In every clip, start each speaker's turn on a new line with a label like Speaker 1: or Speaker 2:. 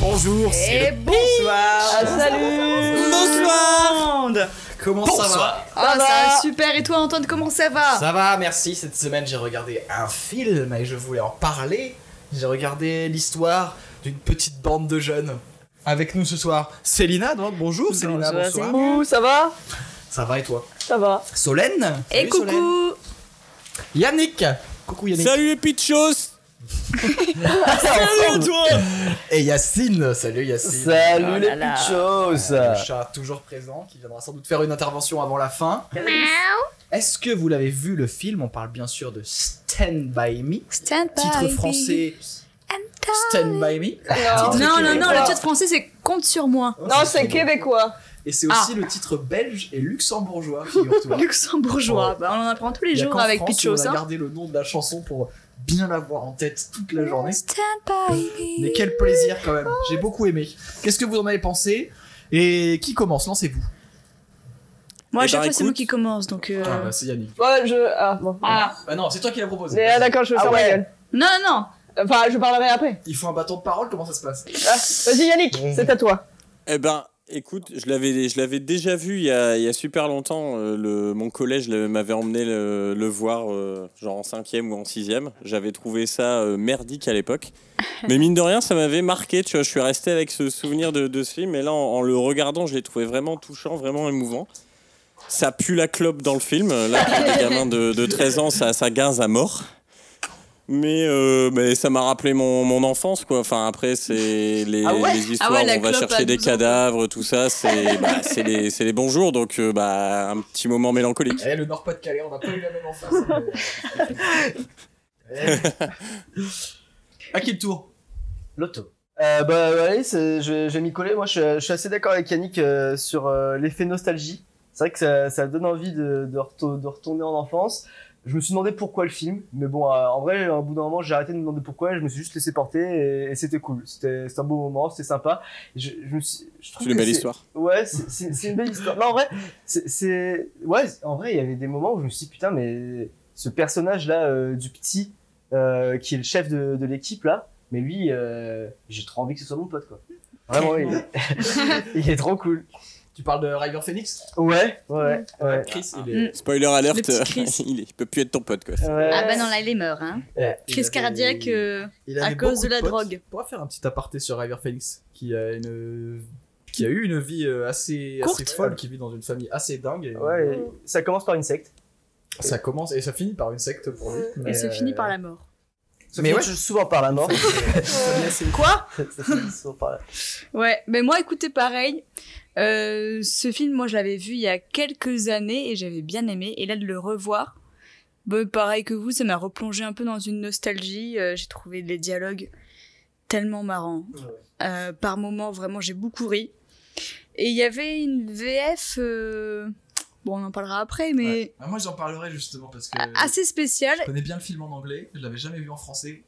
Speaker 1: Bonjour,
Speaker 2: Et
Speaker 1: c'est le Ah,
Speaker 2: bonsoir
Speaker 3: Ah, Salut
Speaker 1: Bonsoir
Speaker 2: monde.
Speaker 1: Comment ça va
Speaker 2: Ah
Speaker 3: va
Speaker 2: ça va super et toi Antoine comment ça va
Speaker 1: Ça va, merci. Cette semaine, j'ai regardé un film et je voulais en parler. J'ai regardé l'histoire d'une petite bande de jeunes. Avec nous ce soir, Célina. donc Bonjour, Célina.
Speaker 2: Bonsoir,
Speaker 1: Bonsoir.
Speaker 3: Ouh, ça va
Speaker 1: Ça va et toi
Speaker 3: Ça va.
Speaker 1: Solène
Speaker 2: Et
Speaker 1: Salut,
Speaker 2: coucou
Speaker 1: Solène. Yannick Coucou Yannick.
Speaker 4: Salut les pitchos
Speaker 1: Salut toi Et Yacine. Salut Yacine. Euh,
Speaker 3: Salut
Speaker 2: Oh
Speaker 3: les
Speaker 2: là là.
Speaker 3: petites choses
Speaker 1: Le chat toujours présent qui viendra sans doute faire une intervention avant la fin. Est-ce que vous l'avez vu le film On parle bien sûr de Stand By Me.
Speaker 2: Stand
Speaker 1: Titre français Stand By Me.
Speaker 3: Non,
Speaker 2: Non non non
Speaker 3: Québécois.
Speaker 2: le titre français c'est compte sur moi
Speaker 3: Non, c'est québécois.
Speaker 1: Et c'est aussi le titre belge et luxembourgeois, figure-toi.
Speaker 2: Ah. Luxembourgeois
Speaker 1: Oh.
Speaker 2: bah, on en apprend tous les
Speaker 1: Il y a
Speaker 2: jours
Speaker 1: qu'en
Speaker 2: avec
Speaker 1: France où
Speaker 2: Pichos
Speaker 1: On a
Speaker 2: hein.
Speaker 1: gardé le nom de la chanson pour bien l'avoir en tête toute la journée.
Speaker 2: Stand by
Speaker 1: Mais quel plaisir quand même. J'ai beaucoup aimé. Qu'est-ce que vous en avez pensé Et qui commence Lancez-vous.
Speaker 2: Moi à
Speaker 4: Eh
Speaker 2: chaque
Speaker 4: ben,
Speaker 2: fois c'est moi
Speaker 4: écoute.
Speaker 2: qui commence donc euh,
Speaker 1: Ah bah c'est Yannick.
Speaker 3: Ouais, je. Ah, bon.
Speaker 2: Ah
Speaker 1: Bah non, c'est toi qui l'as proposé.
Speaker 3: Mais ah, d'accord, je vais
Speaker 1: Ah
Speaker 3: faire
Speaker 1: ouais.
Speaker 3: ma gueule.
Speaker 2: non non non
Speaker 3: Enfin, je parlerai après.
Speaker 1: Il faut un bâton de parole, comment ça se passe
Speaker 3: Ah, Vas-y, Yannick,
Speaker 1: Bon.
Speaker 3: c'est à toi.
Speaker 4: Eh ben, écoute, je l'avais, je l'avais déjà vu il y a, il y a super longtemps. euh, le, mon collège le- m'avait emmené le, le voir, euh, genre en cinquième ou en sixième. J'avais trouvé ça euh, merdique à l'époque. Mais mine de rien, ça m'avait marqué. Tu vois, je suis resté avec ce souvenir de, de ce film. Et là, en, en le regardant, je l'ai trouvé vraiment touchant, vraiment émouvant. Ça pue la clope dans le film. Là, pour des gamins de, de 13 ans, ça, ça gaze à mort. Mais, euh, mais ça m'a rappelé mon, mon enfance, quoi. Enfin, après, c'est les,
Speaker 3: Ah ouais
Speaker 4: les histoires
Speaker 2: Ah ouais,
Speaker 4: où
Speaker 2: la
Speaker 4: on va
Speaker 2: clope à
Speaker 4: chercher des
Speaker 2: 12 ans.
Speaker 4: cadavres, tout ça. C'est bah, c'est les, c'est les bons jours, donc euh, bah, un petit moment mélancolique.
Speaker 1: Eh, le Nord-Pas-de-Calais, on n'a pas eu la même en face. hein, mais- Eh. à qui le tour
Speaker 5: L'auto. Euh, bah ouais, allez, c'est- je, je vais m'y coller. Moi, je, je suis assez d'accord avec Yannick euh, sur euh, l'effet nostalgie. C'est vrai que ça, ça donne envie de, de, reto- de retourner en enfance. Je me suis demandé pourquoi le film, mais bon, euh, en vrai, au bout d'un moment, j'ai arrêté de me demander pourquoi. et Je me suis juste laissé porter et, et c'était cool. C'était c'était un beau moment, c'était sympa. Et Je, je me suis, je trouve
Speaker 4: C'est une
Speaker 5: que
Speaker 4: belle histoire.
Speaker 5: Ouais, c'est- c'est c'est une belle histoire. Non, en vrai, c'est- c'est. Ouais, en vrai, il y avait des moments où je me suis dit, putain, mais ce personnage-là, euh, du petit, euh, qui est le chef de, de l'équipe, là, mais lui, euh, j'ai trop envie que ce soit mon pote, quoi. Vraiment, il est, il est trop cool.
Speaker 1: Tu parles de River Phoenix
Speaker 5: Ouais, ouais, ouais.
Speaker 1: Chris, il est.
Speaker 4: Spoiler alerte,
Speaker 2: Le petit Chris.
Speaker 4: il, est- il peut plus être ton pote, quoi.
Speaker 5: ouais.
Speaker 2: ah bah non là il est mort hein
Speaker 5: Ouais.
Speaker 2: crise cardiaque euh,
Speaker 1: Il
Speaker 2: à
Speaker 1: avait
Speaker 2: cause
Speaker 1: beaucoup
Speaker 2: de la
Speaker 1: potes.
Speaker 2: drogue.
Speaker 1: On pourra faire un petit aparté sur River Phoenix, qui a une qui a eu une vie euh, assez, assez folle, qui vit dans une famille assez dingue. Et,
Speaker 5: Ouais, ça commence par une secte.
Speaker 1: Ça commence et ça finit par une secte pour lui.
Speaker 2: et ça finit par la mort
Speaker 5: Ça
Speaker 1: Mais
Speaker 5: finit
Speaker 1: ouais.
Speaker 5: souvent par la mort.
Speaker 2: quoi
Speaker 5: ça finit souvent par la-
Speaker 2: ouais mais moi écoutez pareil euh, ce film moi je l'avais vu il y a quelques années et j'avais bien aimé et là de le revoir bah, pareil que vous ça m'a replongé un peu dans une nostalgie Euh, j'ai trouvé les dialogues tellement marrants Euh, par moments vraiment j'ai beaucoup ri et il y avait une VF euh, bon on en parlera après
Speaker 1: euh,
Speaker 2: mais
Speaker 1: Ah,
Speaker 2: Ah,
Speaker 1: moi j'en parlerai justement parce que
Speaker 2: assez spéciale
Speaker 1: connais bien le film en anglais, je l'avais jamais vu en français.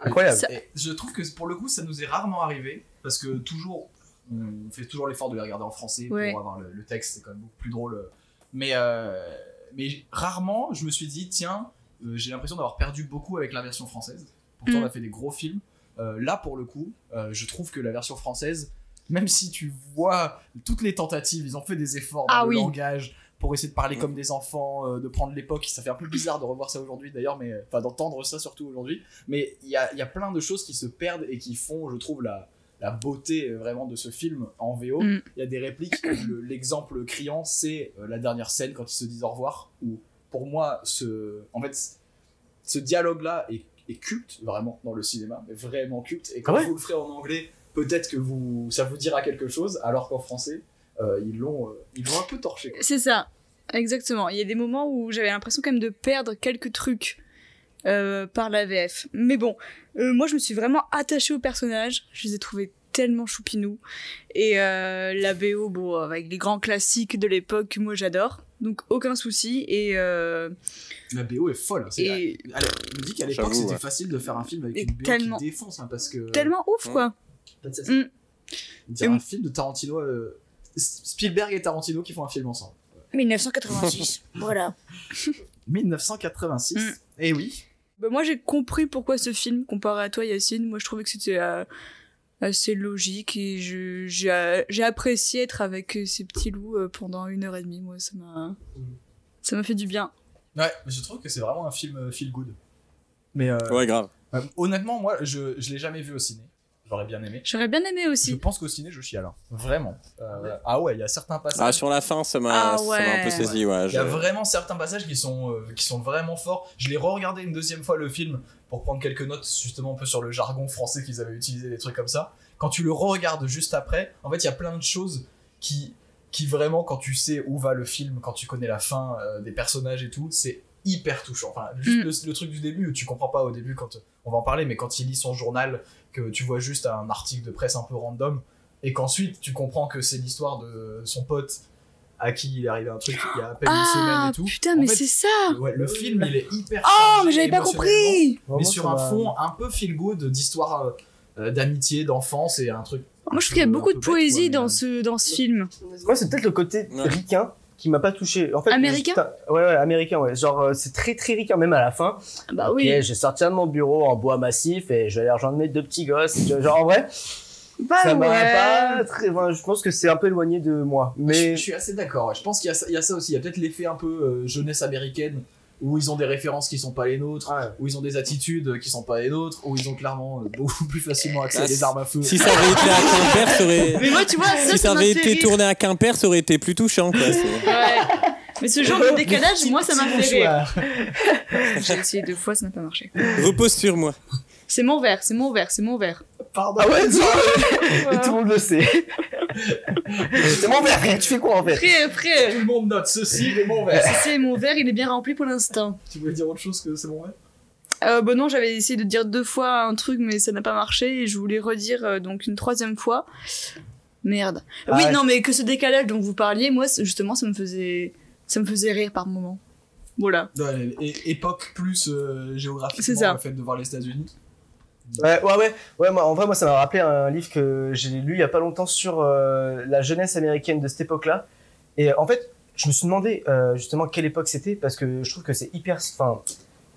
Speaker 5: Incroyable.
Speaker 2: Ça-
Speaker 1: Et je trouve que pour le coup, ça nous est rarement arrivé parce que toujours, on fait toujours l'effort de les regarder en français
Speaker 2: Ouais.
Speaker 1: pour avoir le, le texte, c'est quand même beaucoup plus drôle. Mais, euh, mais j- rarement, je me suis dit, tiens, euh, j'ai l'impression d'avoir perdu beaucoup avec la version française. Pourtant,
Speaker 2: Mm.
Speaker 1: on a fait des gros films. Euh, là, pour le coup, euh, je trouve que la version française, même si tu vois toutes les tentatives, ils ont fait des efforts dans
Speaker 2: Ah
Speaker 1: le
Speaker 2: oui.
Speaker 1: langage pour essayer de parler
Speaker 4: Mm.
Speaker 1: comme des enfants, euh, de prendre l'époque. Ça fait un peu bizarre de revoir ça aujourd'hui d'ailleurs, mais euh, enfin d'entendre ça surtout aujourd'hui. Mais il y a, il y a plein de choses qui se perdent et qui font, je trouve, la, la beauté euh, vraiment de ce film en VO.
Speaker 2: Mm.
Speaker 1: Il y a des répliques. Le- L'exemple criant, c'est euh, la dernière scène quand ils se disent au revoir. Où pour moi, ce, en fait, ce dialogue-là est, est culte vraiment dans le cinéma, mais vraiment culte. Et quand
Speaker 5: Ah ouais
Speaker 1: vous le ferez en anglais, peut-être que vous, ça vous dira quelque chose, alors qu'en français, euh, ils l'ont, euh, ils l'ont un peu torché. quoi.
Speaker 2: C'est ça, exactement. Il y a des moments où j'avais l'impression quand même de perdre quelques trucs euh, par la VF. Mais bon, euh, moi je me suis vraiment attachée aux personnages. Je les ai trouvés tellement choupinous. Et euh, la BO, bon, avec les grands classiques de l'époque, moi j'adore. Donc aucun souci. Et, euh,
Speaker 1: La BO est folle. hein, c'est-
Speaker 2: et
Speaker 1: Alors, on me dit qu'à l'époque,
Speaker 4: J'avoue,
Speaker 1: c'était
Speaker 4: ouais.
Speaker 1: facile de faire un film avec
Speaker 2: Et
Speaker 1: une BO
Speaker 2: tellement-
Speaker 1: qui défonce, hein, parce que
Speaker 2: tellement ouf
Speaker 4: ouais.
Speaker 2: quoi.
Speaker 1: dire
Speaker 2: Et-
Speaker 1: un film de Tarantino, euh, S- Spielberg et Tarantino qui font un film ensemble.
Speaker 2: 1986, voilà.
Speaker 1: 1986.
Speaker 2: Mm.
Speaker 1: Et Eh oui.
Speaker 2: Bah, moi j'ai compris pourquoi ce film, comparé à toi Yacine, moi je trouvais que c'était euh, assez logique et je- j'ai j'ai apprécié être avec euh, ces petits loups euh, pendant une heure et demie. Moi, ça m'a ça m'a fait du bien.
Speaker 1: Ouais, mais je trouve que c'est vraiment un film euh, feel good. Mais euh,
Speaker 4: Ouais, grave.
Speaker 1: euh, honnêtement, moi, je, je l'ai jamais vu au ciné. J'aurais bien aimé.
Speaker 2: J'aurais bien aimé
Speaker 1: Je
Speaker 2: aussi.
Speaker 1: pense qu'au ciné, je chiale. hein. Vraiment. Euh, Ah ouais, il y a certains
Speaker 4: Ah,
Speaker 1: passages.
Speaker 4: sur la fin, ça m'a
Speaker 2: Ah
Speaker 4: ça m'a un peu
Speaker 2: ouais.
Speaker 4: saisi. Ouais,
Speaker 1: il y a
Speaker 4: je-
Speaker 1: vraiment certains passages qui sont, euh, qui sont vraiment forts. Je l'ai re-regardé une deuxième fois le film pour prendre quelques notes justement un peu sur le jargon français qu'ils avaient utilisé, des trucs comme ça. Quand tu le re-regardes juste après, en fait, il y a plein de choses qui, qui vraiment, quand tu sais où va le film, quand tu connais la fin euh, des personnages et tout, c'est hyper touchant. Enfin, juste
Speaker 2: Mm.
Speaker 1: le, le truc du début, tu comprends pas au début quand on va en parler, mais quand il lit son journal, que tu vois juste un article de presse un peu random, et qu'ensuite tu comprends que c'est l'histoire de son pote à qui il est arrivé un truc il y a à peine une semaine
Speaker 2: Ah
Speaker 1: et tout.
Speaker 2: putain,
Speaker 1: En
Speaker 2: mais
Speaker 1: fait,
Speaker 2: c'est ça.
Speaker 1: ouais, le film il est hyper.
Speaker 2: Oh,
Speaker 1: chargé
Speaker 2: mais j'avais pas
Speaker 1: émotionnellement,
Speaker 2: compris.
Speaker 1: Mais sur un fond un peu feel good d'histoire euh, euh, d'amitié, d'enfance et un truc.
Speaker 2: Moi, je trouve qu'il y a
Speaker 1: un
Speaker 2: beaucoup
Speaker 1: peu
Speaker 2: de
Speaker 1: bête, quoi,
Speaker 2: poésie
Speaker 1: mais, euh,
Speaker 2: dans ce dans ce film.
Speaker 5: Moi, c'est peut-être le côté
Speaker 4: Ouais.
Speaker 5: ricain qui m'a pas touché. En fait,
Speaker 2: Américain
Speaker 5: je- Ouais, ouais, américain, ouais. Genre, euh, c'est très, très ricain, même à la fin.
Speaker 2: Bah
Speaker 5: Ok,
Speaker 2: oui.
Speaker 5: j'ai sorti de mon bureau en bois massif et je vais aller rejoindre mes deux petits gosses. Tu vois, Genre, en vrai,
Speaker 2: Bah
Speaker 5: ça m'a
Speaker 2: ouais.
Speaker 5: pas très. enfin, je pense que c'est un peu éloigné de moi.
Speaker 1: Je,
Speaker 5: Mais.
Speaker 1: je suis assez d'accord. ouais. Je pense qu'il y, a ça- il y a ça aussi. Il y a peut-être l'effet un peu euh, jeunesse américaine où ils ont des références qui sont pas les nôtres,
Speaker 5: Ah Ouais.
Speaker 1: où ils ont des attitudes qui sont pas les nôtres, où ils ont clairement euh, beaucoup plus facilement accès à
Speaker 4: Ah,
Speaker 1: des armes à feu.
Speaker 4: Si ça avait été à Quimper, ça aurait.
Speaker 2: Mais moi, tu vois, ça,
Speaker 4: Si ça
Speaker 2: ça m'a
Speaker 4: avait
Speaker 2: fait
Speaker 4: été
Speaker 2: rire.
Speaker 4: tourné à Quimper, ça aurait été plus touchant. Quoi. C'est-
Speaker 2: Ouais. Mais ce genre de décalage, moi, ça m'a fait rire.
Speaker 5: Bonsoir.
Speaker 2: J'ai essayé deux fois, ça n'a pas marché.
Speaker 4: Repose sur moi.
Speaker 2: C'est mon verre, c'est mon verre, c'est mon verre.
Speaker 1: Pardon.
Speaker 5: Ah ouais, non, mais tout le monde le sait. c'est mon verre, tu fais quoi en fait
Speaker 2: Frère, frère,
Speaker 1: Tout le monde note ceci, mais mon verre.
Speaker 2: c'est mon verre, il est bien rempli pour l'instant.
Speaker 1: tu voulais dire autre chose que c'est mon verre
Speaker 2: Euh, bon, non, j'avais essayé de dire deux fois un truc, mais ça n'a pas marché, et je voulais redire euh, donc une troisième fois. Merde.
Speaker 5: Ah
Speaker 2: oui,
Speaker 5: ouais.
Speaker 2: non, mais que ce décalage dont vous parliez, moi, c'est- justement, ça me faisait, ça me faisait rire par moment. Voilà.
Speaker 1: Ouais, é- époque plus euh, géographiquement
Speaker 2: C'est ça.
Speaker 1: le fait de voir les États-Unis.
Speaker 5: Ouais, ouais, ouais. ouais moi, en vrai, moi, ça m'a rappelé un livre que j'ai lu il y a pas longtemps sur euh, la jeunesse américaine de cette époque-là. Et euh, en fait, je me suis demandé euh, justement quelle époque c'était parce que je trouve que c'est hyper. Enfin,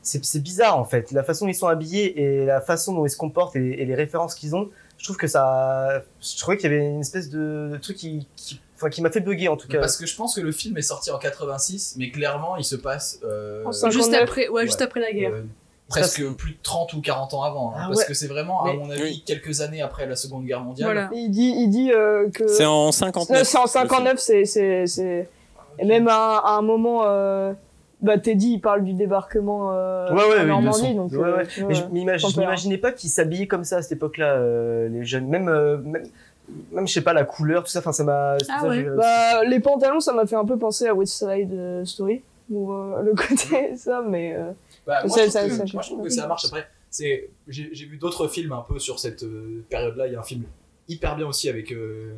Speaker 5: c'est c'est bizarre en fait. La façon dont ils sont habillés et la façon dont ils se comportent et, et les références qu'ils ont, je trouve que ça. Je trouvais qu'il y avait une espèce de, de truc qui. qui- Enfin, qui m'a fait bugger en tout cas.
Speaker 1: Parce que je pense que le film est sorti en 86, mais clairement il se passe euh,
Speaker 5: En cinq-
Speaker 2: Juste
Speaker 5: 59.
Speaker 2: après, ouais, juste
Speaker 1: Ouais.
Speaker 2: après la guerre.
Speaker 1: euh, presque plus de 30 ou 40 ans avant. hein,
Speaker 5: Ah
Speaker 1: parce
Speaker 5: ouais.
Speaker 1: que c'est vraiment, à
Speaker 5: Mais-
Speaker 1: mon avis,
Speaker 4: Oui.
Speaker 1: quelques années après la Seconde Guerre mondiale.
Speaker 2: Voilà.
Speaker 3: Il dit, il dit euh, que.
Speaker 4: C'est en
Speaker 3: Non,
Speaker 4: 59.
Speaker 3: c'est en 59, c'est. c'est- c'est- Et même à, à un moment. euh, Bah, Teddy, il parle du débarquement euh,
Speaker 5: Ouais, ouais,
Speaker 3: en
Speaker 5: oui,
Speaker 3: Normandie.
Speaker 5: bien sûr.
Speaker 3: Donc,
Speaker 5: Ouais,
Speaker 3: euh,
Speaker 5: ouais.
Speaker 3: tu vois,
Speaker 5: Mais je m'imagine- je
Speaker 3: Tempère.
Speaker 5: m'imaginais pas qu'ils s'habillaient comme ça à cette époque-là, euh, les jeunes. Même, euh, même, même, je sais pas, la couleur, tout ça. Enfin, ça m'a.
Speaker 2: Ah
Speaker 5: ça,
Speaker 2: ouais.
Speaker 5: je-
Speaker 3: Bah, les pantalons, ça m'a fait un peu penser à West Side euh, Story, ou euh, le côté ça, mais euh,
Speaker 1: Bah, moi,
Speaker 3: Ça-
Speaker 1: je
Speaker 3: ça-
Speaker 1: trouve
Speaker 3: ça-
Speaker 1: que, moi, je trouve que ça marche. Après, c'est, j'ai, j'ai vu d'autres films un peu sur cette euh, période-là. Il y a un film hyper bien aussi avec euh,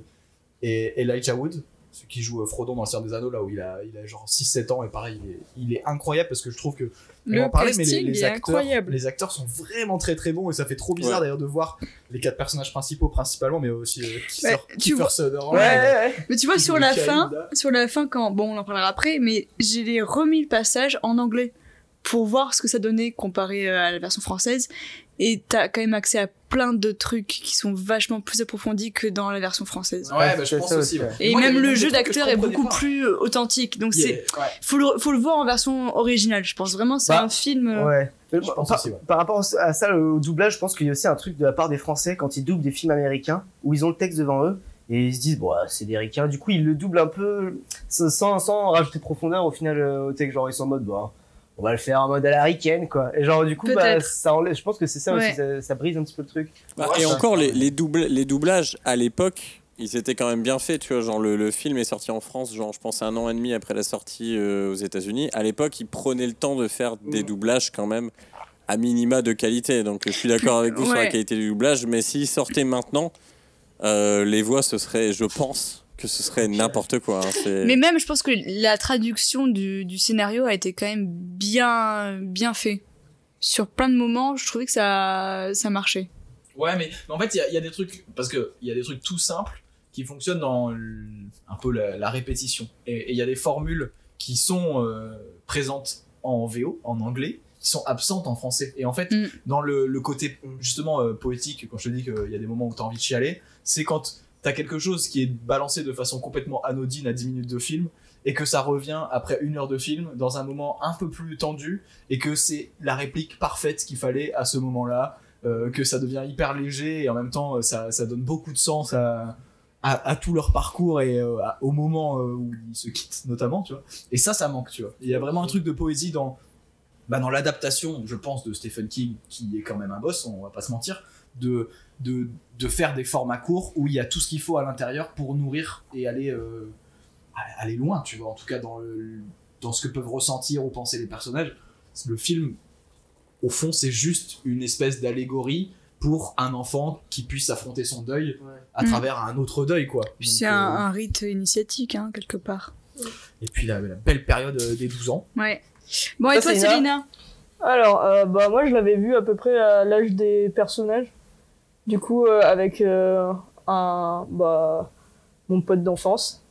Speaker 1: et, Elijah Wood, celui qui joue euh, Frodon dans Le Seigneur des Anneaux, là où il a, il a genre 6-7 ans. Et pareil, il est, il est incroyable parce que je trouve que. on va
Speaker 2: Le
Speaker 1: en parler, mais les-
Speaker 2: casting
Speaker 1: les
Speaker 2: est
Speaker 1: acteurs-
Speaker 2: incroyable.
Speaker 1: Les acteurs sont vraiment très très bons et ça fait trop bizarre
Speaker 4: Ouais.
Speaker 1: d'ailleurs de voir les quatre personnages principaux principalement, mais aussi euh, Kiefer,
Speaker 2: Bah, tu
Speaker 1: Kiefer
Speaker 2: vois-
Speaker 1: Sutherland, euh,
Speaker 5: Ouais, ouais, ouais.
Speaker 2: Mais tu vois, sur
Speaker 1: de
Speaker 2: la
Speaker 1: Kaïda.
Speaker 2: fin, sur la fin, quand. Bon, on en parlera après, mais j'ai remis le passage en anglais pour voir ce que ça donnait comparé euh, à la version française. Et t'as quand même accès à plein de trucs qui sont vachement plus approfondis que dans la version française.
Speaker 1: Ouais, bah, je
Speaker 5: c'est
Speaker 1: pense
Speaker 5: ça
Speaker 1: aussi.
Speaker 5: aussi,
Speaker 1: ouais.
Speaker 2: Et
Speaker 1: Moi, il y
Speaker 2: même
Speaker 1: avait
Speaker 2: le
Speaker 1: des
Speaker 2: jeu
Speaker 1: trucs que je
Speaker 2: d'acteur est
Speaker 1: comprenais
Speaker 2: beaucoup
Speaker 1: pas.
Speaker 2: plus euh, authentique. Donc
Speaker 1: Yeah,
Speaker 2: c'est.
Speaker 1: ouais.
Speaker 2: Faut le, faut le voir en version originale, je pense. Vraiment, c'est
Speaker 5: Bah,
Speaker 2: un film. euh,
Speaker 5: Ouais. Mais
Speaker 1: Je
Speaker 5: par-
Speaker 1: pense
Speaker 5: par,
Speaker 1: aussi, ouais.
Speaker 5: par rapport à ça, le doublage, je pense qu'il y a aussi un truc de la part des Français quand ils doublent des films américains où ils ont le texte devant eux et ils se disent, bon, ah, c'est des ricains. Du coup, ils le doublent un peu sans, sans- sans rajouter de profondeur au final euh, au texte. Genre, ils sont en mode, bah, on va le faire en mode à la ricaine, quoi. Et genre, du coup, bah,
Speaker 2: Peut-être.
Speaker 5: ça enlève- je pense que c'est ça
Speaker 2: Ouais.
Speaker 5: aussi, ça, ça brise un petit peu le truc.
Speaker 4: Bah,
Speaker 1: Ouais,
Speaker 4: et
Speaker 1: ça-
Speaker 4: encore, les, les, doubl- les doublages à l'époque, ils étaient quand même bien faits. Tu vois, genre le, le film est sorti en France, genre je pense un an et demi après la sortie euh, aux États-Unis. À l'époque, ils prenaient le temps de faire des doublages quand même à minima de qualité. Donc je suis d'accord avec vous sur la
Speaker 2: Ouais.
Speaker 4: qualité du doublage, mais s'ils sortaient maintenant, euh, les voix, ce serait, je pense, que ce serait n'importe quoi. hein. C'est-
Speaker 2: Mais même, je pense que la traduction du, du scénario a été quand même bien, bien fait. Sur plein de moments, je trouvais que ça, ça marchait.
Speaker 1: Ouais, mais, mais en fait, il y a- il y, a des trucs. Parce qu'il y a des trucs tout simples qui fonctionnent dans le- un peu la, la répétition. Et et il y a des formules qui sont euh, présentes en VO, en anglais, qui sont absentes en français. Et en fait,
Speaker 2: Mm.
Speaker 1: dans le, le côté justement euh, poétique, quand je te dis qu'il y a des moments où t'as envie de chialer, c'est quand t'as quelque chose qui est balancé de façon complètement anodine à 10 minutes de film et que ça revient après une heure de film dans un moment un peu plus tendu et que c'est la réplique parfaite qu'il fallait à ce moment-là, euh, que ça devient hyper léger et en même temps euh, ça, ça donne beaucoup de sens à, à, à tout leur parcours et euh, à- au moment euh, où ils se quittent notamment, tu vois. Et ça, ça manque, tu vois. Il y a vraiment un truc de poésie dans, bah, dans l'adaptation, je pense, de Stephen King, qui est quand même un boss, on va pas se mentir, de, de, de faire des formats courts où il y a tout ce qu'il faut à l'intérieur pour nourrir et aller, euh, aller loin, tu vois, en tout cas dans, le- dans ce que peuvent ressentir ou penser les personnages. Le film, au fond, c'est juste une espèce d'allégorie pour un enfant qui puisse affronter son deuil à
Speaker 2: Mm.
Speaker 1: travers un autre deuil, quoi.
Speaker 2: Puis
Speaker 1: Donc,
Speaker 2: c'est un,
Speaker 1: euh,
Speaker 2: un rite initiatique, hein, quelque part.
Speaker 1: Et puis la, la belle période euh, des 12 ans.
Speaker 2: Ouais. Bon, et
Speaker 5: Ça,
Speaker 2: toi,
Speaker 5: c'est là.
Speaker 2: Célina
Speaker 3: Alors, euh, bah moi je l'avais vu à peu près à l'âge des personnages. Du coup, euh, avec euh, un bah mon pote d'enfance.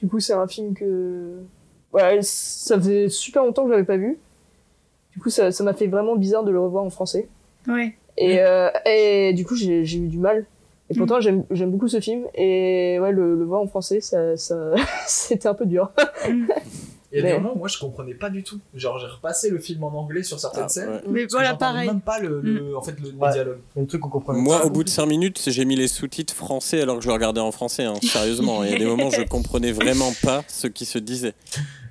Speaker 3: Du coup, c'est un film que ouais, ça faisait super longtemps que je l'avais pas vu. Du coup, ça ça m'a fait vraiment bizarre de le revoir en français.
Speaker 2: Ouais.
Speaker 1: Mm.
Speaker 3: Et, euh, et du coup, j'ai j'ai eu du mal. Et pourtant, j'aime j'aime beaucoup ce film. Et ouais, le, le voir en français, ça, ça c'était un peu dur.
Speaker 1: Et des
Speaker 3: Mais-
Speaker 1: moments où moi je comprenais pas du tout. Genre j'ai repassé le film en anglais sur certaines
Speaker 4: Ah,
Speaker 1: scènes.
Speaker 4: ouais.
Speaker 2: Mais
Speaker 1: parce que
Speaker 2: voilà,
Speaker 1: j'entendais
Speaker 2: pareil. Mm.
Speaker 1: même pas le, le- en fait, le, le
Speaker 5: Ouais.
Speaker 1: dialogue.
Speaker 5: Il y a des trucs qu'on comprend.
Speaker 4: Moi, au bout de 5 minutes, j'ai mis les sous-titres français alors que je le regardais en français, hein, sérieusement. Il y a des moments, je comprenais vraiment pas ce qui se disait.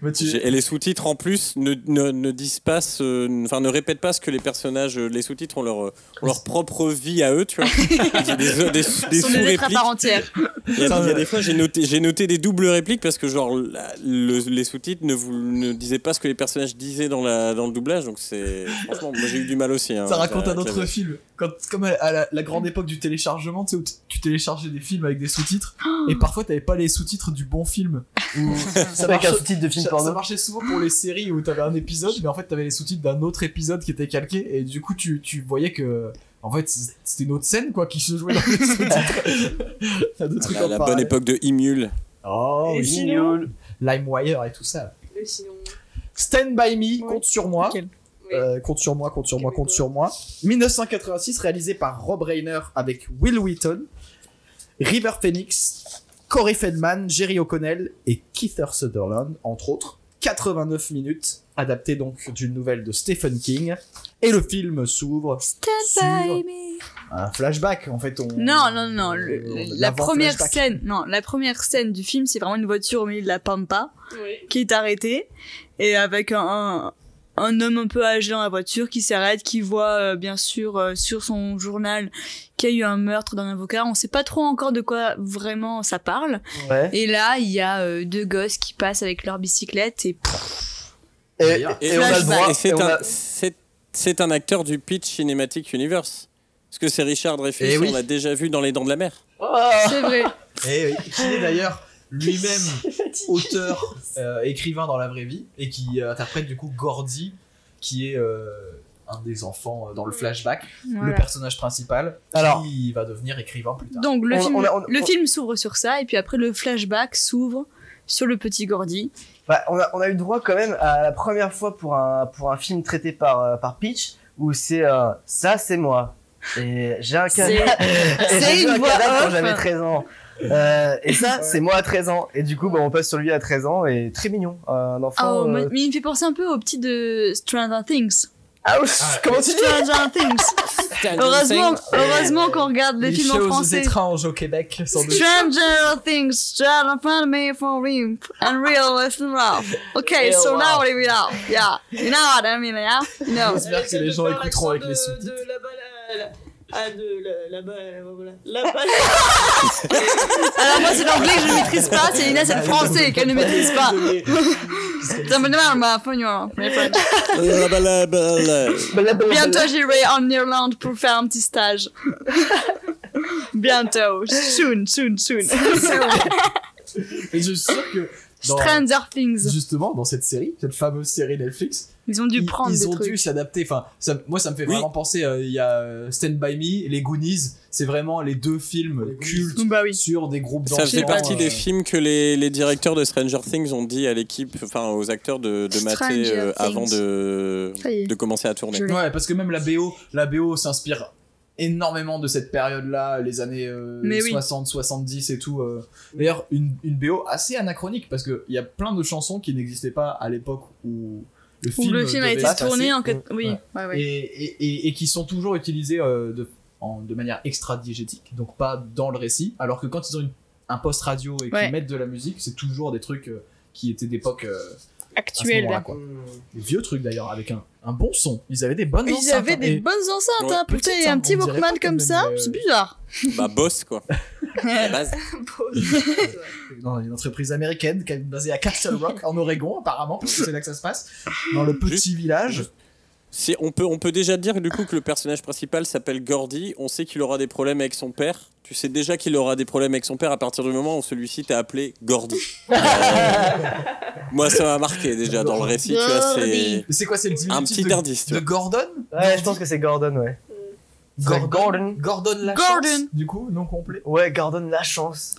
Speaker 1: Mais tu-
Speaker 4: J'ai- Et les sous-titres, en plus, ne, ne, ne disent pas, ce- enfin, ne répètent pas ce que les personnages, euh, les sous-titres ont leur, euh, ont leur propre vie à eux, tu vois. Il y a des, des- des
Speaker 2: Sont des êtres à
Speaker 4: sous-répliques.
Speaker 2: part entière.
Speaker 4: Il y a, il y a des fois, j'ai noté, j'ai noté des doubles répliques parce que, genre, la- le- les sous-titres ne, vous, ne disaient pas ce que les personnages disaient dans, la, dans le doublage. Donc, c'est. Franchement, moi, j'ai eu du mal aussi. hein,
Speaker 1: Ça raconte un
Speaker 4: avec la-
Speaker 1: autre film. Quand, comme à, à la, la grande époque du téléchargement, tu sais, où tu- tu téléchargeais des films avec des sous-titres. et parfois, t'avais pas les sous-titres du bon film. Ou- ça,
Speaker 5: Ça avec un
Speaker 1: marche-
Speaker 5: sous-titre de film
Speaker 1: ça- ça
Speaker 5: porno.
Speaker 1: marchait souvent pour les séries où t'avais un épisode, mais en fait, t'avais les sous-titres d'un autre épisode qui était calqué. Et du coup, tu, tu voyais que. En fait, c'était une autre scène quoi qui se jouait dans les sous-titres. T'as deux
Speaker 4: Ah,
Speaker 1: trucs
Speaker 4: la-
Speaker 1: en
Speaker 4: la bonne
Speaker 1: parallèle.
Speaker 4: époque de Imul.
Speaker 1: Oh,
Speaker 3: Et
Speaker 1: oui.
Speaker 3: sinon-
Speaker 1: LimeWire et tout ça. Stand by me, compte sur moi.
Speaker 2: Nickel.
Speaker 1: Euh, compte sur moi, compte sur moi, compte sur moi. 1986, réalisé par Rob Reiner avec Will Wheaton, River Phoenix, Corey Feldman, Jerry O'Connell et Keith Sutherland, entre autres. 89 minutes, adapté donc d'une nouvelle de Stephen King. Et le film s'ouvre sur un flashback. En fait, on.
Speaker 2: Non, non, non. le-
Speaker 1: on- on
Speaker 2: la
Speaker 1: avant
Speaker 2: première
Speaker 1: flashback.
Speaker 2: scène, non, la première scène du film, c'est vraiment une voiture au milieu de la pampa qui est arrêtée et avec un, un, un homme un peu âgé dans la voiture qui s'arrête, qui voit euh, bien sûr euh, sur son journal qu'il y a eu un meurtre d'un avocat. On sait pas trop encore de quoi vraiment ça parle.
Speaker 5: Ouais.
Speaker 2: Et là, il y a euh, deux gosses qui passent avec leur bicyclette et pff,
Speaker 5: Et,
Speaker 1: D'ailleurs.
Speaker 5: et on a le droit.
Speaker 4: Et c'est
Speaker 5: et on
Speaker 4: un,
Speaker 5: a-
Speaker 4: c'est- c'est un acteur du pitch Cinematic Universe. Parce que c'est Richard Dreyfuss,
Speaker 1: Eh oui.
Speaker 4: on l'a déjà vu dans Les Dents de la Mer.
Speaker 5: Ah
Speaker 2: c'est vrai.
Speaker 1: Et Eh oui, qui est d'ailleurs lui-même auteur, euh, écrivain dans la vraie vie, et qui euh, interprète du coup Gordy, qui est euh, un des enfants euh, dans le flashback, le
Speaker 2: Voilà.
Speaker 1: personnage principal,
Speaker 5: Alors.
Speaker 1: qui va devenir écrivain plus tard.
Speaker 2: Donc le
Speaker 5: On-
Speaker 2: film,
Speaker 5: on a- on-
Speaker 2: le
Speaker 5: on-
Speaker 2: film s'ouvre sur ça et puis après le flashback s'ouvre sur le petit Gordy.
Speaker 5: Bah, on, a, on a eu droit quand même à la première fois pour un, pour un film traité par, euh, par Pitch où c'est euh, ça, c'est moi. Et j'ai un
Speaker 2: C'est
Speaker 5: canal.
Speaker 2: c'est
Speaker 5: J'ai eu
Speaker 2: une
Speaker 5: un
Speaker 2: voix
Speaker 5: cadavre quand
Speaker 2: off.
Speaker 5: j'avais 13 ans. Euh, et ça,
Speaker 1: Ouais.
Speaker 5: c'est moi à 13 ans. Et du coup, bah, on passe sur lui à 13 ans et très mignon. Euh, un enfant.
Speaker 2: Oh,
Speaker 5: euh,
Speaker 2: mais il me fait penser un peu au petit de Stranger Things.
Speaker 5: Ah, ouf,
Speaker 1: Ah,
Speaker 5: comment tu dis
Speaker 2: Stranger Things. heureusement, heureusement qu'on regarde les,
Speaker 1: Les
Speaker 2: films en
Speaker 1: choses
Speaker 2: français.
Speaker 1: étranges au Québec, sans doute.
Speaker 2: Stranger Things, John and Fan Made for Wimp, and Real Western Ralph. Okay, so
Speaker 5: wow.
Speaker 2: now what do we know? Yeah, you know what I mean, yeah? No.
Speaker 1: J'espère que les gens écouteront avec les sous-titres.
Speaker 6: De là-bas, là, là, ah, de là- là-bas, là-bas, voilà. là-bas.
Speaker 2: Alors moi c'est l'anglais que je ne maîtrise pas, Célina c'est le
Speaker 1: Bah,
Speaker 2: français qu'elle ne maîtrise pas. Ça me demande ma phone, you know, my friend. Bientôt j'irai en Irlande pour faire un petit stage. Bientôt, soon, soon, soon.
Speaker 1: Et je suis sûr que dans-
Speaker 2: Stranger Things.
Speaker 1: justement dans cette série, cette fameuse série Netflix.
Speaker 2: Ils ont dû
Speaker 1: ils,
Speaker 2: prendre
Speaker 1: ils
Speaker 2: des
Speaker 1: ont
Speaker 2: trucs.
Speaker 1: dû s'adapter. Enfin, ça- moi, ça me fait
Speaker 4: Oui.
Speaker 1: vraiment penser. euh, Il y a euh, Stand By Me, Les Goonies. C'est vraiment les deux films
Speaker 5: Les Goonies.
Speaker 1: cultes
Speaker 2: Bah oui.
Speaker 1: sur des groupes
Speaker 4: Ça faisait
Speaker 1: d'enfants,
Speaker 4: partie
Speaker 1: euh,
Speaker 4: des films que les, les directeurs de Stranger Things ont dit à l'équipe, enfin aux acteurs de, de mater
Speaker 2: Stranger
Speaker 4: euh, avant
Speaker 2: Things.
Speaker 4: de,
Speaker 2: Ça y est.
Speaker 4: de commencer à tourner.
Speaker 2: Je-
Speaker 1: Ouais, parce que même la BO, la BO s'inspire énormément de cette période-là, les années euh,
Speaker 2: Mais oui.
Speaker 1: 60, 70 et tout. euh. D'ailleurs, une, une BO assez anachronique, parce qu'il y a plein de chansons qui n'existaient pas à l'époque où le
Speaker 2: Où
Speaker 1: film,
Speaker 2: le film a
Speaker 1: devait
Speaker 2: été
Speaker 1: se
Speaker 2: tourné
Speaker 1: passer.
Speaker 2: en. quatre- Oui,
Speaker 1: Ouais.
Speaker 2: ouais, ouais.
Speaker 1: Et, et- et- et qui sont toujours utilisées euh, de, en- de manière extra-diégétique, donc pas dans le récit, alors que quand ils ont une- un poste radio et qu'ils
Speaker 2: Ouais.
Speaker 1: mettent de la musique, c'est toujours des trucs euh, qui étaient d'époque euh, à ce
Speaker 2: Actuel.
Speaker 1: moment-là. quoi. Des vieux trucs d'ailleurs, avec un, un bon son. Ils avaient des bonnes
Speaker 2: Ils
Speaker 1: enceintes,
Speaker 2: avaient
Speaker 1: hein,
Speaker 2: des
Speaker 1: et-
Speaker 2: bonnes enceintes, hein.
Speaker 1: Ouais,
Speaker 2: Putain,
Speaker 1: peut-être,
Speaker 2: et un
Speaker 1: hein,
Speaker 2: petit
Speaker 1: on dirait
Speaker 2: Walkman
Speaker 1: pas
Speaker 2: comme
Speaker 1: quand
Speaker 2: ça,
Speaker 1: même, euh,
Speaker 2: c'est bizarre.
Speaker 4: Bah boss quoi. Bah, À la base.
Speaker 1: dans une entreprise américaine qui est basée à Castle Rock en Oregon apparemment parce que c'est là que ça se passe dans le petit
Speaker 4: Juste-
Speaker 1: village
Speaker 4: Si on peut, on peut déjà dire du coup que le personnage principal s'appelle Gordy. On sait qu'il aura des problèmes avec son père. Tu sais déjà qu'il aura des problèmes avec son père à partir du moment où celui-ci t'a appelé Gordy. Euh, moi, ça m'a marqué déjà dans le récit. Tu vois, c'est
Speaker 1: Mais c'est quoi c'est le
Speaker 4: un
Speaker 1: diminutif
Speaker 4: petit
Speaker 1: de,
Speaker 4: indice. tu
Speaker 1: de
Speaker 4: vois.
Speaker 1: Gordon
Speaker 5: Ouais, je pense que c'est Gordon, ouais.
Speaker 1: Gordon
Speaker 5: Gordon.
Speaker 1: Gordon la
Speaker 2: Gordon.
Speaker 1: chance, du coup non complet
Speaker 5: Ouais, Gordon, la chance.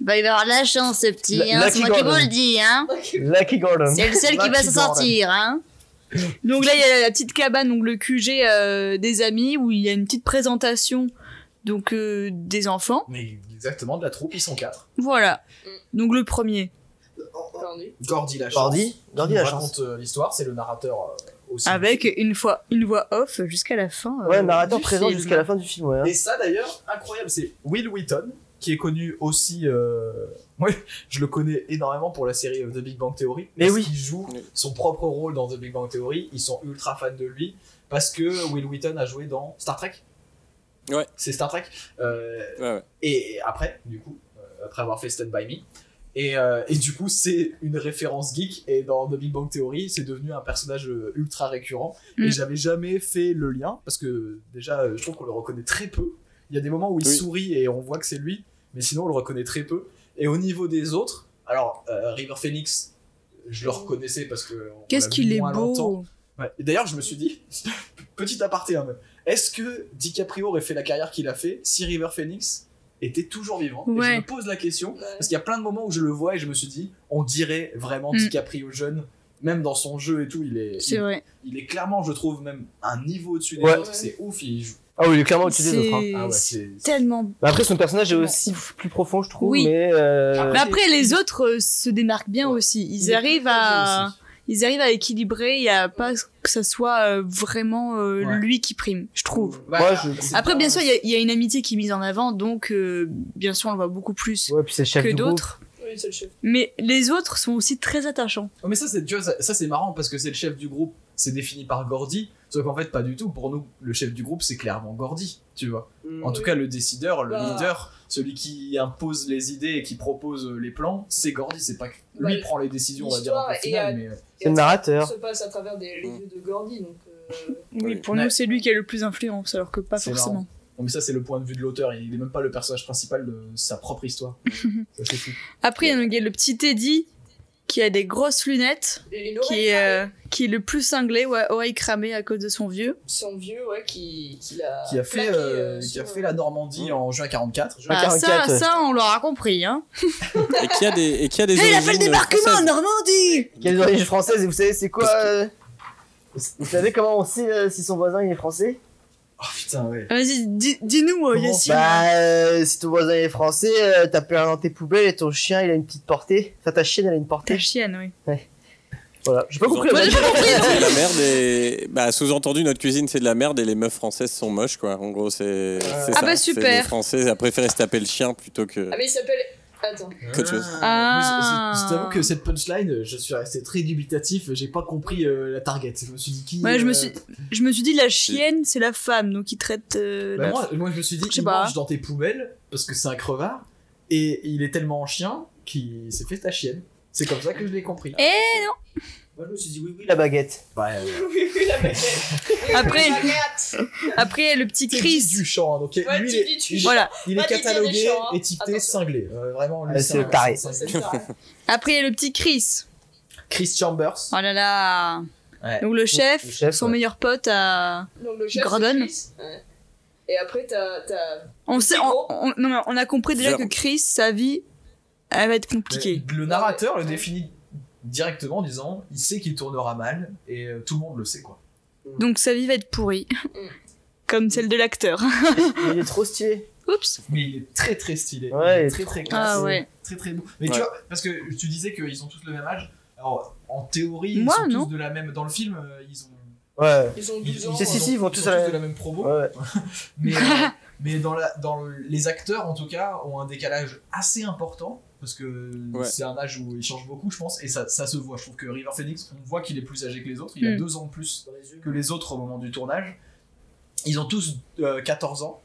Speaker 2: Bah, il va avoir de la chance, ce petit,
Speaker 5: La-
Speaker 2: hein. C'est
Speaker 5: Lucky
Speaker 2: moi qui vous
Speaker 5: Gordon.
Speaker 2: le dis, hein.
Speaker 5: Lucky Gordon.
Speaker 2: C'est le seul qui va
Speaker 1: Lucky
Speaker 2: s'en
Speaker 1: Gordon.
Speaker 2: sortir, hein. Donc là, il y a la petite cabane, donc le QG euh, des amis, où il y a une petite présentation donc euh, des enfants.
Speaker 1: mais exactement de la troupe ils sont quatre
Speaker 2: Voilà. Donc le premier.
Speaker 6: Cornu.
Speaker 1: Gordy la chance
Speaker 5: Gordy Gordy,
Speaker 1: Qui nous
Speaker 5: la chance.
Speaker 1: raconte euh, l'histoire c'est le narrateur euh, aussi
Speaker 2: Avec une fois une voix off jusqu'à la fin. euh,
Speaker 5: Ouais, narrateur
Speaker 2: du
Speaker 5: présent
Speaker 2: film.
Speaker 5: jusqu'à la fin du film, ouais. hein.
Speaker 1: et ça d'ailleurs incroyable c'est Will Wheaton qui est connu aussi euh, moi je le connais énormément pour la série euh, The Big Bang Theory
Speaker 5: Mais
Speaker 1: parce
Speaker 5: oui.
Speaker 1: qu'il joue
Speaker 4: Oui.
Speaker 1: son propre rôle dans The Big Bang Theory ils sont ultra fans de lui parce que Will Wheaton a joué dans Star Trek
Speaker 4: Ouais.
Speaker 1: c'est Star Trek Euh,
Speaker 4: Ouais, ouais.
Speaker 1: et après du coup euh, après avoir fait Stand By Me et, euh, et du coup c'est une référence geek et dans The Big Bang Theory c'est devenu un personnage euh, ultra récurrent
Speaker 2: Mm.
Speaker 1: et j'avais jamais fait le lien parce que déjà euh, je trouve qu'on le reconnaît très peu il y a des moments où il
Speaker 4: Oui.
Speaker 1: sourit et on voit que c'est lui mais sinon on le reconnaît très peu et au niveau des autres alors euh, River Phoenix je le reconnaissais parce que on
Speaker 2: Qu'est-ce
Speaker 1: l'a
Speaker 2: qu'il
Speaker 1: vu
Speaker 2: est
Speaker 1: moins longtemps.
Speaker 2: beau.
Speaker 1: Ouais. Et D'ailleurs, je me suis dit, petit aparté, hein, même, est-ce que DiCaprio aurait fait la carrière qu'il a fait si River Phoenix était toujours vivant Et
Speaker 2: Ouais.
Speaker 1: Je me pose la question,
Speaker 6: Ouais.
Speaker 1: parce qu'il y a plein de moments où je le vois et je me suis dit, on dirait vraiment
Speaker 2: Mm.
Speaker 1: DiCaprio jeune, même dans son jeu et tout, il est,
Speaker 2: C'est
Speaker 1: il,
Speaker 2: vrai.
Speaker 1: il est clairement, je trouve, même un niveau au-dessus des
Speaker 5: Ouais.
Speaker 1: autres, c'est ouf, il joue.
Speaker 5: Ah oui, il est clairement au-dessus des autres. hein.
Speaker 2: C'est
Speaker 1: Ah ouais,
Speaker 2: c'est
Speaker 1: c'est-
Speaker 2: tellement
Speaker 5: Bah Après, son personnage est aussi plus profond, je trouve,
Speaker 2: Oui.
Speaker 5: mais... euh,
Speaker 2: Mais après, les autres euh, se démarquent bien
Speaker 1: Ouais.
Speaker 2: aussi. Ils
Speaker 1: Il est
Speaker 2: arrivent
Speaker 1: partagé
Speaker 2: à,
Speaker 1: aussi.
Speaker 2: ils arrivent à équilibrer. Il y a pas que ça soit euh, vraiment euh,
Speaker 1: Ouais.
Speaker 2: lui qui prime, je trouve.
Speaker 1: Bah,
Speaker 5: Moi, je-
Speaker 1: c'est
Speaker 2: Après,
Speaker 1: pas-
Speaker 2: bien sûr, il y a- il y, a une amitié qui est mise en avant, donc euh, bien sûr, on le voit beaucoup plus
Speaker 5: Ouais, puis c'est le chef
Speaker 2: que
Speaker 5: du groupe.
Speaker 2: d'autres.
Speaker 6: Oui, c'est le chef.
Speaker 2: Mais les autres sont aussi très attachants.
Speaker 1: Oh, mais ça, c'est tu vois, ça, ça, c'est marrant parce que c'est le chef du groupe, c'est défini par Gordy, sauf qu'en fait, pas du tout. Pour nous, le chef du groupe, c'est clairement Gordy, tu vois. En
Speaker 6: Mm.
Speaker 1: tout cas, le décideur, le
Speaker 6: Bah.
Speaker 1: leader, celui qui impose les idées et qui propose euh, les plans, c'est Gordy. C'est pas que
Speaker 6: Bah,
Speaker 1: lui prend les décisions, on va dire,
Speaker 6: l'histoire
Speaker 1: au
Speaker 6: est
Speaker 1: final,
Speaker 6: à-
Speaker 1: mais euh,
Speaker 5: C'est le narrateur.
Speaker 6: se passe à travers des, les yeux de Gordy, donc. euh,
Speaker 4: Oui,
Speaker 2: pour
Speaker 1: Ouais.
Speaker 2: nous, c'est lui qui a le plus d'influence, alors que pas
Speaker 1: C'est
Speaker 2: forcément.
Speaker 1: non, mais ça, c'est le point de vue de l'auteur. Il est même pas le personnage principal de sa propre histoire. ça, c'est fou.
Speaker 2: Après, il y a- il y a le petit Teddy qui a des grosses lunettes,
Speaker 6: et une
Speaker 2: qui
Speaker 6: oreille
Speaker 2: est,
Speaker 6: carrée.
Speaker 2: euh, qui est le plus cinglé, ouais, oreille cramée à cause de son vieux.
Speaker 6: Son vieux, ouais, qui, qui l'a.
Speaker 1: Qui a fait, euh,
Speaker 6: plaqué, euh,
Speaker 1: qui a
Speaker 6: sur, euh,
Speaker 1: fait la Normandie en juin 44. juin
Speaker 2: Ah, ça,
Speaker 5: 44.
Speaker 2: ça, on l'aura compris, hein.
Speaker 4: Et qui a des, et qui a des
Speaker 2: Et Eh, il a fait le
Speaker 4: origines
Speaker 2: débarquement en
Speaker 4: françaises.
Speaker 2: Normandie
Speaker 5: Quelle origine française, et vous savez, c'est quoi
Speaker 4: Parce que-
Speaker 5: euh, Vous savez comment on sait euh, si son voisin il est français
Speaker 6: Ah,
Speaker 1: Oh putain, ouais.
Speaker 2: Ah, Vas-y, dis- dis-nous, euh,
Speaker 1: Comment
Speaker 2: Yassine.
Speaker 5: Bah, euh, si ton voisin il est français, euh, t'as plein dans tes poubelles et ton chien il a une petite portée. Enfin, ta chienne elle a une
Speaker 2: Ta
Speaker 5: portée.
Speaker 2: chienne, oui.
Speaker 5: Voilà, j'ai pas compris la
Speaker 2: Moi, j'ai pas compris.
Speaker 4: C'est de la merde et bah sous-entendu notre cuisine c'est de la merde et les meufs françaises sont moches quoi. En gros c'est c'est
Speaker 2: Ah
Speaker 4: ça.
Speaker 2: bah,
Speaker 4: C'est
Speaker 2: super.
Speaker 4: Les Françaises a préféré se taper le chien plutôt que.
Speaker 6: Ah, mais il s'appelle. Attends.
Speaker 4: Autre chose.
Speaker 2: Ah.
Speaker 1: Mais c'est- c'est- Je t'avoue que cette punchline, je suis resté très dubitatif. J'ai pas compris euh, la target. Je me suis dit qui.
Speaker 2: Ouais, je me
Speaker 1: euh,
Speaker 2: suis, je me suis dit la chienne, c'est la femme, donc il traite. euh,
Speaker 1: Bah,
Speaker 2: la-
Speaker 1: moi, moi, je me suis dit,
Speaker 2: Je sais
Speaker 1: il
Speaker 2: pas.
Speaker 1: mange dans tes poubelles parce que c'est un crevard et il est tellement en chien qu'il s'est fait ta chienne. C'est comme ça que je l'ai compris. Ah,
Speaker 2: Et
Speaker 5: Moi, je me suis dit oui, oui, la baguette.
Speaker 1: Bah, euh,
Speaker 6: Oui, oui, la baguette.
Speaker 2: Après-
Speaker 6: La baguette.
Speaker 2: après, le petit
Speaker 1: c'est
Speaker 2: Chris.
Speaker 1: du champ, hein, donc
Speaker 6: Ouais,
Speaker 1: lui,
Speaker 6: tu
Speaker 1: il est,
Speaker 6: dis du
Speaker 1: il-
Speaker 6: champ.
Speaker 2: Voilà.
Speaker 1: il
Speaker 6: Pas
Speaker 1: est
Speaker 6: du dire
Speaker 1: catalogué,
Speaker 6: des champs, hein.
Speaker 1: étiqueté,
Speaker 6: Attention.
Speaker 1: cinglé. Euh, vraiment, lui,
Speaker 5: Ah, c'est
Speaker 1: un-
Speaker 5: le taré.
Speaker 1: c'est un cinglé.
Speaker 6: C'est ça.
Speaker 2: Après, il y a le petit Chris.
Speaker 1: Chris Chambers.
Speaker 2: Oh là là.
Speaker 5: Ouais.
Speaker 2: Donc, le chef,
Speaker 5: Le chef,
Speaker 2: son
Speaker 5: ouais.
Speaker 2: meilleur pote euh, à.
Speaker 6: Donc le chef,
Speaker 2: Gordon.
Speaker 6: c'est Chris. Ouais. Et après, t'as. t'as-
Speaker 2: On, sait, on,
Speaker 6: gros.
Speaker 2: on- non, mais on a compris déjà
Speaker 4: Genre.
Speaker 2: que Chris, sa vie, elle va être compliquée.
Speaker 1: Le narrateur le définit directement en disant il sait qu'il tournera mal et euh, tout le monde le sait quoi.
Speaker 2: Donc, sa vie va être pourrie.
Speaker 6: Mm.
Speaker 2: Comme celle de l'acteur.
Speaker 5: Il est trop stylé.
Speaker 2: Oups.
Speaker 1: Mais il est très très stylé. Il
Speaker 5: Ouais,
Speaker 1: est
Speaker 5: il est
Speaker 1: très très classe.
Speaker 2: Ah ouais.
Speaker 1: Très très beau. Mais tu
Speaker 4: Ouais.
Speaker 1: vois, parce que tu disais qu'ils ont tous le même âge. Alors en théorie,
Speaker 2: Moi,
Speaker 1: ils sont
Speaker 2: non.
Speaker 1: tous de la même. Dans le film, euh, ils ont.
Speaker 5: Ouais.
Speaker 6: Ils ont
Speaker 1: Ils
Speaker 6: 12
Speaker 1: ont-
Speaker 6: ans. euh,
Speaker 5: Si, si,
Speaker 1: ont-
Speaker 5: si, ils vont tous
Speaker 1: sont
Speaker 5: à la-
Speaker 1: de la même promo.
Speaker 5: Ouais.
Speaker 1: Mais, euh, mais dans, la, dans les acteurs, en tout cas, ont un décalage assez important. Parce que
Speaker 4: Ouais.
Speaker 1: c'est un âge où ils changent beaucoup, je pense. Et ça, ça se voit. Je trouve que River Phoenix, on voit qu'il est plus âgé que les autres. Il a
Speaker 2: Mm.
Speaker 1: deux ans de plus que les autres au moment du tournage. Ils ont tous euh, 14 ans.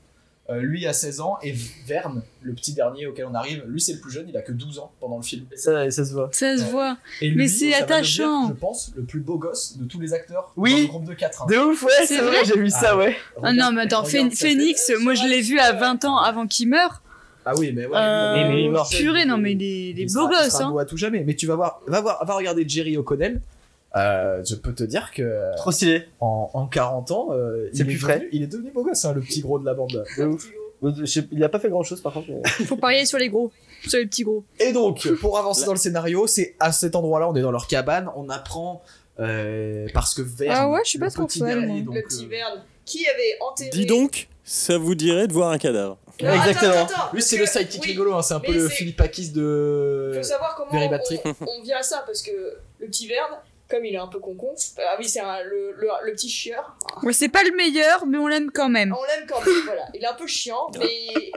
Speaker 1: Euh, lui a 16 ans. Et Verne, le petit dernier auquel on arrive, lui c'est le plus jeune. Il a que 12 ans pendant le film.
Speaker 5: Ça, ça se voit.
Speaker 2: Ça se
Speaker 1: Ouais.
Speaker 2: voit.
Speaker 1: Et
Speaker 2: Mais
Speaker 1: lui,
Speaker 2: c'est
Speaker 1: ça va
Speaker 2: attachant.
Speaker 1: devenir, je pense, le plus beau gosse de tous les acteurs
Speaker 5: Oui.
Speaker 1: dans le groupe de hein. 4.
Speaker 5: De ouf, ouais,
Speaker 2: C'est
Speaker 5: c'est vrai,
Speaker 2: vrai
Speaker 5: j'ai vu
Speaker 1: Ah.
Speaker 5: ça, ouais.
Speaker 2: Ah non, mais attends, Phé- Phoenix,
Speaker 6: Euh,
Speaker 2: moi je
Speaker 6: sur
Speaker 2: l'ai
Speaker 6: la-
Speaker 2: vu à 20 ans avant qu'il meure.
Speaker 1: Ah oui, mais ouais.
Speaker 2: Euh,
Speaker 5: mais- mais il est mort.
Speaker 2: purée, non, mais les, les beaux
Speaker 1: sera- il
Speaker 2: gosses,
Speaker 1: sera
Speaker 2: hein.
Speaker 1: beau à tout jamais. Mais tu vas voir, va voir, va regarder Jerry O'Connell. Euh, je peux te dire que
Speaker 5: Trop stylé.
Speaker 1: en, en 40 ans, euh,
Speaker 5: C'est
Speaker 1: il,
Speaker 5: plus
Speaker 1: est
Speaker 5: frais.
Speaker 1: devenu, il est devenu beau gosse, hein, le petit gros de la bande.
Speaker 5: De ouf. Je sais- Il a pas fait grand chose par contre. mais-
Speaker 2: Faut parier sur les gros, sur les petits gros.
Speaker 1: Et donc, pour avancer
Speaker 4: La-
Speaker 1: dans le scénario, c'est à cet endroit-là, on est dans leur cabane, on apprend euh, parce que Verne,
Speaker 2: Ah ouais, je suis pas
Speaker 1: le
Speaker 2: trop
Speaker 1: petit
Speaker 2: fan,
Speaker 1: dernier,
Speaker 2: moi.
Speaker 1: donc,
Speaker 6: Le petit
Speaker 1: euh,
Speaker 6: Verne. Qui avait enterré.
Speaker 4: Dis donc, ça vous dirait de voir un cadavre
Speaker 6: Non, attends,
Speaker 5: Exactement.
Speaker 6: attends, attends,
Speaker 1: lui c'est le
Speaker 6: parce que-
Speaker 1: sidekick
Speaker 6: oui,
Speaker 1: rigolo, hein, c'est un peu
Speaker 6: mais
Speaker 1: le
Speaker 6: c'est-
Speaker 1: Philippe Akis de.
Speaker 6: Faut savoir comment
Speaker 1: Euh, Very bad trip.
Speaker 6: on, on vient à ça parce que le petit Verne, comme il est un peu concon, ah oui, c'est un- le, le, le petit chieur.
Speaker 2: Ouais, c'est pas le meilleur, mais on l'aime quand même.
Speaker 6: On l'aime quand même, voilà. Il est un peu chiant, mais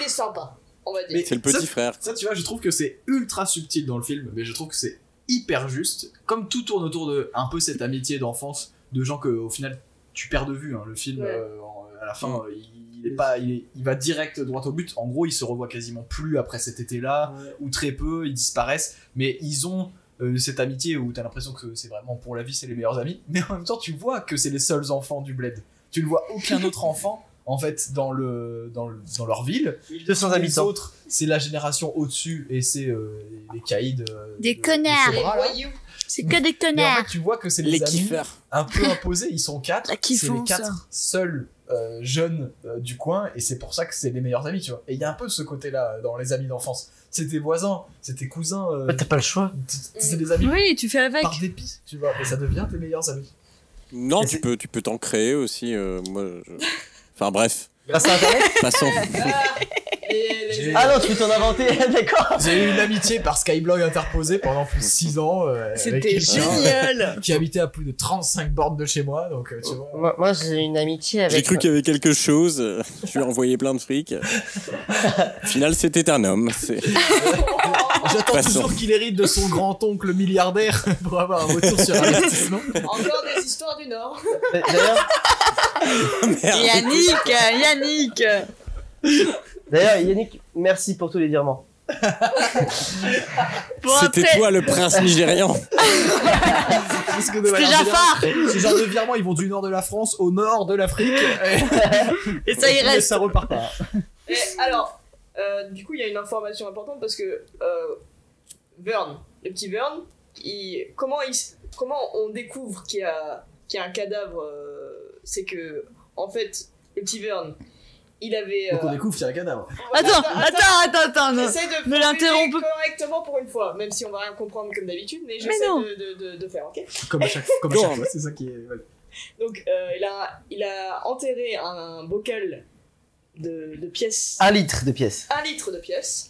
Speaker 6: il est sympa, on va dire.
Speaker 1: Mais-
Speaker 4: C'est le petit
Speaker 1: Ça-
Speaker 4: frère.
Speaker 1: Ça, tu vois, je trouve que c'est ultra subtil dans le film, mais je trouve que c'est hyper juste. Comme tout tourne autour de un peu cette amitié d'enfance, de gens que au final tu perds de vue. hein. le film,
Speaker 6: Ouais.
Speaker 1: euh, en- à la fin, euh, il, il est pas, il, est- il va direct droit au but. En gros, ils se revoient quasiment plus après cet été-là, ou très peu, ils disparaissent. Mais ils ont euh, cette amitié où t'as l'impression que c'est vraiment pour la vie, c'est les meilleurs amis. Mais en même temps, tu vois que c'est les seuls enfants du bled. Tu ne vois aucun autre enfant. En fait, dans, le, dans, le- dans leur ville,
Speaker 5: 200
Speaker 1: les
Speaker 5: habitants.
Speaker 1: autres, c'est la génération au-dessus et c'est euh, les caïds. euh,
Speaker 2: Des
Speaker 1: de-
Speaker 2: connards.
Speaker 1: de
Speaker 6: Les
Speaker 1: Cobra, là.
Speaker 6: voyous.
Speaker 2: C'est que des
Speaker 1: Mais en
Speaker 2: connards.
Speaker 1: fait, tu vois que c'est
Speaker 4: Les
Speaker 1: les amis
Speaker 4: kiffeurs.
Speaker 1: un peu imposés. Ils sont quatre.
Speaker 2: La
Speaker 1: C'est les
Speaker 2: kiffance.
Speaker 1: quatre seuls euh, jeunes euh, du coin et c'est pour ça que c'est les meilleurs amis, tu vois. Et il y a un peu ce côté-là euh, dans les amis d'enfance. C'est tes voisins, c'est tes cousins, euh,
Speaker 5: Bah, T'as pas le choix.
Speaker 1: t- c'est des amis
Speaker 2: Oui, tu fais avec.
Speaker 1: par dépit, tu vois. Et ça devient tes meilleurs amis.
Speaker 4: Non,
Speaker 5: Et
Speaker 4: tu
Speaker 5: c'est-
Speaker 4: peux, tu peux t'en créer aussi. euh, moi, je- Enfin bref,
Speaker 5: Grâce à Internet
Speaker 4: passons.
Speaker 1: hein.
Speaker 6: Ah, les- les-
Speaker 1: J'ai-
Speaker 5: Ah non, tu peux t'en inventer, d'accord.
Speaker 1: J'ai eu une amitié par Skyblog interposé pendant plus de 6 ans. euh, avec
Speaker 2: C'était
Speaker 1: quelqu'un,
Speaker 2: génial.
Speaker 1: euh, Qui habitait à plus de 35 bornes de chez moi, donc euh, tu vois.
Speaker 7: Moi, moi, j'ai une amitié avec.
Speaker 4: J'ai cru qu'il y avait quelque chose. euh, Je lui ai envoyé plein de fric. Au final, c'était un homme. C'est-
Speaker 1: J'attends
Speaker 4: Passons.
Speaker 1: toujours qu'il hérite de son grand-oncle milliardaire pour avoir un retour sur investissement.
Speaker 6: Encore des histoires du Nord.
Speaker 5: Euh, D'ailleurs,
Speaker 4: Merde.
Speaker 2: Yannick, Yannick.
Speaker 5: d'ailleurs, Yannick, merci pour tous les virements.
Speaker 2: Pour un
Speaker 4: C'était
Speaker 2: trait-
Speaker 4: toi le prince nigérian.
Speaker 1: Parce que de
Speaker 2: C'était
Speaker 1: manière
Speaker 2: Jafar.
Speaker 1: générale, Ces genres de virements, ils vont du nord de la France au nord de l'Afrique. Et
Speaker 2: Et ça, il
Speaker 1: mais
Speaker 2: reste.
Speaker 1: ça repart pas.
Speaker 6: Et alors, euh, du coup, il y a une information importante parce que euh, Vern, le petit Vern, il- comment, il s- comment on découvre qu'il y, a- qu'il y a un cadavre euh, C'est que, en fait, le petit Vern, il avait.
Speaker 1: Donc on
Speaker 6: euh,
Speaker 1: découvre qu'il y a un cadavre.
Speaker 2: Attends, attends, attends, attends. non.
Speaker 6: J'essaie de
Speaker 2: Ne l'interromps
Speaker 6: formuler correctement pour une fois, même si on va rien comprendre comme d'habitude, mais j'essaie
Speaker 2: non.
Speaker 6: de, de- de- de faire, ok
Speaker 1: Comme à chaque, comme à chaque
Speaker 4: Non.
Speaker 1: fois, c'est ça qui est. ouais.
Speaker 6: Donc, euh, il, a, il a enterré un bocal de, de pièces,
Speaker 5: Un litre de pièces.
Speaker 6: un litre de pièces,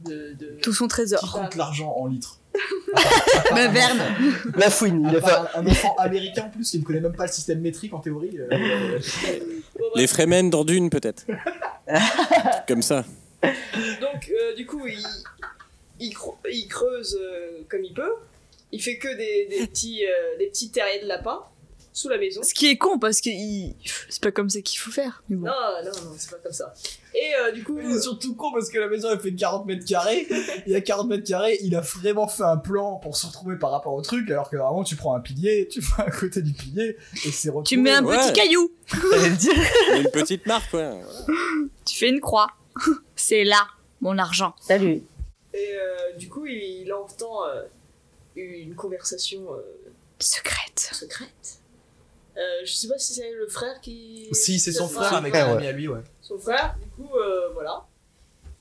Speaker 6: de, de-
Speaker 2: Ah. Tout son
Speaker 1: Qui
Speaker 2: trésor.
Speaker 1: compte l'argent en litres Ben,
Speaker 2: Ma verne.
Speaker 5: La fouine, il
Speaker 1: À
Speaker 5: a fait.
Speaker 1: part un, un enfant américain en plus qui ne connaît même pas le système métrique en théorie. euh,
Speaker 6: Bon, bref.
Speaker 4: Les Fremen dans Dune, peut-être. Comme ça.
Speaker 6: Donc, euh, du coup, il, il, cro- il creuse euh, comme il peut. Il fait que des, des petits, euh, des petits terriers de lapin. sous la maison.
Speaker 2: Ce qui est con parce que il- c'est pas comme ça qu'il faut faire. Mais bon.
Speaker 6: Non, non, non, c'est pas comme ça. Et euh, du coup,
Speaker 1: C'est surtout con parce que la maison elle fait 40 mètres carrés. Il y a 40 mètres carrés, il a vraiment fait un plan pour se retrouver par rapport au truc. Alors que vraiment, tu prends un pilier, tu vas à côté du pilier et c'est
Speaker 2: Tu
Speaker 1: retrouvé.
Speaker 2: mets un
Speaker 4: Ouais.
Speaker 2: petit caillou,
Speaker 5: bah,
Speaker 4: Il y a Une petite marque, ouais.
Speaker 2: tu fais une croix. c'est là, mon argent.
Speaker 3: Salut.
Speaker 6: et, euh, du coup il, il entend euh, une conversation euh,
Speaker 2: Secrète.
Speaker 6: secrète. Euh, je sais pas si c'est le frère qui.
Speaker 1: Si, c'est son
Speaker 6: Ouais,
Speaker 1: frère avec
Speaker 5: ouais.
Speaker 1: un ami à lui, ouais.
Speaker 6: Son frère, du coup, euh, voilà.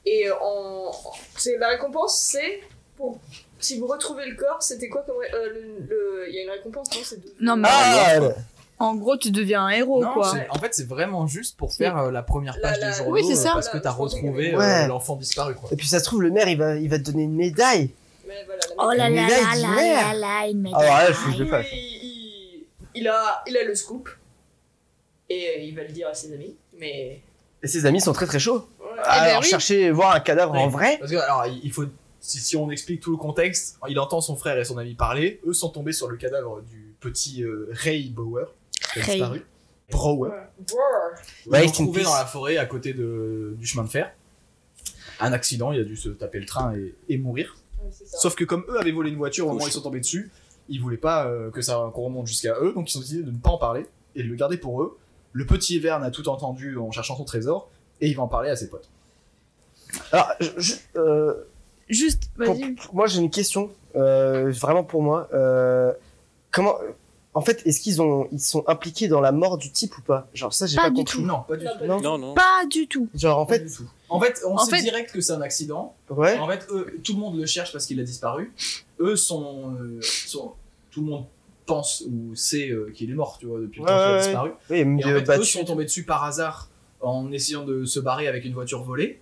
Speaker 6: Et euh, en... c'est la récompense, c'est pour. Si vous retrouvez le corps, c'était quoi comme. euh, le- le- Il y a une récompense, non C'est deux-
Speaker 2: Non, mais-
Speaker 5: Ah, ouais.
Speaker 2: En gros, tu deviens un héros,
Speaker 1: Non,
Speaker 2: Oh, quoi.
Speaker 1: c'est- en fait, c'est vraiment juste pour faire euh, la première
Speaker 6: La-
Speaker 1: page
Speaker 6: la-
Speaker 1: des journaux
Speaker 2: Oui, c'est
Speaker 1: euh,
Speaker 2: ça.
Speaker 1: parce que
Speaker 6: Voilà,
Speaker 1: t'as
Speaker 6: je pensais qu'il y
Speaker 1: retrouvé
Speaker 6: avait-
Speaker 1: euh,
Speaker 5: Ouais.
Speaker 1: l'enfant disparu, quoi.
Speaker 5: Et puis ça se trouve, le maire, il va, il va te donner une médaille.
Speaker 6: Mais voilà, la
Speaker 2: Oh là
Speaker 5: Une
Speaker 2: là
Speaker 5: médaille
Speaker 2: là
Speaker 5: du
Speaker 2: là là
Speaker 5: maire.
Speaker 2: là, une médaille.
Speaker 5: Alors là, Ah je, je
Speaker 6: Oui,
Speaker 5: le fais.
Speaker 6: il, il a, il a le scoop. Et euh, il va le dire à ses amis. Mais.
Speaker 5: Et ses amis sont très très chauds.
Speaker 6: Ouais.
Speaker 5: Alors,
Speaker 2: Ah, bah oui.
Speaker 5: chercher, voir un cadavre
Speaker 1: Oui.
Speaker 5: en vrai.
Speaker 1: Parce que, alors, il il faut. Si, si on explique tout le contexte, il entend son frère et son ami parler. Eux sont tombés sur le cadavre du petit euh, Ray Bauer, qui a
Speaker 2: Ray.
Speaker 1: disparu. Brower.
Speaker 6: Brrr.
Speaker 5: Bah,
Speaker 1: ils l'ont
Speaker 5: rest in
Speaker 1: trouvé
Speaker 5: peace.
Speaker 1: dans la forêt à côté de, du chemin de fer. Un accident, il a dû se taper le train et, et mourir.
Speaker 6: Ouais, c'est ça.
Speaker 1: Sauf que comme eux avaient volé une voiture au moment où
Speaker 4: Couche.
Speaker 1: ils sont tombés dessus, ils voulaient pas euh, que ça qu'on remonte jusqu'à eux, donc ils ont décidé de ne pas en parler et de le garder pour eux. Le petit Verne a tout entendu en cherchant son trésor et il va en parler à ses potes.
Speaker 5: Alors, je- je- euh,
Speaker 2: Juste,
Speaker 5: pour-
Speaker 2: vas-y.
Speaker 5: pour- moi j'ai une question, euh, vraiment pour moi. Euh, comment, en fait, est-ce qu'ils ont, ils sont impliqués dans la mort du type ou pas Genre ça, j'ai
Speaker 2: Pas
Speaker 5: pas,
Speaker 2: du
Speaker 5: compris.
Speaker 1: Non, pas du
Speaker 6: Non,
Speaker 1: tout.
Speaker 6: pas du
Speaker 5: Non.
Speaker 6: tout.
Speaker 4: Non, non.
Speaker 2: Pas du tout.
Speaker 5: Genre en
Speaker 1: Pas
Speaker 5: fait,
Speaker 1: du tout. En fait, on
Speaker 2: En
Speaker 1: sait
Speaker 2: fait-
Speaker 1: direct que c'est un accident.
Speaker 5: ouais.
Speaker 1: En fait, eux, tout le monde le cherche parce qu'il a disparu. Eux sont, euh, sont- tout le monde pense ou sait euh, qu'il est mort, tu vois, depuis le
Speaker 5: Ouais,
Speaker 1: temps qu'il
Speaker 5: ouais,
Speaker 1: a
Speaker 5: ouais.
Speaker 1: disparu.
Speaker 5: Oui, euh, bah,
Speaker 1: Et en
Speaker 5: mieux
Speaker 1: fait, eux
Speaker 5: battu.
Speaker 1: sont tombés dessus par hasard en essayant de se barrer avec une voiture volée.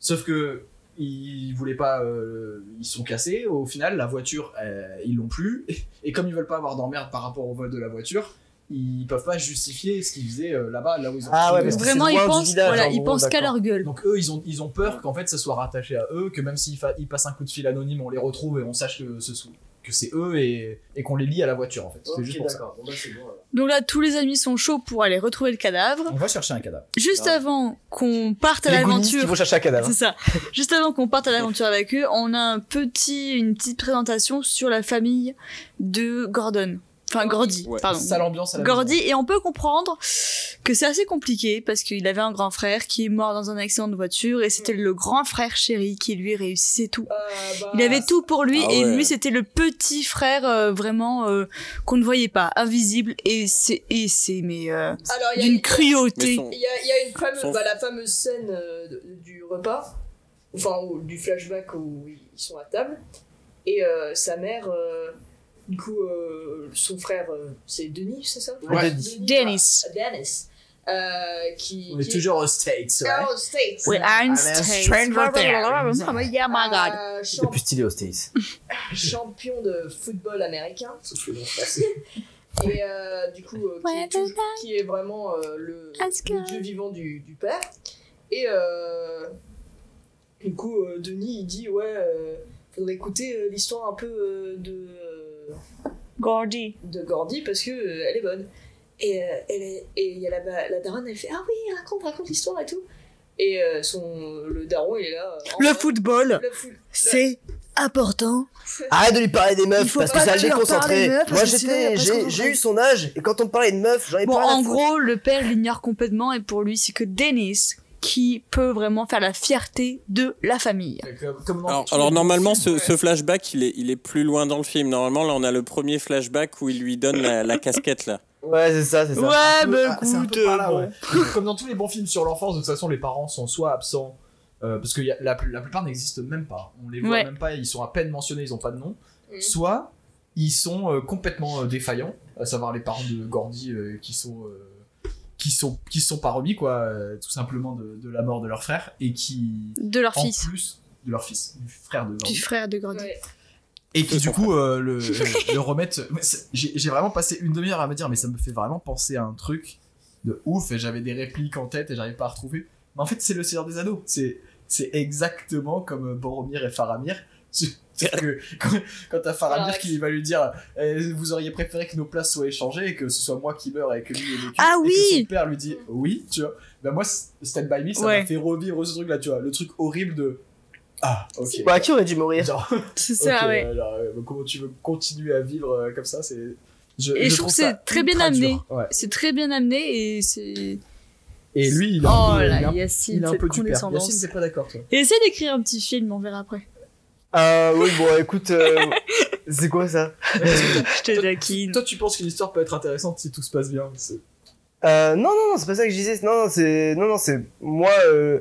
Speaker 1: Sauf que ils voulaient pas, euh, ils sont cassés. Au final, la voiture, euh, ils l'ont plus. Et comme ils veulent pas avoir d'emmerde par rapport au vol de la voiture, ils peuvent pas justifier ce qu'ils faisaient euh, là-bas, là où ils ont.
Speaker 5: Ah ouais,
Speaker 1: tué.
Speaker 5: parce que c'est
Speaker 2: Vraiment, ils
Speaker 5: loin du
Speaker 2: pensent,
Speaker 5: village,
Speaker 2: voilà,
Speaker 5: en
Speaker 2: ils
Speaker 5: gros,
Speaker 2: pensent qu'à
Speaker 5: d'accord.
Speaker 2: leur gueule.
Speaker 1: donc eux, ils ont, ils ont peur qu'en fait, ça soit rattaché à eux, que même s'ils fa- ils passent un coup de fil anonyme, on les retrouve et on sache que ce sou- que c'est eux et, et qu'on les lie à la voiture en fait. C'est
Speaker 5: Ok,
Speaker 1: juste pour ça.
Speaker 5: d'accord. Bon, bah, c'est bon, alors.
Speaker 2: Donc là, tous les amis sont chauds pour aller retrouver le cadavre.
Speaker 1: On va chercher un cadavre.
Speaker 2: Juste
Speaker 4: Ah.
Speaker 2: avant qu'on parte à
Speaker 5: Les Goonies,
Speaker 2: l'aventure,
Speaker 5: il faut chercher un cadavre. hein.
Speaker 2: C'est ça. Juste avant qu'on parte à l'aventure avec eux, on a un petit, une petite présentation sur la famille de Gordon. Enfin, Gordy,
Speaker 4: Ouais.
Speaker 2: pardon.
Speaker 1: Sale ambiance à la
Speaker 2: Gordy, et on peut comprendre que c'est assez compliqué parce qu'il avait un grand frère qui est mort dans un accident de voiture et c'était le grand frère chéri qui lui réussissait tout.
Speaker 6: Euh, bah,
Speaker 2: Il avait tout pour lui
Speaker 4: Ah
Speaker 2: et
Speaker 4: ouais.
Speaker 2: lui c'était le petit frère euh, vraiment euh, qu'on ne voyait pas, invisible et c'est et c'est mais euh,
Speaker 6: Alors, il y a
Speaker 2: d'une
Speaker 6: une-
Speaker 4: Mais
Speaker 2: cruauté.
Speaker 4: son-
Speaker 6: Il y, a- il y a une fameuse,
Speaker 4: Son-
Speaker 6: bah, la fameuse scène euh, de- du repas, enfin ou du flashback où ils sont à table, et euh, sa mère, euh, du coup, euh, son frère, euh, c'est Denis, c'est ça
Speaker 5: Ouais.
Speaker 6: Denis.
Speaker 2: Dennis.
Speaker 6: voilà. Denis. Euh, qui,
Speaker 1: maison. On est
Speaker 6: qui
Speaker 1: toujours aux States, ouais.
Speaker 6: Ah, aux States.
Speaker 2: Ouais, I'm
Speaker 1: I'm
Speaker 2: strange.
Speaker 1: stranger oh
Speaker 2: Yeah, Oh my God.
Speaker 6: Euh,
Speaker 5: C'est
Speaker 6: champ-
Speaker 5: plus stylé aux States.
Speaker 6: champion de football américain. Et euh, du coup, euh, qui, est toujours- qui est vraiment euh, le,
Speaker 2: Let's go.
Speaker 6: le dieu vivant du, du père. Et euh, du coup, euh, Denis, il dit Ouais, euh, faudrait écouter euh, l'histoire un peu euh, de,
Speaker 2: Gordy.
Speaker 6: de Gordy parce que euh, elle est bonne. Et euh, elle est- et il y a la, ba- la daronne, elle fait Ah oui, raconte, raconte l'histoire et tout. Et euh, son, le daron, il est là. euh,
Speaker 2: Le
Speaker 6: Enfin,
Speaker 2: football,
Speaker 6: Le foot.
Speaker 2: c'est important.
Speaker 5: Arrête de lui parler des
Speaker 2: Il
Speaker 5: meufs
Speaker 2: faut
Speaker 5: parce
Speaker 2: pas
Speaker 5: que ça
Speaker 2: que tu
Speaker 5: le
Speaker 2: leur parles des
Speaker 5: déconcentrer.
Speaker 2: meufs, parce
Speaker 5: Moi
Speaker 2: que sinon, il y a
Speaker 5: j'étais,
Speaker 2: pas ce qu'on
Speaker 5: j'ai j'ai
Speaker 2: veut.
Speaker 5: eu son âge et quand on me parlait de meufs, j'en ai
Speaker 2: Bon,
Speaker 5: pas rien à
Speaker 2: en
Speaker 5: foutre.
Speaker 2: gros, le père l'ignore complètement et pour lui, c'est que Dennis qui peut vraiment faire la fierté de la famille.
Speaker 1: Comme- comme dans
Speaker 4: Alors,
Speaker 1: tous
Speaker 4: alors
Speaker 1: les
Speaker 4: normalement,
Speaker 1: films,
Speaker 4: ce,
Speaker 1: ouais.
Speaker 4: ce flashback, il est, il est plus loin dans le film. Normalement, là, on a le premier flashback où il lui donne la, la casquette, là.
Speaker 5: Ouais, c'est ça, c'est ça.
Speaker 1: Un
Speaker 2: ouais,
Speaker 1: peu-
Speaker 2: bah
Speaker 1: ah, c'est un
Speaker 2: écoute,
Speaker 1: peu par là,
Speaker 2: euh,
Speaker 1: ouais. Comme dans tous les bons films sur l'enfance, de toute façon, les parents sont soit absents, euh, parce que y a- la, plus- la plupart n'existent même pas. On les voit
Speaker 2: Ouais.
Speaker 1: même pas, ils sont à peine mentionnés, ils ont pas de nom.
Speaker 6: Mm.
Speaker 1: Soit ils sont euh, complètement euh, défaillants, à savoir les parents de Gordy euh, qui sont. euh, qui sont qui se sont pas remis quoi euh, tout simplement de, de la mort de leur frère et qui
Speaker 2: de leur
Speaker 1: en
Speaker 2: fils,
Speaker 1: plus de leur fils du frère de Gordy
Speaker 2: du frère de Gordy.
Speaker 6: Ouais.
Speaker 1: et qui du coup euh, le, le remettent. mais c'est- J'ai j'ai vraiment passé une demi-heure à me dire mais ça me fait vraiment penser à un truc de ouf et j'avais des répliques en tête et j'arrivais pas à retrouver. Mais en fait c'est le Seigneur des Anneaux. C'est c'est exactement comme euh, Boromir et Faramir C'est-à-dire que quand, quand t'as Faramir
Speaker 6: Voilà.
Speaker 1: qui va lui dire euh, vous auriez préféré que nos places soient échangées et que ce soit moi qui meure et que lui est vécu
Speaker 2: Ah
Speaker 1: et que
Speaker 2: oui
Speaker 1: son père lui dit oui tu vois bah moi Stand By Me ça
Speaker 2: Ouais.
Speaker 1: m'a fait revivre ce truc là tu vois le truc horrible de ah ok
Speaker 5: Bah, qui aurait dû mourir
Speaker 1: Genre,
Speaker 2: C'est
Speaker 1: ok,
Speaker 2: ça, ouais.
Speaker 1: alors, euh, comment tu veux continuer à vivre euh, comme ça c'est
Speaker 2: Et je trouve que
Speaker 1: ça
Speaker 2: c'est très bien
Speaker 1: ultra
Speaker 2: amené.
Speaker 1: dur, ouais.
Speaker 2: C'est très bien amené et c'est.
Speaker 1: et lui il est
Speaker 2: Oh
Speaker 1: un peu, il est
Speaker 2: là,
Speaker 1: un-
Speaker 2: Yacine,
Speaker 1: il est un
Speaker 2: cette
Speaker 1: peu du père
Speaker 2: condescendance.
Speaker 1: Yacine c'est pas d'accord toi
Speaker 2: Et Essaie d'écrire un petit film, on verra après.
Speaker 5: Euh, oui, bon, écoute, euh, c'est quoi ça
Speaker 2: Je te taquine.
Speaker 1: toi tu penses qu'une histoire peut être intéressante si tout se passe bien c'est-
Speaker 5: euh, Non, non, non, c'est pas ça que je disais. Non, non, c'est, non, non, c'est moi. euh,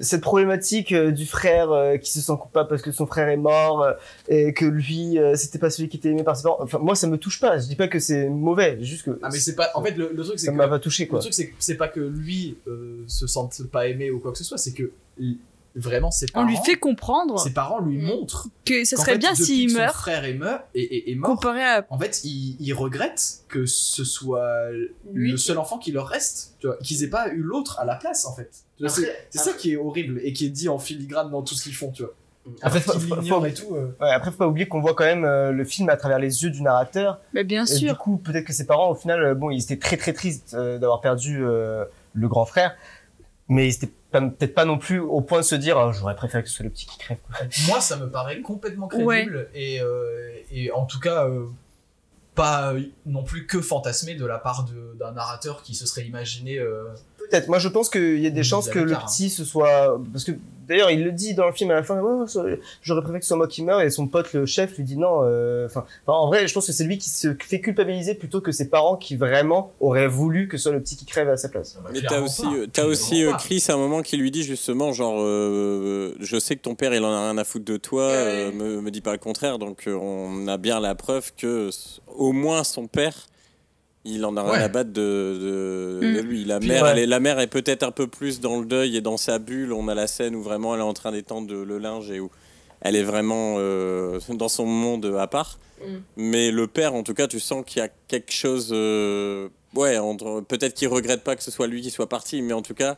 Speaker 5: cette problématique euh, du frère euh, qui se sent coupable parce que son frère est mort euh, et que lui, euh, c'était pas celui qui était aimé par ses parents. Enfin, moi, ça me touche pas. Je dis pas que c'est mauvais, juste que
Speaker 1: ah mais c'est pas en fait le, le truc c'est
Speaker 5: ça
Speaker 1: que
Speaker 5: m'a pas touché
Speaker 1: Le
Speaker 5: quoi.
Speaker 1: truc, c'est que c'est pas que lui euh, se sente pas aimé ou quoi que ce soit, c'est que l- vraiment ses
Speaker 2: On
Speaker 1: parents,
Speaker 2: lui fait comprendre
Speaker 1: ses parents lui
Speaker 6: Mm.
Speaker 1: montrent
Speaker 2: que ça
Speaker 1: qu'en
Speaker 2: serait
Speaker 1: fait,
Speaker 2: bien
Speaker 1: depuis
Speaker 2: s'il
Speaker 1: que son
Speaker 2: meurt,
Speaker 1: frère est, meur- est, est- est mort.
Speaker 2: comparé à.
Speaker 1: En fait, il, il regrette que ce soit
Speaker 6: Lui
Speaker 1: le
Speaker 6: qui-
Speaker 1: seul enfant qui leur reste, tu vois, qu'ils aient pas eu l'autre à la place en fait. Tu vois,
Speaker 6: Après-
Speaker 1: C'est c'est ça qui est horrible et qui est dit en filigrane dans tout ce qu'ils font, tu vois.
Speaker 5: Après,
Speaker 1: Alors
Speaker 5: faut-
Speaker 1: qu'ils
Speaker 5: faut-
Speaker 1: l'ignorent
Speaker 5: faut-
Speaker 1: et tout. euh.
Speaker 5: Ouais, après, faut pas oublier qu'on voit quand même euh, le film à travers les yeux du narrateur.
Speaker 2: Mais bah, bien
Speaker 5: Et du
Speaker 2: sûr.
Speaker 5: coup, peut-être que ses parents, au final, euh, bon, ils étaient très très tristes euh, d'avoir perdu euh, le grand frère, mais ils étaient pas- peut-être pas non plus au point de se dire, Oh, j'aurais préféré que ce soit le petit qui crève. quoi.
Speaker 1: Moi, ça me paraît complètement
Speaker 2: Ouais.
Speaker 1: crédible et, euh, et en tout cas euh, pas euh, non plus que fantasmé de la part de- d'un narrateur qui se serait imaginé. euh,
Speaker 5: Peut-être. Moi, je pense qu'il y a des
Speaker 1: Vous
Speaker 5: chances
Speaker 1: avez
Speaker 5: que le
Speaker 1: tard, hein.
Speaker 5: petit se soit, parce que d'ailleurs, il le dit dans le film à la fin, Ouais, ça- j'aurais préféré que ce soit moi qui meure, et son pote, le chef, lui dit non. euh, Enfin, enfin, en vrai, je pense que c'est lui qui se fait culpabiliser plutôt que ses parents qui vraiment auraient voulu que ce soit le petit qui crève à sa place.
Speaker 1: bah,
Speaker 4: Mais t'as
Speaker 1: clairement
Speaker 4: aussi,
Speaker 1: pas.
Speaker 4: euh, t'as
Speaker 1: Clairement
Speaker 4: aussi euh,
Speaker 1: pas.
Speaker 4: Chris à un moment qui lui dit justement genre euh, je sais que ton père il en a rien à foutre de toi, euh, me, me dis pas le contraire donc euh, on a bien la preuve que s- au moins son père il en a rien
Speaker 1: Ouais.
Speaker 4: à battre de, de,
Speaker 2: Mm.
Speaker 4: de lui. La
Speaker 1: Puis,
Speaker 4: mère,
Speaker 5: ouais.
Speaker 4: elle est, la mère est peut-être un peu plus dans le deuil et dans sa bulle. On a la scène où vraiment elle est en train d'étendre de- le linge et où elle est vraiment euh, dans son monde à part.
Speaker 6: Mm.
Speaker 4: Mais le père, en tout cas, tu sens qu'il y a quelque chose. euh, ouais, entre- peut-être qu'il regrette pas que ce soit lui qui soit parti, mais en tout cas,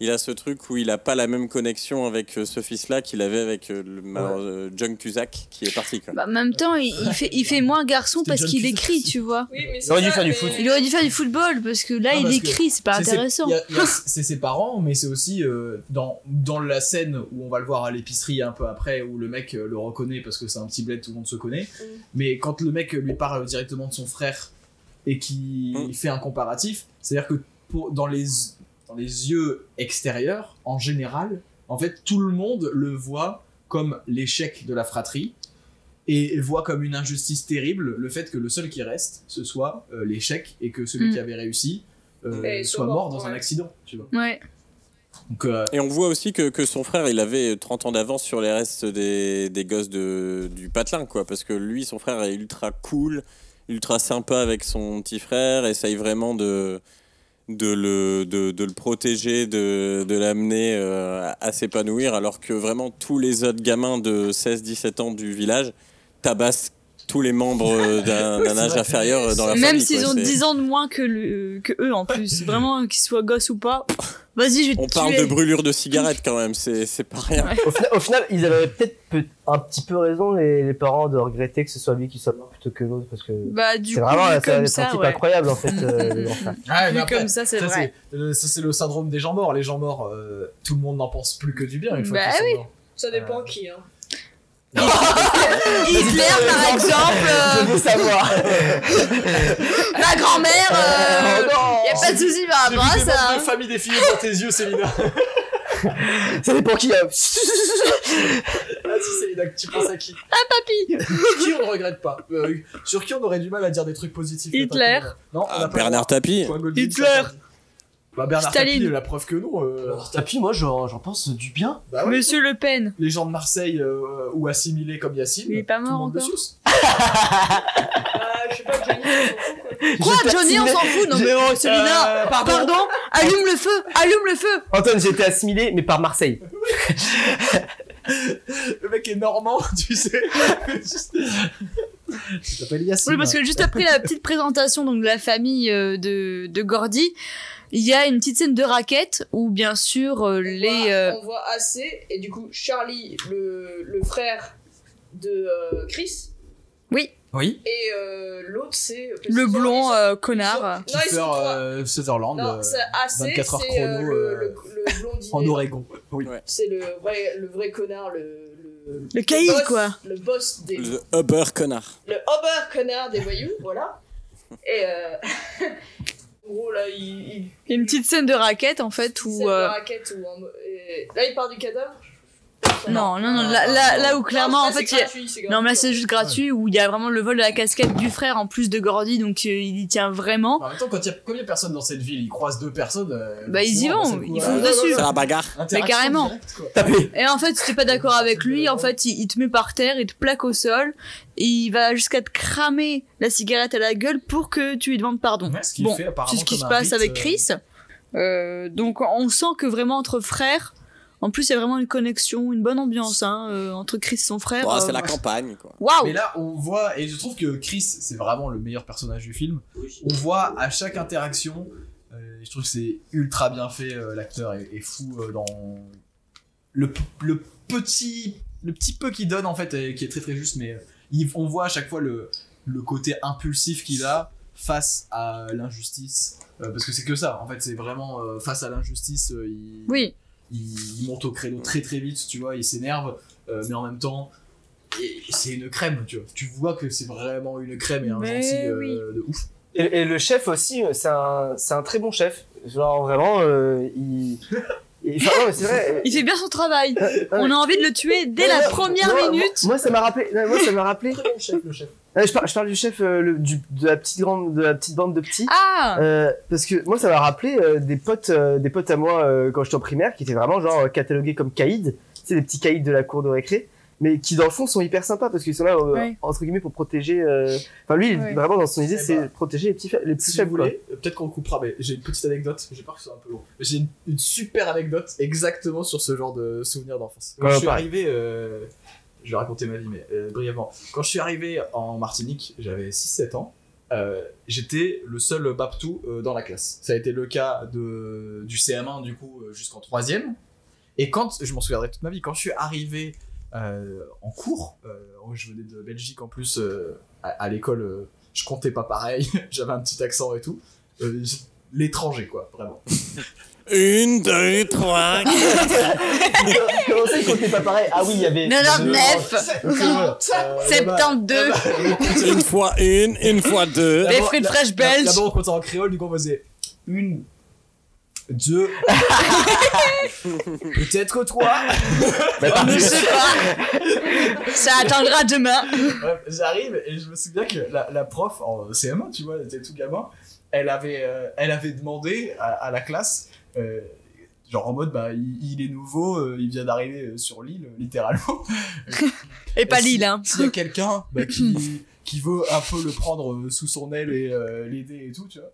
Speaker 4: il a ce truc où il a pas la même connexion avec euh, ce fils-là qu'il avait avec euh, le, malheureux, euh, John Cusack qui est parti. Quoi.
Speaker 2: Bah, en même temps, il, il fait, il fait moins garçon
Speaker 1: C'était
Speaker 2: parce
Speaker 1: John
Speaker 2: qu'il
Speaker 1: Cusack.
Speaker 2: écrit, tu vois.
Speaker 6: Oui, mais c'est
Speaker 5: aurait dû
Speaker 6: ça,
Speaker 5: faire du
Speaker 6: mais-
Speaker 5: foot.
Speaker 2: Il aurait dû faire du football parce que là,
Speaker 1: Non,
Speaker 2: il
Speaker 1: Ah, parce que
Speaker 2: écrit, c'est pas
Speaker 1: C'est- c'est-
Speaker 2: intéressant.
Speaker 1: il y a- il y a- C'est ses parents, mais c'est aussi euh, dans, dans la scène où on va le voir à l'épicerie un peu après, où le mec euh, le reconnaît parce que c'est un petit bled, tout le monde se connaît.
Speaker 6: Mm.
Speaker 1: Mais quand le mec lui parle directement de son frère et qui
Speaker 4: Mm.
Speaker 1: fait un comparatif, c'est-à-dire que pour, dans, les, dans les yeux extérieurs, en général, en fait, tout le monde le voit comme l'échec de la fratrie et voit comme une injustice terrible le fait que le seul qui reste, ce soit euh, l'échec et que celui
Speaker 2: Mm.
Speaker 1: qui avait réussi euh,
Speaker 6: Et
Speaker 1: soit
Speaker 6: soit
Speaker 1: mort
Speaker 6: mort,
Speaker 1: dans un
Speaker 6: ouais.
Speaker 1: accident. Tu vois.
Speaker 2: Ouais.
Speaker 1: Donc, euh,
Speaker 4: Et on voit aussi que, que son frère, il avait 30 ans d'avance sur les restes des, des gosses de, du patelin, quoi. Parce que lui, son frère est ultra cool, ultra sympa avec son petit frère, essaye vraiment de, de, le, de, de le protéger, de, de l'amener euh, à, à s'épanouir, alors que vraiment tous les autres gamins de 16-17 ans du village tabassent tous les membres euh, d'un d'un âge inférieur dans la famille.
Speaker 2: Même s'ils
Speaker 4: quoi.
Speaker 2: ont
Speaker 4: C'est-
Speaker 2: 10 ans de moins que, le- que eux en plus. Vraiment, qu'ils soient gosses ou pas. Vas-y, je vais te
Speaker 4: On parle
Speaker 2: tuer.
Speaker 4: de brûlure de cigarette quand même, c'est c'est pas rien.
Speaker 5: Au final, au final, ils avaient peut-être peu- un petit peu raison, les, les parents, de regretter que ce soit lui qui soit mort plutôt que l'autre, parce que
Speaker 2: Bah, du
Speaker 5: c'est
Speaker 2: coup,
Speaker 5: vraiment
Speaker 2: vu
Speaker 5: ça a
Speaker 2: comme
Speaker 5: des
Speaker 2: ça,
Speaker 5: principes
Speaker 2: ouais.
Speaker 5: incroyables en fait. euh, le grand frère.
Speaker 1: ouais, Ah, mais
Speaker 2: Vu
Speaker 1: après,
Speaker 2: comme ça, c'est
Speaker 1: ça,
Speaker 2: vrai.
Speaker 1: c'est- euh, ça, c'est le syndrome des gens morts. Les gens morts, euh, tout le monde n'en pense plus que du bien une fois
Speaker 2: Bah
Speaker 1: qu'ils sont morts.
Speaker 6: Ça dépend
Speaker 2: Ah.
Speaker 6: qui, hein.
Speaker 2: Hitler, par exemple,
Speaker 5: Je veux savoir.
Speaker 2: euh, ma grand-mère,
Speaker 5: Oh
Speaker 2: euh, y a pas de soucis par rapport à
Speaker 1: J'ai vu des noms
Speaker 2: Ah, bah, ça. hein.
Speaker 1: de famille défilée dans tes yeux, Célina.
Speaker 5: Ça dépend qui. hein.
Speaker 1: Vas-y, Célina, tu penses à qui
Speaker 2: Papy.
Speaker 1: Qui on ne regrette pas Euh, Sur qui on aurait du mal à dire des trucs positifs
Speaker 2: Hitler.
Speaker 1: Attends, Célina. Non, on
Speaker 4: Ah,
Speaker 1: n'a pas
Speaker 4: Bernard Tapie.
Speaker 1: le droit. Point Goldwyn,
Speaker 2: Hitler.
Speaker 1: ça, ça- Bah, Bernard
Speaker 2: Staline.
Speaker 1: Tapie, la preuve que non. euh,
Speaker 5: Alors, Tapi, moi, j'en j'en pense du bien.
Speaker 1: bah ouais.
Speaker 2: Monsieur Le Pen.
Speaker 1: Les gens de Marseille euh, ou assimilés comme Yacine.
Speaker 2: Il est pas
Speaker 1: tout le
Speaker 2: mort
Speaker 1: monde le
Speaker 2: encore.
Speaker 1: suce.
Speaker 6: Ah, je sais pas, Johnny, on s'en fout, quoi.
Speaker 2: Quoi,
Speaker 5: J'étais
Speaker 2: Johnny, on
Speaker 5: assimilé-
Speaker 2: s'en fout Non,
Speaker 5: J'ai-
Speaker 2: mais oh, Célina,
Speaker 5: Euh, pardon.
Speaker 2: pardon, allume le feu, allume le feu.
Speaker 5: Antoine, j'ai été assimilé, mais par Marseille.
Speaker 1: Le mec est normand, tu sais. Juste- Tu t'appelles Yacine.
Speaker 2: Oui, parce que juste après la petite présentation donc, de la famille euh, de, de Gordy, il y a une petite scène de raquette où, bien sûr, euh,
Speaker 6: On
Speaker 2: les.
Speaker 6: voit-
Speaker 2: euh,
Speaker 6: On voit assez, et du coup, Charlie, le, le frère de euh, Chris
Speaker 2: Oui,
Speaker 1: Oui.
Speaker 6: et euh, l'autre c'est
Speaker 2: le blond euh, connard.
Speaker 6: Non, ils sont
Speaker 1: Kiefer
Speaker 6: trois.
Speaker 1: euh, Sutherland
Speaker 6: non,
Speaker 1: euh,
Speaker 6: c'est AC,
Speaker 1: 24 heures
Speaker 6: c'est euh,
Speaker 1: chrono,
Speaker 6: le,
Speaker 1: euh,
Speaker 6: le, le blondinet.
Speaker 1: en Oregon. Oui.
Speaker 4: Ouais.
Speaker 6: C'est le vrai, le vrai connard, le. Le,
Speaker 2: Le caïd,
Speaker 6: boss-
Speaker 2: quoi.
Speaker 6: Le boss des. Le,
Speaker 4: Le Uber connard.
Speaker 6: ober connard des voyous, voilà. Et. euh, en gros, là, il. il
Speaker 2: Il y a une petite scène de raquette en fait
Speaker 6: il
Speaker 2: où.
Speaker 6: sert de
Speaker 2: euh,
Speaker 6: raquette ou en mo- et- Là, il part du cadavre
Speaker 2: Non, non,
Speaker 1: Non,
Speaker 2: non, là,
Speaker 1: non,
Speaker 2: là,
Speaker 1: non.
Speaker 2: là où clairement
Speaker 6: là,
Speaker 2: en fait il y
Speaker 6: c'est
Speaker 2: a-
Speaker 6: gratuit, hein. c'est
Speaker 2: Non, mais là
Speaker 6: gratuit.
Speaker 2: c'est juste gratuit où il y a vraiment le vol de la casquette du frère en plus de Gordy donc euh, il y tient vraiment.
Speaker 1: En même temps, quand il y a, comme il y a personne dans cette ville, ils croisent deux personnes. euh,
Speaker 2: Bah, ils y
Speaker 1: forcément,
Speaker 2: vont,
Speaker 1: d'un seul coup,
Speaker 2: ils
Speaker 1: euh,
Speaker 2: foncent
Speaker 1: non, non,
Speaker 2: dessus.
Speaker 1: non,
Speaker 4: C'est la bagarre.
Speaker 1: Interaction
Speaker 2: Mais carrément.
Speaker 1: directe, quoi.
Speaker 5: Tapez
Speaker 2: Et en fait, si t'es pas d'accord avec lui, en fait, il, il te met par terre, il te plaque au sol, et il va jusqu'à te cramer la cigarette à la gueule pour que tu lui demandes pardon.
Speaker 1: Ouais, ce qu'il
Speaker 2: bon,
Speaker 1: fait apparemment
Speaker 2: c'est ce qui
Speaker 1: comme
Speaker 2: se
Speaker 1: un
Speaker 2: passe
Speaker 1: rite,
Speaker 2: avec
Speaker 1: euh,
Speaker 2: Chris. Euh, donc, on sent que vraiment entre frères, en plus, il y a vraiment une connexion, une bonne ambiance hein, euh, entre Chris et son frère.
Speaker 4: Bon,
Speaker 2: euh,
Speaker 4: c'est la campagne, quoi.
Speaker 2: Waouh!
Speaker 1: Mais là, on voit, et je trouve que Chris, c'est vraiment le meilleur personnage du film. On voit à chaque interaction, euh, je trouve que c'est ultra bien fait. euh, L'acteur est, est fou euh, dans le, p- le petit le petit peu qu'il donne en fait, euh, qui est très très juste, mais euh, il- on voit à chaque fois le, le côté impulsif qu'il a face à l'injustice, euh, parce que c'est que ça. En fait, c'est vraiment euh, face à l'injustice, euh, il,
Speaker 2: Oui,
Speaker 1: il, il monte au créneau très très vite, tu vois, il s'énerve, euh, mais en même temps, et- c'est une crème, tu vois. Tu vois que c'est vraiment une crème et un
Speaker 2: Mais
Speaker 1: gentil euh,
Speaker 2: oui.
Speaker 1: de ouf.
Speaker 5: Et, et le chef aussi, euh, c'est un, c'est un très bon chef. Genre vraiment, euh, il. il- enfin, non, mais c'est vrai.
Speaker 2: il fait bien son travail.
Speaker 1: Euh,
Speaker 5: ouais.
Speaker 2: On a envie de le tuer dès la
Speaker 5: Non,
Speaker 2: première
Speaker 5: moi-
Speaker 2: minute.
Speaker 5: Moi, moi, ça m'a rappelé. non, Moi, ça m'a rappelé.
Speaker 1: Très bon chef, le chef.
Speaker 5: Euh, je, par- je parle du chef euh, le- du- de la petite grande, de la petite bande de petits.
Speaker 2: Ah!
Speaker 5: Euh, parce que moi, ça m'a rappelé euh, des potes, euh, des potes à moi euh, quand j'étais en primaire, qui étaient vraiment genre euh, catalogués comme caïds. C'est des petits caïds de la cour de récré, mais qui dans le fond sont hyper sympas parce qu'ils sont là euh,
Speaker 2: Ouais.
Speaker 5: entre guillemets pour protéger. euh, Enfin, lui, il-
Speaker 2: Ouais.
Speaker 5: vraiment dans son idée,
Speaker 1: Eh
Speaker 5: c'est
Speaker 1: ben,
Speaker 5: protéger les petits, fa- les petits
Speaker 1: Si
Speaker 5: chefs.
Speaker 1: vous
Speaker 5: quoi.
Speaker 1: voulez, euh, peut-être qu'on le coupera, mais j'ai une petite anecdote, j'ai peur que ce soit un peu long. J'ai une, une super anecdote exactement sur ce genre de souvenir d'enfance. Quand
Speaker 5: Ouais,
Speaker 1: je suis
Speaker 5: pareil.
Speaker 1: arrivé, euh, je vais raconter ma vie, mais euh, brièvement. Quand je suis arrivé en Martinique, j'avais 6-7 ans. euh, j'étais le seul Baptou euh, dans la classe. Ça a été le cas de, du CM1 du coup euh, jusqu'en 3 Et quand, je m'en souviendrai toute ma vie, quand je suis arrivé euh, en cours, euh, je venais de Belgique en plus, euh, à, à l'école, euh, je comptais pas pareil, j'avais un petit accent et tout. Euh, L'étranger, quoi, vraiment.
Speaker 4: Une, deux, trois.
Speaker 5: Comment ça, ils comptaient pas pareil Ah oui, il y avait.
Speaker 2: Non, non,
Speaker 5: il y avait-
Speaker 2: neuf.
Speaker 1: Donc, euh, voilà. Euh, là-bas-
Speaker 2: 72!
Speaker 4: une fois une, une fois deux.
Speaker 2: Des
Speaker 1: Là-bas-
Speaker 2: frites fraîches
Speaker 1: là-
Speaker 2: belges.
Speaker 1: Là-bas, on comptait en créole, du coup, on faisait une, deux, peut-être trois.
Speaker 2: Je sais pas. Ça attendra demain.
Speaker 1: Bref, j'arrive et je me souviens que la, la prof en CM1, tu vois, elle était tout gamin, elle avait, euh, elle avait demandé à, à la classe, euh, genre en mode, bah, il, il est nouveau, euh, il vient d'arriver euh, sur l'île, euh, littéralement.
Speaker 2: Et pas
Speaker 1: si-
Speaker 2: Lille, hein.
Speaker 1: S'il y a quelqu'un bah, qui, qui veut un peu le prendre euh, sous son aile et euh, l'aider et tout, tu vois.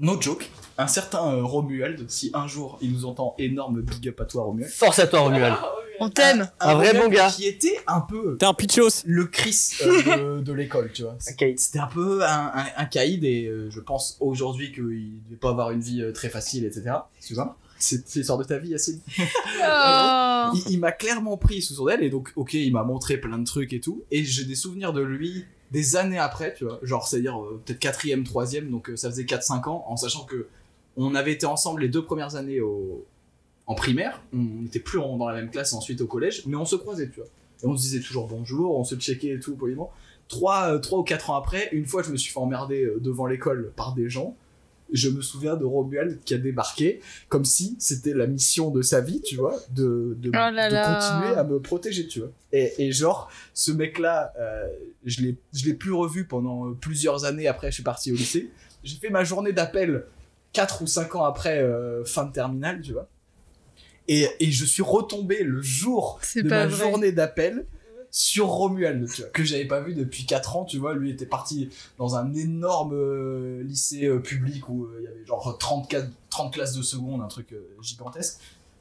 Speaker 1: No joke, un certain euh, Romuald, si un jour il nous entend, énorme big up à toi Romuald.
Speaker 5: Force à toi, Romuald.
Speaker 6: Ah, ouais.
Speaker 2: On t'aime.
Speaker 5: Un vrai
Speaker 1: Romuald
Speaker 5: bon gars.
Speaker 1: Qui était un peu euh,
Speaker 4: T'es un pitchos.
Speaker 1: le Chris euh, de, de l'école, tu vois.
Speaker 5: Un caïd.
Speaker 1: C'était un peu un, un, un caïd et euh, je pense aujourd'hui qu'il devait pas avoir une vie euh, très facile, etc. Tu vois C'est c'est l'histoire de ta vie, Yacine.
Speaker 2: Oh.
Speaker 1: Il, il m'a clairement pris sous son aile et donc, ok, il m'a montré plein de trucs et tout. Et j'ai des souvenirs de lui des années après, tu vois. Genre, c'est-à-dire euh, peut-être quatrième, troisième, donc euh, ça faisait 4-5 ans, en sachant que on avait été ensemble les deux premières années au, en primaire. On n'était plus en- dans la même classe ensuite au collège, mais on se croisait, tu vois. Et on se disait toujours bonjour, on se checkait et tout poliment. Trois, euh, trois ou quatre ans après, une fois, je me suis fait emmerder euh, devant l'école par des gens. Je me souviens de Romuald qui a débarqué, comme si c'était la mission de sa vie, tu vois, de, de,
Speaker 2: Oh là
Speaker 1: de
Speaker 2: là.
Speaker 1: continuer à me protéger, tu vois. Et, et genre, ce mec-là, euh, je l'ai je l'ai plus revu pendant euh, plusieurs années après, je suis parti au lycée. J'ai fait ma journée d'appel 4 ou 5 ans après euh, fin de terminale, tu vois. Et, et je suis retombé le jour
Speaker 2: C'est
Speaker 1: de ma
Speaker 2: pas vrai.
Speaker 1: journée d'appel sur Romuald, tu vois, que j'avais pas vu depuis 4 ans, tu vois. Lui était parti dans un énorme euh, lycée euh, public où euh, il y avait genre 34, 30 classes de seconde, un truc euh, gigantesque.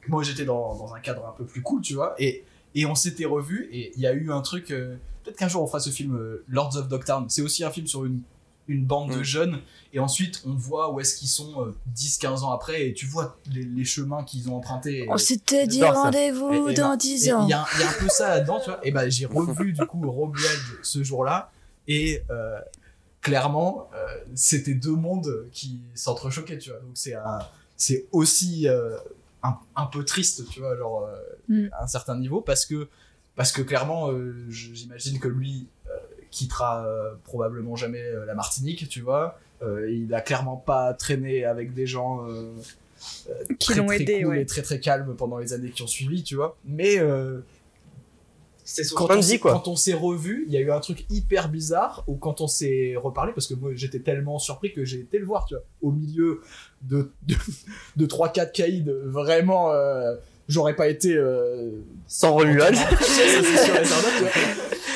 Speaker 1: Moi, j'étais dans, dans un cadre un peu plus cool, tu vois. Et, et on s'était revus et il y a eu un truc... euh, Peut-être qu'un jour on fera ce film euh, Lords of Dogtown. C'est aussi un film sur une une bande de
Speaker 4: Mm.
Speaker 1: jeunes, et ensuite on voit où est-ce qu'ils sont euh, 10-15 ans après, et tu vois les, les chemins qu'ils ont empruntés.
Speaker 2: On
Speaker 1: Et-
Speaker 2: s'était dit
Speaker 5: J'adore ça.
Speaker 1: Et-
Speaker 2: rendez-vous
Speaker 1: et
Speaker 2: dans
Speaker 1: ben, et
Speaker 2: 10
Speaker 1: Il
Speaker 2: ans.
Speaker 1: y, a un- il y a un peu ça là-dedans, tu vois. Et ben j'ai revu du coup Romuald ce jour-là, et euh, clairement, euh, c'était deux mondes qui s'entrechoquaient, tu vois. Donc c'est un- c'est aussi euh, un, un peu triste, tu vois, genre euh,
Speaker 2: Mm.
Speaker 1: à un certain niveau, parce que parce que clairement, euh, je- j'imagine que lui euh, quittera euh, probablement jamais euh, la Martinique, tu vois. Euh, il a clairement pas traîné avec des gens. euh,
Speaker 2: Qui
Speaker 1: très,
Speaker 2: l'ont
Speaker 1: très
Speaker 2: aidé,
Speaker 1: cool
Speaker 2: ouais.
Speaker 1: et très très calme pendant les années qui ont suivi, tu vois. Mais euh,
Speaker 5: C'était son
Speaker 1: quand,
Speaker 5: train
Speaker 1: on
Speaker 5: de
Speaker 1: s'est-
Speaker 5: vie, quoi.
Speaker 1: quand on s'est revu, il y a eu un truc hyper bizarre où quand on s'est reparlé, parce que moi j'étais tellement surpris que j'ai été le voir, tu vois, au milieu de, de, de 3-4 caïds, vraiment, euh, j'aurais pas été. euh,
Speaker 5: Sans Romuald.
Speaker 1: ça, c'est sûr et certain, tu vois.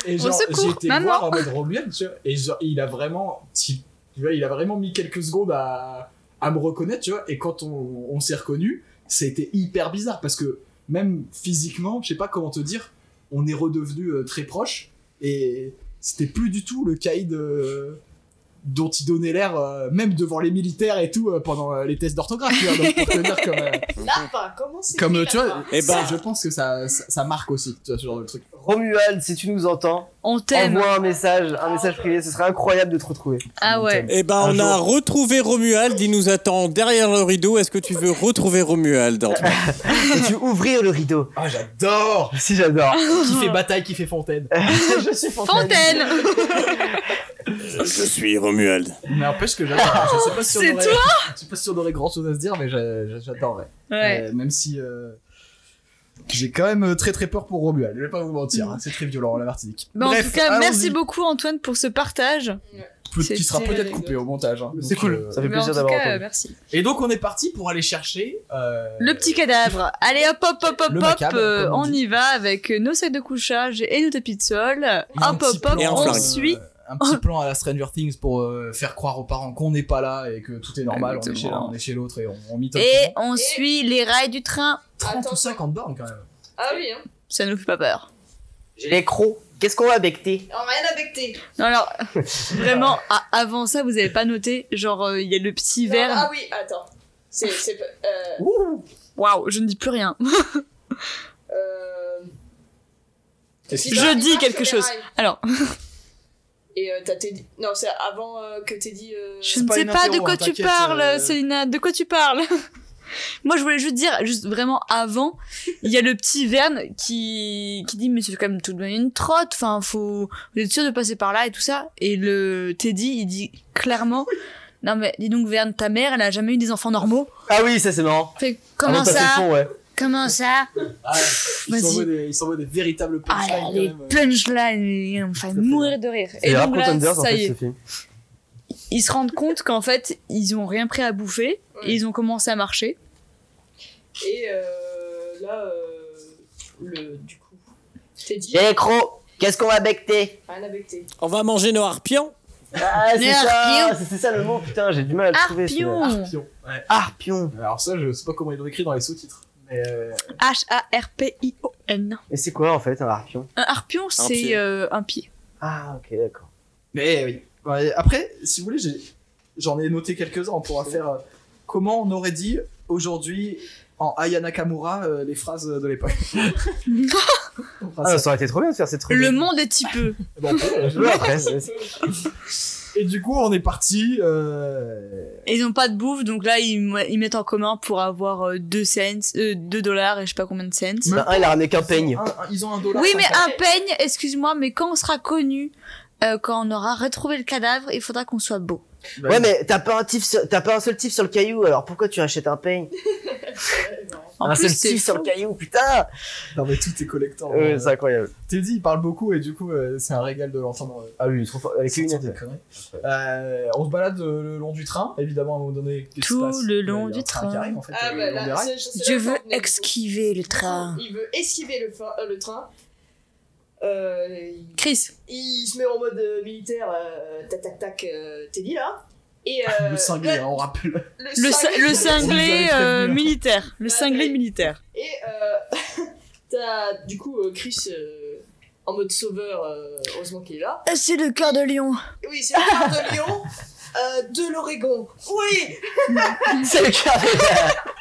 Speaker 1: Et
Speaker 2: Au
Speaker 1: genre,
Speaker 2: secours,
Speaker 1: j'ai été le
Speaker 2: maman.
Speaker 1: voir en mode Romuald, tu vois, et genre, il a vraiment, tu tu vois, il a vraiment mis quelques secondes à, à me reconnaître, tu vois, et quand on, on s'est reconnu, c'était hyper bizarre parce que même physiquement, je sais pas comment te dire, on est redevenu euh, très proche et c'était plus du tout le caïd euh, dont il donnait l'air, euh, même devant les militaires et tout, euh, pendant euh, les tests d'orthographe, tu vois, donc pour te dire comme. euh,
Speaker 6: Lapa, comment c'est
Speaker 1: comme
Speaker 6: écrit,
Speaker 1: tu vois,
Speaker 6: Lapa
Speaker 4: Eh ben.
Speaker 1: je pense que ça, ça, ça marque aussi, tu vois, ce genre de truc.
Speaker 5: Romuald, si tu nous entends,
Speaker 2: On t'aime.
Speaker 5: envoie un message, un message privé, ce serait incroyable de te retrouver.
Speaker 2: Ah ouais.
Speaker 4: Eh ben,
Speaker 5: Un
Speaker 4: on
Speaker 5: jour.
Speaker 4: a retrouvé Romuald. Il nous attend derrière le rideau. Est-ce que tu veux retrouver Romuald Antoine
Speaker 5: Peux-tu ouvrir le rideau
Speaker 1: Ah, j'adore
Speaker 5: Si j'adore.
Speaker 1: Qui fait bataille, qui fait fontaine.
Speaker 5: je suis fontaine.
Speaker 2: Ah Fontaine
Speaker 4: Je suis Romuald.
Speaker 1: Mais n'empêche que j'adore. Je sais pas si on
Speaker 2: C'est
Speaker 1: aurait, je sais pas si on aurait grand chose à se dire, mais j'a- j'a- j'adorerais.
Speaker 2: Ouais.
Speaker 1: Euh, même si euh, j'ai quand même euh, très très peur pour Romuald. Je vais pas vous mentir, hein, c'est très violent la Martinique.
Speaker 2: Bah, en
Speaker 1: Bref,
Speaker 2: tout cas, merci
Speaker 1: allons-y.
Speaker 2: beaucoup Antoine pour ce partage.
Speaker 1: Peut-
Speaker 2: C'est
Speaker 1: Qui sera
Speaker 6: très
Speaker 1: peut-être
Speaker 6: anecdote.
Speaker 1: coupé au montage. hein.
Speaker 5: C'est
Speaker 1: Donc,
Speaker 5: cool,
Speaker 1: euh,
Speaker 5: ça fait
Speaker 2: Mais en
Speaker 5: plaisir
Speaker 2: tout
Speaker 5: d'avoir
Speaker 2: cas, euh,
Speaker 5: entendu.
Speaker 2: merci.
Speaker 1: Et donc on est parti pour aller chercher euh,
Speaker 2: Le petit cadavre. Allez hop hop hop hop
Speaker 1: Le
Speaker 2: hop,
Speaker 1: macabre,
Speaker 2: euh,
Speaker 1: comme on
Speaker 2: on
Speaker 1: dit.
Speaker 2: y va avec nos sacs de couchage et nos tapis de sol.
Speaker 1: Il y a un
Speaker 2: Hop
Speaker 1: petit
Speaker 2: hop hop,
Speaker 1: plan, euh,
Speaker 4: Et un
Speaker 2: on
Speaker 4: flingue.
Speaker 2: suit.
Speaker 1: Un petit plan à la Stranger Things pour euh, faire croire aux parents qu'on n'est pas là et que tout est normal, on est chez l'un,
Speaker 2: Exactement.
Speaker 1: on est chez l'autre et on, on mythe.
Speaker 2: Et on
Speaker 6: Et-
Speaker 2: suit les rails du train.
Speaker 1: 30 ou
Speaker 6: Attends.
Speaker 1: 50 bornes quand même.
Speaker 6: Ah oui, hein.
Speaker 2: Ça nous fait pas peur.
Speaker 5: J'ai les crocs. Qu'est-ce qu'on va becter
Speaker 6: Alors, rien à becter.
Speaker 2: Non, alors, vraiment, a- avant ça, vous avez pas noté, genre, euh, il y a le petit
Speaker 6: Non, Ah
Speaker 2: verre.
Speaker 6: oui, attends. C'est. c'est pas- euh,
Speaker 2: Waouh, je ne dis plus rien.
Speaker 6: euh,
Speaker 1: Qu'est-ce
Speaker 6: il
Speaker 1: que-
Speaker 2: Je
Speaker 6: marche- il
Speaker 2: dis
Speaker 6: marche
Speaker 2: quelque
Speaker 6: sur les
Speaker 2: chose.
Speaker 6: rails.
Speaker 2: Alors,
Speaker 6: Et euh, t'as Teddy. Non, c'est avant euh, que Teddy. euh,
Speaker 2: je
Speaker 1: C'est
Speaker 2: ne
Speaker 1: pas
Speaker 2: sais
Speaker 1: une
Speaker 2: pas de
Speaker 1: interro,
Speaker 2: quoi
Speaker 1: hein,
Speaker 2: tu
Speaker 1: t'inquiète,
Speaker 2: parles,
Speaker 1: euh.
Speaker 2: Célina, de quoi tu parles Moi, je voulais juste dire, juste vraiment avant, il y a le petit Verne qui, qui dit, mais c'est quand même tout de même une trotte, enfin, faut, vous êtes sûr de passer par là et tout ça. Et le Teddy, il dit clairement, non mais dis donc Verne, ta mère, elle a jamais eu des enfants normaux.
Speaker 5: Ah oui, ça c'est marrant.
Speaker 2: Fait,
Speaker 5: Ah non,
Speaker 2: comment
Speaker 5: t'as fait le
Speaker 2: ça
Speaker 5: fond, ouais.
Speaker 2: Comment ça
Speaker 1: Ah, ils
Speaker 2: Vas-y.
Speaker 1: s'envoient des, ils s'envoient des véritables
Speaker 2: Ah
Speaker 1: punchlines
Speaker 2: là,
Speaker 1: quand
Speaker 2: les
Speaker 1: même.
Speaker 2: punchlines, on me fait
Speaker 1: Tout à fait.
Speaker 2: mourir de rire.
Speaker 5: C'est
Speaker 2: Et donc
Speaker 5: Rap
Speaker 2: là,
Speaker 5: Contenders en
Speaker 2: ça
Speaker 5: fait
Speaker 2: y
Speaker 5: ce
Speaker 2: est,
Speaker 5: film.
Speaker 2: ils se rendent compte qu'en fait, ils ont rien pris à bouffer
Speaker 6: Ouais.
Speaker 2: et ils ont commencé à marcher.
Speaker 6: Et euh, là, euh, le, du coup, Teddy,
Speaker 5: J'ai les crocs. Qu'est-ce qu'on va becter
Speaker 6: rien à becter.
Speaker 4: On va manger nos harpions.
Speaker 5: Ah, c'est
Speaker 2: Les
Speaker 5: ça,
Speaker 2: harpions.
Speaker 5: c'est- c'est ça le mot, putain, j'ai du mal à le trouver. celui-là.
Speaker 2: Arpion
Speaker 1: Pion, ouais.
Speaker 5: Harpion.
Speaker 1: Alors ça, je sais pas comment ils l'ont écrit dans les sous-titres. Mais euh,
Speaker 2: H-A-R-P-I-O-N.
Speaker 5: Et c'est quoi en fait un harpion
Speaker 2: Un harpion, c'est
Speaker 4: pied.
Speaker 2: euh, un pied.
Speaker 5: Ah, ok, d'accord.
Speaker 1: mais oui. Ouais, après, si vous voulez, j'ai- j'en ai noté quelques-uns. On pourra faire euh, comment on aurait dit aujourd'hui en Aya Nakamura euh, les phrases de l'époque. On fera
Speaker 5: Ah,
Speaker 1: ça.
Speaker 5: ça aurait été trop bien de faire ces trucs.
Speaker 2: Le monde est peu.
Speaker 1: Bon, euh, je-
Speaker 5: Ouais, après, c'est-
Speaker 1: Et du coup, on est parti. euh,
Speaker 2: Ils ont pas de bouffe, donc là, ils, m- ils mettent en commun pour avoir 2 cents, 2 dollars et je sais pas combien de cents.
Speaker 5: Ben, un, il a ramené qu'un peigne.
Speaker 1: un- un- ils ont un dollar.
Speaker 2: Oui, mais
Speaker 1: cinquante.
Speaker 2: un peigne, excuse-moi, mais quand on sera connu, euh, quand on aura retrouvé le cadavre, il faudra qu'on soit beau.
Speaker 1: Bah,
Speaker 5: Ouais, mais t'as pas, un tif sur- t'as pas un seul tif sur le caillou, alors pourquoi tu achètes un peigne
Speaker 2: En
Speaker 5: Un
Speaker 2: plus,
Speaker 5: seul
Speaker 2: c'est
Speaker 5: tif sur Ah, le
Speaker 2: faux.
Speaker 5: caillou, putain
Speaker 1: Non, mais tout est collectant.
Speaker 5: Ouais, Euh, c'est incroyable.
Speaker 1: Teddy, il parle beaucoup et du coup, euh, c'est un régal de l'entendre. euh,
Speaker 5: Ah oui, il est trop fort. Avec les
Speaker 1: sortir
Speaker 5: lunettes.
Speaker 1: des conneries. Euh, on se balade euh, le long du train, évidemment, à un moment donné. qu'est-ce qui se
Speaker 2: Tout
Speaker 1: passe
Speaker 2: le
Speaker 1: Bah, il y a
Speaker 2: long
Speaker 1: un
Speaker 2: du train.
Speaker 1: qui arrive, en fait,
Speaker 6: Ah
Speaker 1: euh,
Speaker 6: bah
Speaker 1: le long des
Speaker 6: là,
Speaker 1: rails.
Speaker 6: c'est- c'est
Speaker 2: Je
Speaker 6: là
Speaker 2: veux
Speaker 6: qu'on venait, du coup.
Speaker 2: esquiver le train.
Speaker 6: Il veut esquiver le, fa- euh, le train. Euh, il-
Speaker 2: Chris,
Speaker 6: il, se met en mode euh, militaire, euh, tac tac tac, euh, Teddy là. Et euh,
Speaker 1: Le cinglé,
Speaker 6: là,
Speaker 1: hein, on rappelle.
Speaker 6: le
Speaker 2: le, cin-
Speaker 6: cinglé-
Speaker 2: le cinglé
Speaker 1: Vous avez
Speaker 2: euh,
Speaker 1: prévenu.
Speaker 2: militaire. Le
Speaker 6: Ah,
Speaker 2: cinglé
Speaker 6: oui.
Speaker 2: militaire.
Speaker 6: Et euh, t'as du coup euh, Chris euh, en mode sauveur, euh, heureusement qu'il est là.
Speaker 2: C'est le cœur de lion.
Speaker 6: Oui, c'est le cœur de Lyon, euh, de l'Oregon. Oui
Speaker 5: C'est le cœur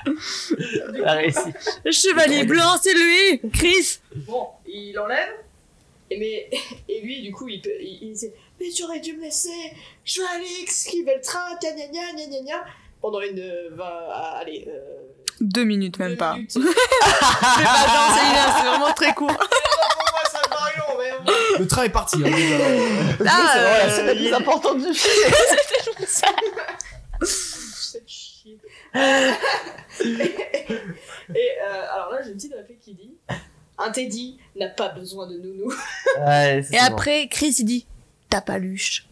Speaker 5: de la- la réussite.
Speaker 2: Le chevalier blanc, c'est lui Chris
Speaker 6: Bon, il l'enlève, et, mais, et lui, du coup, il, peut- il, il dit Mais j'aurais dû me laisser, je veux aller esquiver le train, gna gna gna gna gna gna. Pendant une. euh, vingt- ah, allez, euh,
Speaker 2: Deux minutes, même
Speaker 6: deux
Speaker 2: pas.
Speaker 6: minutes. Pour
Speaker 2: C'est pas dans,
Speaker 1: hein,
Speaker 2: Célina, c'est vraiment très court.
Speaker 6: moi, ça me paraît long, mais.
Speaker 1: Le train est parti. hein, déjà.
Speaker 2: Ah,
Speaker 5: c'est vraiment la
Speaker 2: euh,
Speaker 5: scène la plus
Speaker 2: il-
Speaker 5: importante du film.
Speaker 6: Vous êtes chiés. et euh, alors là, j'ai une petite réplique qui dit Un Teddy n'a pas besoin de nounou.
Speaker 5: Ouais, c'est
Speaker 2: Et
Speaker 5: bon.
Speaker 2: après, Chris, il dit T'as paluche.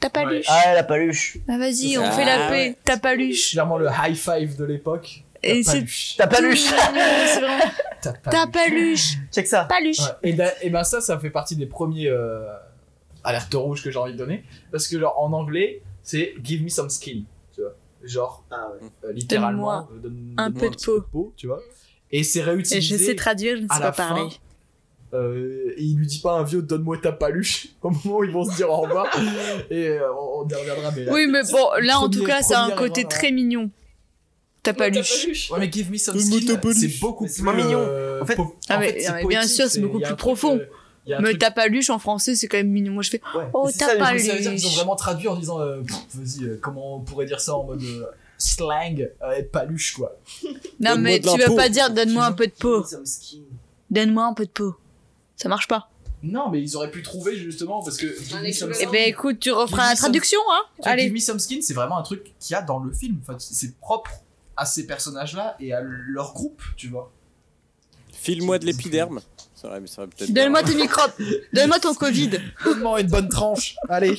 Speaker 2: T'as paluche.
Speaker 5: Ah, la paluche.
Speaker 2: Ah, vas-y, on
Speaker 4: Ah,
Speaker 2: fait la
Speaker 4: ouais.
Speaker 2: paix. T'as paluche.
Speaker 1: Clairement le high five de l'époque.
Speaker 2: Et
Speaker 1: T'as
Speaker 2: c'est
Speaker 1: paluche.
Speaker 5: Ta paluche.
Speaker 2: tout mignon, c'est vraiment-
Speaker 1: T'as
Speaker 2: T'as
Speaker 1: paluche.
Speaker 2: paluche.
Speaker 5: Check ça.
Speaker 2: Paluche.
Speaker 1: Ouais. Et, da- et ben ça, ça fait partie des premiers euh, alertes rouges que j'ai envie de donner. Parce que genre en anglais, c'est give me some skin. Tu vois. Genre,
Speaker 6: Ah ouais.
Speaker 1: euh, littéralement, euh, donne-
Speaker 2: un
Speaker 1: donne-moi
Speaker 2: peu de
Speaker 1: petit
Speaker 2: peau.
Speaker 1: Tu vois. Et c'est réutilisé.
Speaker 2: Et je sais traduire, je ne sais
Speaker 1: à la
Speaker 2: pas parler.
Speaker 1: fin, euh, et il lui dit pas un vieux donne-moi ta paluche au moment où ils vont se dire au revoir. et euh, on, on y reviendra. Mais là-
Speaker 2: Oui, mais bon, là, en
Speaker 1: Premier-
Speaker 2: tout cas, ça a un
Speaker 1: premier
Speaker 2: côté
Speaker 1: erreur,
Speaker 2: très mignon. T'as paluche.
Speaker 1: Ouais, mais Give Me Some
Speaker 4: Donne-moi
Speaker 1: Skin,
Speaker 4: ta paluche.
Speaker 1: c'est beaucoup
Speaker 5: Mais c'est
Speaker 1: plus.
Speaker 5: moins mignon.
Speaker 1: euh,
Speaker 5: En fait-
Speaker 1: po-
Speaker 2: Ah,
Speaker 1: en
Speaker 2: mais-
Speaker 1: fait, c'est
Speaker 2: ah, mais bien
Speaker 1: poétique,
Speaker 2: sûr, c'est beaucoup
Speaker 1: il y a
Speaker 2: plus
Speaker 1: un truc,
Speaker 2: profond.
Speaker 1: euh, il y a un
Speaker 2: Mais
Speaker 1: truc-
Speaker 2: t'as paluche en français, c'est quand même mignon. Moi, je fais
Speaker 5: Ouais.
Speaker 2: Oh,
Speaker 5: Mais c'est
Speaker 2: t'as
Speaker 5: ça, les-
Speaker 2: pas
Speaker 1: Mais ça veut dire qu'ils ont
Speaker 2: paluche.
Speaker 1: vraiment traduit en disant euh, pff, vas-y, euh, comment on pourrait dire ça en mode euh, slang, euh, et paluche quoi.
Speaker 2: Non,
Speaker 4: Donne-moi
Speaker 2: mais
Speaker 4: de
Speaker 2: tu
Speaker 4: la
Speaker 2: vas
Speaker 4: peau.
Speaker 2: pas dire donne-moi un peu de peau.
Speaker 5: Some skin.
Speaker 2: Donne-moi un peu de peau. Ça marche pas.
Speaker 1: Non, mais ils auraient pu trouver justement parce que Give Me Some
Speaker 6: équivalent.
Speaker 2: Eh
Speaker 1: Skin,
Speaker 2: ben écoute, tu referas la
Speaker 1: Give me some-
Speaker 2: traduction, hein
Speaker 1: tu vois, Give
Speaker 2: Allez.
Speaker 1: Me Some Skin, c'est vraiment un truc qu'il y a dans le film. Enfin, c'est propre à ces personnages-là et à leur groupe, tu vois.
Speaker 4: File-moi de l'épiderme. Ça aurait- ça aurait peut-être bien-
Speaker 2: Donne-moi tes microbes. Donne-moi ton Covid.
Speaker 1: Donne-moi une bonne tranche, allez.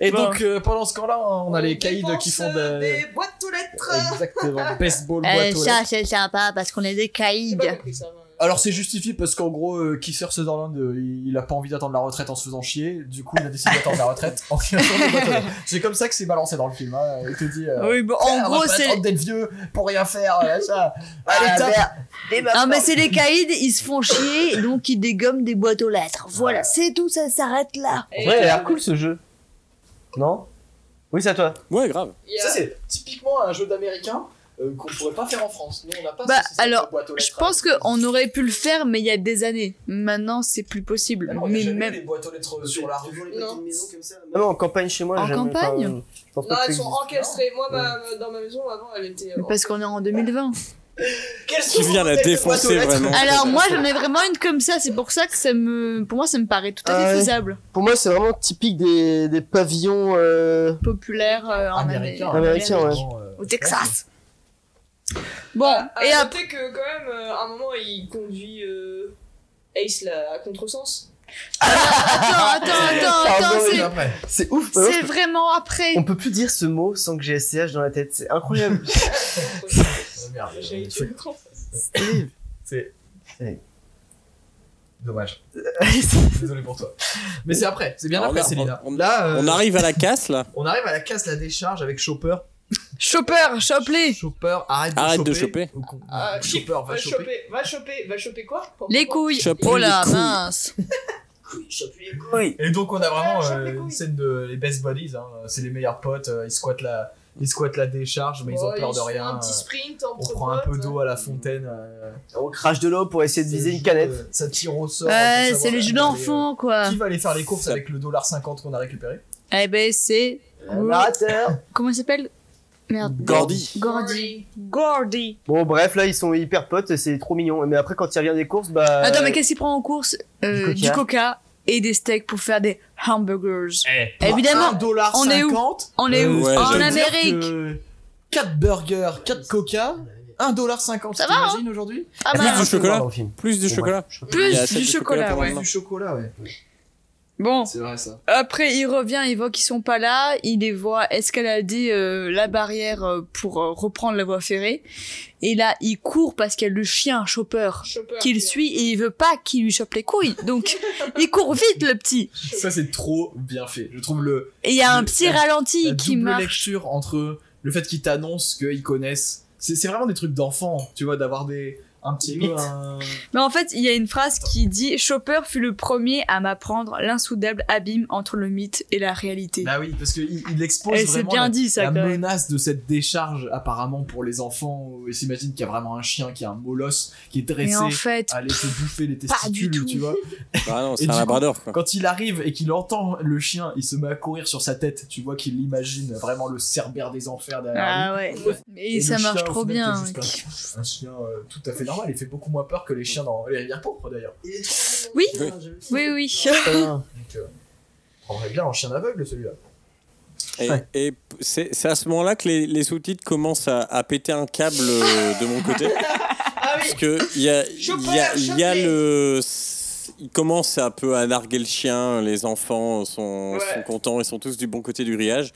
Speaker 1: et
Speaker 2: Bon.
Speaker 1: donc euh, pendant ce camp-là, on a les caïds
Speaker 6: dépense,
Speaker 1: qui font
Speaker 6: euh,
Speaker 1: de...
Speaker 6: des boîtes aux lettres.
Speaker 1: Exactement, baseball,
Speaker 2: Euh,
Speaker 1: boîte aux
Speaker 2: ça,
Speaker 1: lettres.
Speaker 2: c'est sympa parce qu'on est des
Speaker 6: J'ai pas
Speaker 2: caïds.
Speaker 6: compris ça, moi.
Speaker 1: Alors c'est justifié parce qu'en gros, euh, Kiefer Sutherland, euh, il a pas envie d'attendre la retraite en se faisant chier. Du coup, il a décidé d'attendre la retraite en faisant des boîtes aux lettres. C'est comme ça que c'est balancé dans le film. hein. Il te dit, euh,
Speaker 2: Oui, bon, en
Speaker 1: Ah, on va
Speaker 2: gros,
Speaker 1: pas
Speaker 2: c'est.
Speaker 1: attendre d'être vieux pour rien faire. euh, ça. Allez,
Speaker 5: Ah,
Speaker 1: tape.
Speaker 5: merde. Et ma
Speaker 2: Non, mais
Speaker 5: porte.
Speaker 2: c'est les caïds, ils se font chier, donc ils dégomment des boîtes aux lettres. Voilà, c'est tout, ça s'arrête là.
Speaker 5: En
Speaker 6: Et,
Speaker 5: vrai, il a
Speaker 6: euh,
Speaker 5: l'air cool ce jeu. Non Oui, c'est à toi.
Speaker 4: Ouais, grave.
Speaker 6: il y a-
Speaker 2: euh,
Speaker 1: Ça c'est typiquement un jeu d'américain euh, qu'on pourrait pas faire en France. Nous, on n'a pas.
Speaker 2: Bah,
Speaker 1: ce système
Speaker 2: alors,
Speaker 1: de boîte aux
Speaker 2: Je
Speaker 1: lettres. hein.
Speaker 2: pense qu'on aurait pu le faire, mais il y a des années. Maintenant, c'est plus
Speaker 1: Ah
Speaker 2: possible.
Speaker 1: non, il y a
Speaker 2: Mais
Speaker 1: jamais eu
Speaker 2: même.
Speaker 1: les boîtes aux lettres sur la rue.
Speaker 6: Non.
Speaker 5: Même en campagne chez moi,
Speaker 2: En
Speaker 5: j'ai jamais-
Speaker 2: campagne
Speaker 5: enfin, je pense pas
Speaker 6: Non,
Speaker 5: que
Speaker 6: elles
Speaker 5: ça
Speaker 6: sont
Speaker 5: existe.
Speaker 6: encastrées. Moi, ma- ma- dans ma maison, avant, euh, elle était.
Speaker 2: Mais parce qu'on est en 2020.
Speaker 4: Tu viens la défoncer vraiment.
Speaker 2: Alors moi j'en ai vraiment une comme ça, c'est pour ça que ça me pour moi ça me paraît tout à
Speaker 5: Ah
Speaker 2: fait
Speaker 5: ouais.
Speaker 2: faisable.
Speaker 5: Pour moi, c'est vraiment typique des, des pavillons. euh,
Speaker 2: Populaire euh, en
Speaker 1: Américain,
Speaker 2: Amérique.
Speaker 5: Américain, ouais.
Speaker 1: euh,
Speaker 2: Au Texas. Bon, et
Speaker 6: et à
Speaker 2: après
Speaker 6: noter que, quand même, euh, à un moment, il conduit euh, Ace là, à contresens.
Speaker 2: ah, attends attends attends
Speaker 5: Pardon,
Speaker 2: attends,
Speaker 5: mais
Speaker 2: c'est-
Speaker 1: Après.
Speaker 5: C'est ouf. par
Speaker 2: c'est
Speaker 5: exemple,
Speaker 2: vraiment après.
Speaker 5: On peut plus dire ce mot sans que j'ai SCH dans la tête. C'est incroyable.
Speaker 1: Ah, Merde,
Speaker 6: J'ai
Speaker 1: j'ai-
Speaker 6: été le contresens.
Speaker 1: C'est.
Speaker 5: C'est-
Speaker 1: Dommage. Désolé pour toi. Mais c'est après, c'est bien
Speaker 4: Alors
Speaker 1: après,
Speaker 4: là,
Speaker 1: Célina.
Speaker 4: on-
Speaker 1: là, euh,
Speaker 4: On arrive à la casse là.
Speaker 1: on arrive à la casse, la décharge avec Chopper.
Speaker 2: Chopper, Chopley,
Speaker 1: Chopper, arrête,
Speaker 4: Arrête
Speaker 1: de
Speaker 4: de
Speaker 1: choper.
Speaker 4: choper.
Speaker 1: Ou con-
Speaker 6: Ah,
Speaker 1: Chopper va,
Speaker 6: Va
Speaker 1: choper.
Speaker 6: choper, va choper, va choper quoi
Speaker 2: les couilles.
Speaker 4: Chope
Speaker 2: oh
Speaker 4: les
Speaker 2: là
Speaker 4: couilles.
Speaker 2: mince.
Speaker 1: Et donc on a vraiment
Speaker 6: Ah, chope
Speaker 1: euh,
Speaker 6: les couilles.
Speaker 1: une scène de les best buddies, hein. c'est les meilleurs potes, euh, ils squattent la, ils squattent la décharge, mais ils ont
Speaker 6: Ouais,
Speaker 1: peur de
Speaker 6: font
Speaker 1: rien.
Speaker 6: Un petit
Speaker 1: euh,
Speaker 6: sprint entre
Speaker 1: on prend un
Speaker 6: potes,
Speaker 1: peu
Speaker 6: hein.
Speaker 1: d'eau à la fontaine. euh,
Speaker 5: On crache de l'eau pour essayer de viser une canette.
Speaker 1: euh, Ça tire au sort. on
Speaker 2: Ouais,
Speaker 1: peut
Speaker 2: c'est
Speaker 1: savoir,
Speaker 2: les jeux
Speaker 1: euh,
Speaker 2: d'enfants quoi.
Speaker 1: Qui va aller faire les courses
Speaker 4: Ça-
Speaker 1: avec le dollar 50 qu'on a récupéré
Speaker 2: Eh ben c'est
Speaker 5: Euh, Narrateur.
Speaker 2: comment il s'appelle Merde.
Speaker 4: Euh, bah, Gordy.
Speaker 2: Gordy. Gordy.
Speaker 5: Bon, bref, là, ils sont hyper potes. et C'est trop mignon. Mais après, quand il revient des courses, bah.
Speaker 2: Euh, Attends
Speaker 4: euh,
Speaker 2: mais qu'est-ce qu'il prend en course Euh,
Speaker 5: du coca.
Speaker 2: Du coca et des steaks pour faire des hamburgers.
Speaker 1: Pour
Speaker 2: Évidemment,
Speaker 1: 1,50$,
Speaker 2: on est où On est où
Speaker 4: Ouais,
Speaker 2: En
Speaker 4: j'allais
Speaker 1: dire
Speaker 2: Amérique.
Speaker 1: 4 burgers, 4
Speaker 5: Ah,
Speaker 1: coca, 1,50$,
Speaker 2: Ça va, hein
Speaker 1: t'imagines aujourd'hui
Speaker 2: Ah
Speaker 4: Plus
Speaker 2: bah,
Speaker 4: du chocolat.
Speaker 5: Dans le film.
Speaker 4: Plus du
Speaker 5: Bon,
Speaker 4: chocolat.
Speaker 2: Plus
Speaker 4: Il y a
Speaker 2: du
Speaker 4: assez de
Speaker 2: chocolat,
Speaker 4: pour
Speaker 2: ouais.
Speaker 4: maintenant.
Speaker 1: Du chocolat, ouais.
Speaker 2: bon.
Speaker 1: C'est vrai ça.
Speaker 2: Après, il revient, il voit qu'ils sont pas là, il les voit escalader euh, la barrière euh, pour euh, reprendre la voie ferrée. Et là, il court parce qu'il y a le chien Chopper
Speaker 6: Chopper,
Speaker 2: qu'il
Speaker 6: qui-
Speaker 2: suit et il veut pas qu'il lui chope les couilles. Donc, il court vite, le petit.
Speaker 1: Ça, c'est trop bien fait. Je trouve le,
Speaker 2: Et il y a un
Speaker 1: Le-
Speaker 2: petit
Speaker 1: la- la
Speaker 2: ralenti qui
Speaker 1: double
Speaker 2: marche.
Speaker 1: lecture entre le fait qu'ils t'annoncent qu'ils connaissent. C'est c'est vraiment des trucs d'enfant, tu vois, d'avoir des. un petit
Speaker 8: Limite.
Speaker 1: peu un-
Speaker 2: Mais en fait, il y a une phrase qui dit Chopper fut le premier à m'apprendre l'insoudable abîme entre le mythe et la réalité.
Speaker 1: Bah oui, parce qu'il il expose
Speaker 2: Et Eh, c'est
Speaker 1: vraiment
Speaker 2: bien
Speaker 1: la,
Speaker 2: dit ça
Speaker 1: la
Speaker 2: quand même.
Speaker 1: menace de cette décharge apparemment pour les enfants. où Ils s'imaginent qu'il y a vraiment un chien qui a un molosse qui est dressé
Speaker 2: Et en fait,
Speaker 1: à aller se bouffer les
Speaker 2: pas du
Speaker 1: testicules,
Speaker 2: tout.
Speaker 1: tu vois.
Speaker 4: Ah non,
Speaker 1: Et
Speaker 4: c'est
Speaker 1: du
Speaker 4: un
Speaker 1: coup-
Speaker 4: labrador, quoi.
Speaker 1: Quand il arrive et qu'il entend le chien, il se met à courir sur sa tête. Tu vois qu'il imagine vraiment le cerbère des enfers derrière lui.
Speaker 2: ah ouais. Et,
Speaker 1: le
Speaker 2: ça
Speaker 1: chien,
Speaker 2: marche
Speaker 1: au final,
Speaker 2: trop bien. hein,
Speaker 1: c'est juste Un, un chien euh, tout à fait normal. Il fait beaucoup moins peur que les chiens dans les rivières pourpres d'ailleurs.
Speaker 2: Oui,
Speaker 4: Oui.
Speaker 5: Ah,
Speaker 2: oui, oui.
Speaker 1: Donc, euh, on prendrait bien en chien aveugle celui-là.
Speaker 4: Et, et p- c'est c'est à ce moment-là que les, les sous-titres commencent à, à péter un câble euh, de mon côté.
Speaker 6: Ah
Speaker 4: Parce
Speaker 6: oui,
Speaker 4: que il y a,
Speaker 6: Chopin,
Speaker 4: il y a- il y a
Speaker 6: Chopin.
Speaker 4: le. Il commence un peu à narguer le chien, les enfants sont,
Speaker 6: Ouais.
Speaker 4: sont contents, ils sont tous du bon côté du grillage.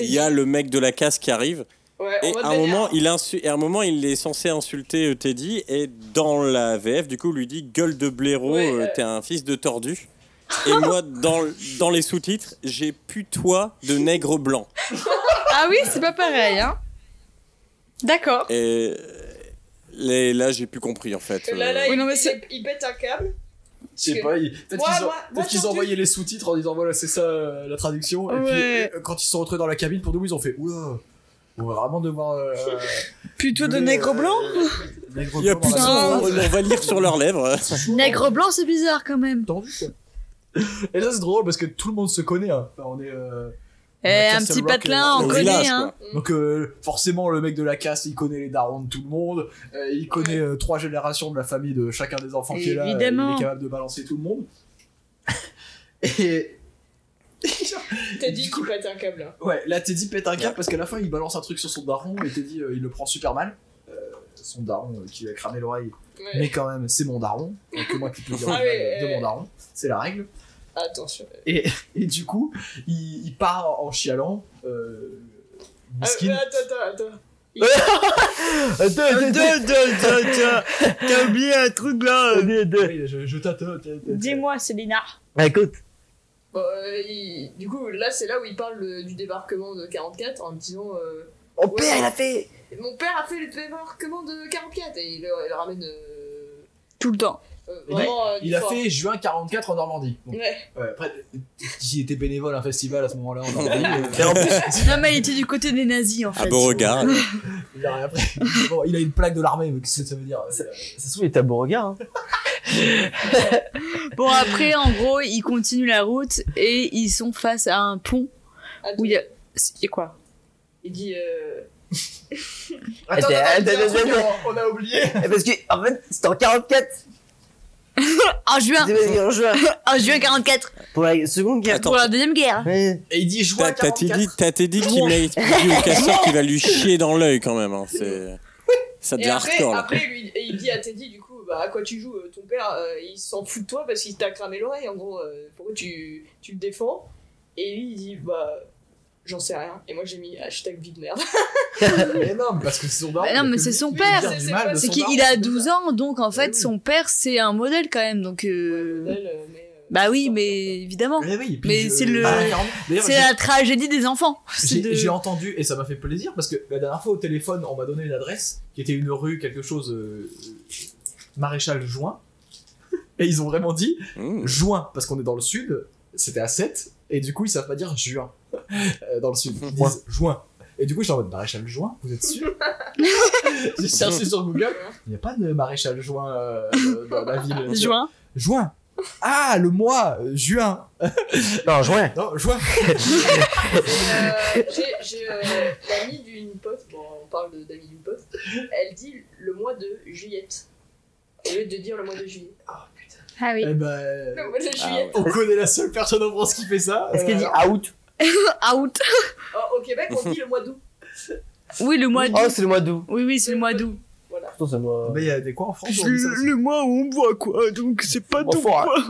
Speaker 4: Il y a le mec de la casse qui arrive,
Speaker 6: ouais, en
Speaker 4: et
Speaker 6: mode
Speaker 4: à, un
Speaker 6: vénère.
Speaker 4: moment, il insu- et à un moment, il est censé insulter euh, Teddy, et dans la VF, du coup, lui dit Gueule de blaireau,
Speaker 6: Ouais,
Speaker 4: euh,
Speaker 6: euh.
Speaker 4: t'es un fils de tordu. Et moi, dans, l- dans les sous-titres, j'ai putois de nègre blanc.
Speaker 2: Ah oui, c'est pas pareil, hein. D'accord.
Speaker 4: Et euh, les- là, j'ai plus compris en fait. euh.
Speaker 6: Parce que Là, là,
Speaker 2: Oui,
Speaker 6: il,
Speaker 2: non, mais
Speaker 6: il-
Speaker 2: c'est-
Speaker 6: il pète un câble.
Speaker 1: Je sais
Speaker 6: Parce
Speaker 1: pas, ils- peut-être
Speaker 6: Moi,
Speaker 1: qu'ils ont,
Speaker 6: moi,
Speaker 1: peut-être
Speaker 6: moi,
Speaker 1: qu'ils ont
Speaker 6: surtout-
Speaker 1: envoyé les sous-titres en disant voilà, c'est ça euh, la traduction. Et puis
Speaker 2: Ouais.
Speaker 1: euh, quand ils sont rentrés dans la cabine, pour nous, ils ont fait oula, on va vraiment devoir. euh,
Speaker 2: Plutôt de
Speaker 1: gueuler,
Speaker 2: nègre
Speaker 1: euh,
Speaker 2: blanc
Speaker 1: nègre
Speaker 4: Il y a
Speaker 1: blanc
Speaker 4: putain,
Speaker 1: dans la phrase.
Speaker 4: on, on va lire sur leurs lèvres.
Speaker 2: Nègre blanc, c'est bizarre quand même.
Speaker 1: Tendu, quoi. Et ça, c'est drôle parce que tout le monde se connaît. hein. Enfin, on est. euh,
Speaker 2: Eh,
Speaker 1: on a
Speaker 2: un
Speaker 1: Castle
Speaker 2: petit
Speaker 1: Rock,
Speaker 2: patelin,
Speaker 1: euh,
Speaker 2: on
Speaker 4: Au
Speaker 2: connaît,
Speaker 4: village,
Speaker 2: hein.
Speaker 1: Donc euh, forcément le mec de la casse il connaît les darons de tout le monde, Euh, il connaît euh, trois générations de la famille de chacun des enfants qui est là, Euh, il
Speaker 2: Évidemment.
Speaker 1: est capable de balancer tout le monde. Et
Speaker 6: T'as dit qu'il pète un câble. hein.
Speaker 1: ouais, là Teddy pète un câble
Speaker 4: Ouais.
Speaker 1: parce qu'à la fin il balance un truc sur son daron et Teddy euh, il le prend super mal. Euh, son daron euh, qui lui a cramé l'oreille.
Speaker 6: Ouais.
Speaker 1: Mais quand même c'est mon daron, donc c'est moi qui peux dire
Speaker 6: Ah
Speaker 1: du mal
Speaker 6: ouais,
Speaker 1: de
Speaker 6: ouais.
Speaker 1: mon daron, c'est la règle.
Speaker 6: Attention.
Speaker 1: Et du coup il, il part en chialant. Euh,
Speaker 6: Ah,
Speaker 1: Miskin.
Speaker 6: mais attends, attends, attends.
Speaker 5: Attends, attends, attends, attends, t'as oublié un truc là.
Speaker 1: Oui, je, je t'attends.
Speaker 2: Dis-moi, Célina.
Speaker 5: Bah, écoute.
Speaker 6: Bon, euh, il- Du coup, là, c'est là où il parle euh, du débarquement de 44 en disant. euh,
Speaker 5: Mon
Speaker 6: Ouais.
Speaker 5: père, il a fait.
Speaker 6: Mon père a fait le débarquement de 44 et il le, il le ramène euh,
Speaker 2: Tout le temps.
Speaker 6: euh,
Speaker 1: Et
Speaker 6: vraiment. euh, du
Speaker 1: Il a
Speaker 6: fort.
Speaker 1: fait juin 44 en Normandie. Donc,
Speaker 6: Ouais.
Speaker 1: ouais, après, j'y étais bénévole à un festival à ce moment-là en Normandie.
Speaker 4: Et en plus,
Speaker 2: Non, mais il était du côté des nazis,
Speaker 1: Ah
Speaker 2: en
Speaker 4: à
Speaker 2: fait.
Speaker 4: beau regard.
Speaker 1: il, a rien pris. Bon, il a une plaque de l'armée, mais qu'est-ce que ça veut dire euh,
Speaker 5: Ça se trouve, il était à Beauregard. Hein.
Speaker 2: Bon, après, en gros, ils continuent la route et ils sont face à un pont
Speaker 6: Attends,
Speaker 2: où il y a. C'est quoi
Speaker 6: Il dit. euh,
Speaker 5: Attends, attends, attends, attends,
Speaker 1: on a oublié.
Speaker 5: Eh, Parce que, en fait, c'était en 44.
Speaker 2: En juin
Speaker 5: C'était en juin.
Speaker 2: En juin 44
Speaker 5: Pour la seconde guerre.
Speaker 2: Pour la deuxième guerre
Speaker 5: Ouais.
Speaker 1: Et il dit juin
Speaker 4: T'as t'as
Speaker 1: 44.
Speaker 4: Teddy, t'as Teddy qui mérite plus au casseur qui va lui chier dans l'œil quand même. hein. C'est- Ça
Speaker 6: Et
Speaker 4: devient
Speaker 6: après,
Speaker 4: hardcore là.
Speaker 6: après lui, et il dit à Teddy, du coup, bah, à quoi tu joues euh, Ton père, euh, il s'en fout de toi parce qu'il t'a cramé l'oreille, en gros. euh, pourquoi tu, tu le défends Et lui, il dit, bah, j'en sais rien. Et moi, j'ai mis hashtag vie de merde.
Speaker 1: Mais non, mais parce que c'est son daron.
Speaker 2: Bah non, mais
Speaker 1: que
Speaker 2: c'est
Speaker 1: lui,
Speaker 2: son
Speaker 1: il
Speaker 2: père.
Speaker 1: vient du
Speaker 6: C'est-
Speaker 1: mal
Speaker 6: c'est
Speaker 1: de
Speaker 6: pas-
Speaker 2: C'est
Speaker 1: son
Speaker 2: qu'il
Speaker 1: daron.
Speaker 2: il a 12 ans, donc en
Speaker 1: Eh
Speaker 2: fait,
Speaker 1: oui.
Speaker 2: son père, c'est un modèle quand même, donc. euh,
Speaker 6: Elle, euh, mais, euh,
Speaker 2: Bah oui, mais évidemment.
Speaker 1: Mais oui, puis
Speaker 2: Mais
Speaker 1: je-
Speaker 2: c'est le-
Speaker 1: Ah, pardon. D'ailleurs,
Speaker 2: C'est
Speaker 1: j'ai-
Speaker 2: la tragédie des enfants. C'est
Speaker 1: J'ai
Speaker 2: de-
Speaker 1: j'ai entendu et ça m'a fait plaisir parce que la dernière fois au téléphone, on m'a donné une adresse qui était une rue, quelque chose, euh, maréchal juin. Et ils ont vraiment dit
Speaker 4: Mmh.
Speaker 1: juin parce qu'on est dans le sud, c'était à 7 et du coup ils savent pas dire juin euh, dans le sud. Ils disent juin. Et du coup j'étais en mode maréchal juin, vous êtes sûr J'ai cherché sur Google, il n'y a pas de maréchal juin euh, euh, dans la ville.
Speaker 2: Juin.
Speaker 1: Juin. Ah le mois euh, juin.
Speaker 5: Non, juin.
Speaker 1: Non juin.
Speaker 6: Euh, j'ai- j'ai euh, l'amie d'une pote, bon, on parle de- d'amie d'une pote, elle dit le mois de Juliette. Au lieu de dire le mois de juillet.
Speaker 2: Ah oui.
Speaker 1: Eh ben,
Speaker 6: Le mois de
Speaker 4: Ah
Speaker 6: juillet.
Speaker 1: on connaît la seule personne en France qui fait ça.
Speaker 5: Est-ce qu'il dit out
Speaker 2: Out.
Speaker 6: Oh, au Québec, on dit le mois d'août.
Speaker 2: Oui, le mois
Speaker 5: Oh,
Speaker 2: d'août.
Speaker 5: c'est le mois d'août.
Speaker 2: Oui, oui, c'est le mois d'août.
Speaker 5: Putain, c'est le mois.
Speaker 1: Euh, Oh, Mais il y a des quoi en France où on dit ça aussi
Speaker 2: mois où on boit, quoi. Donc, c'est pas
Speaker 5: Bon, fort, hein.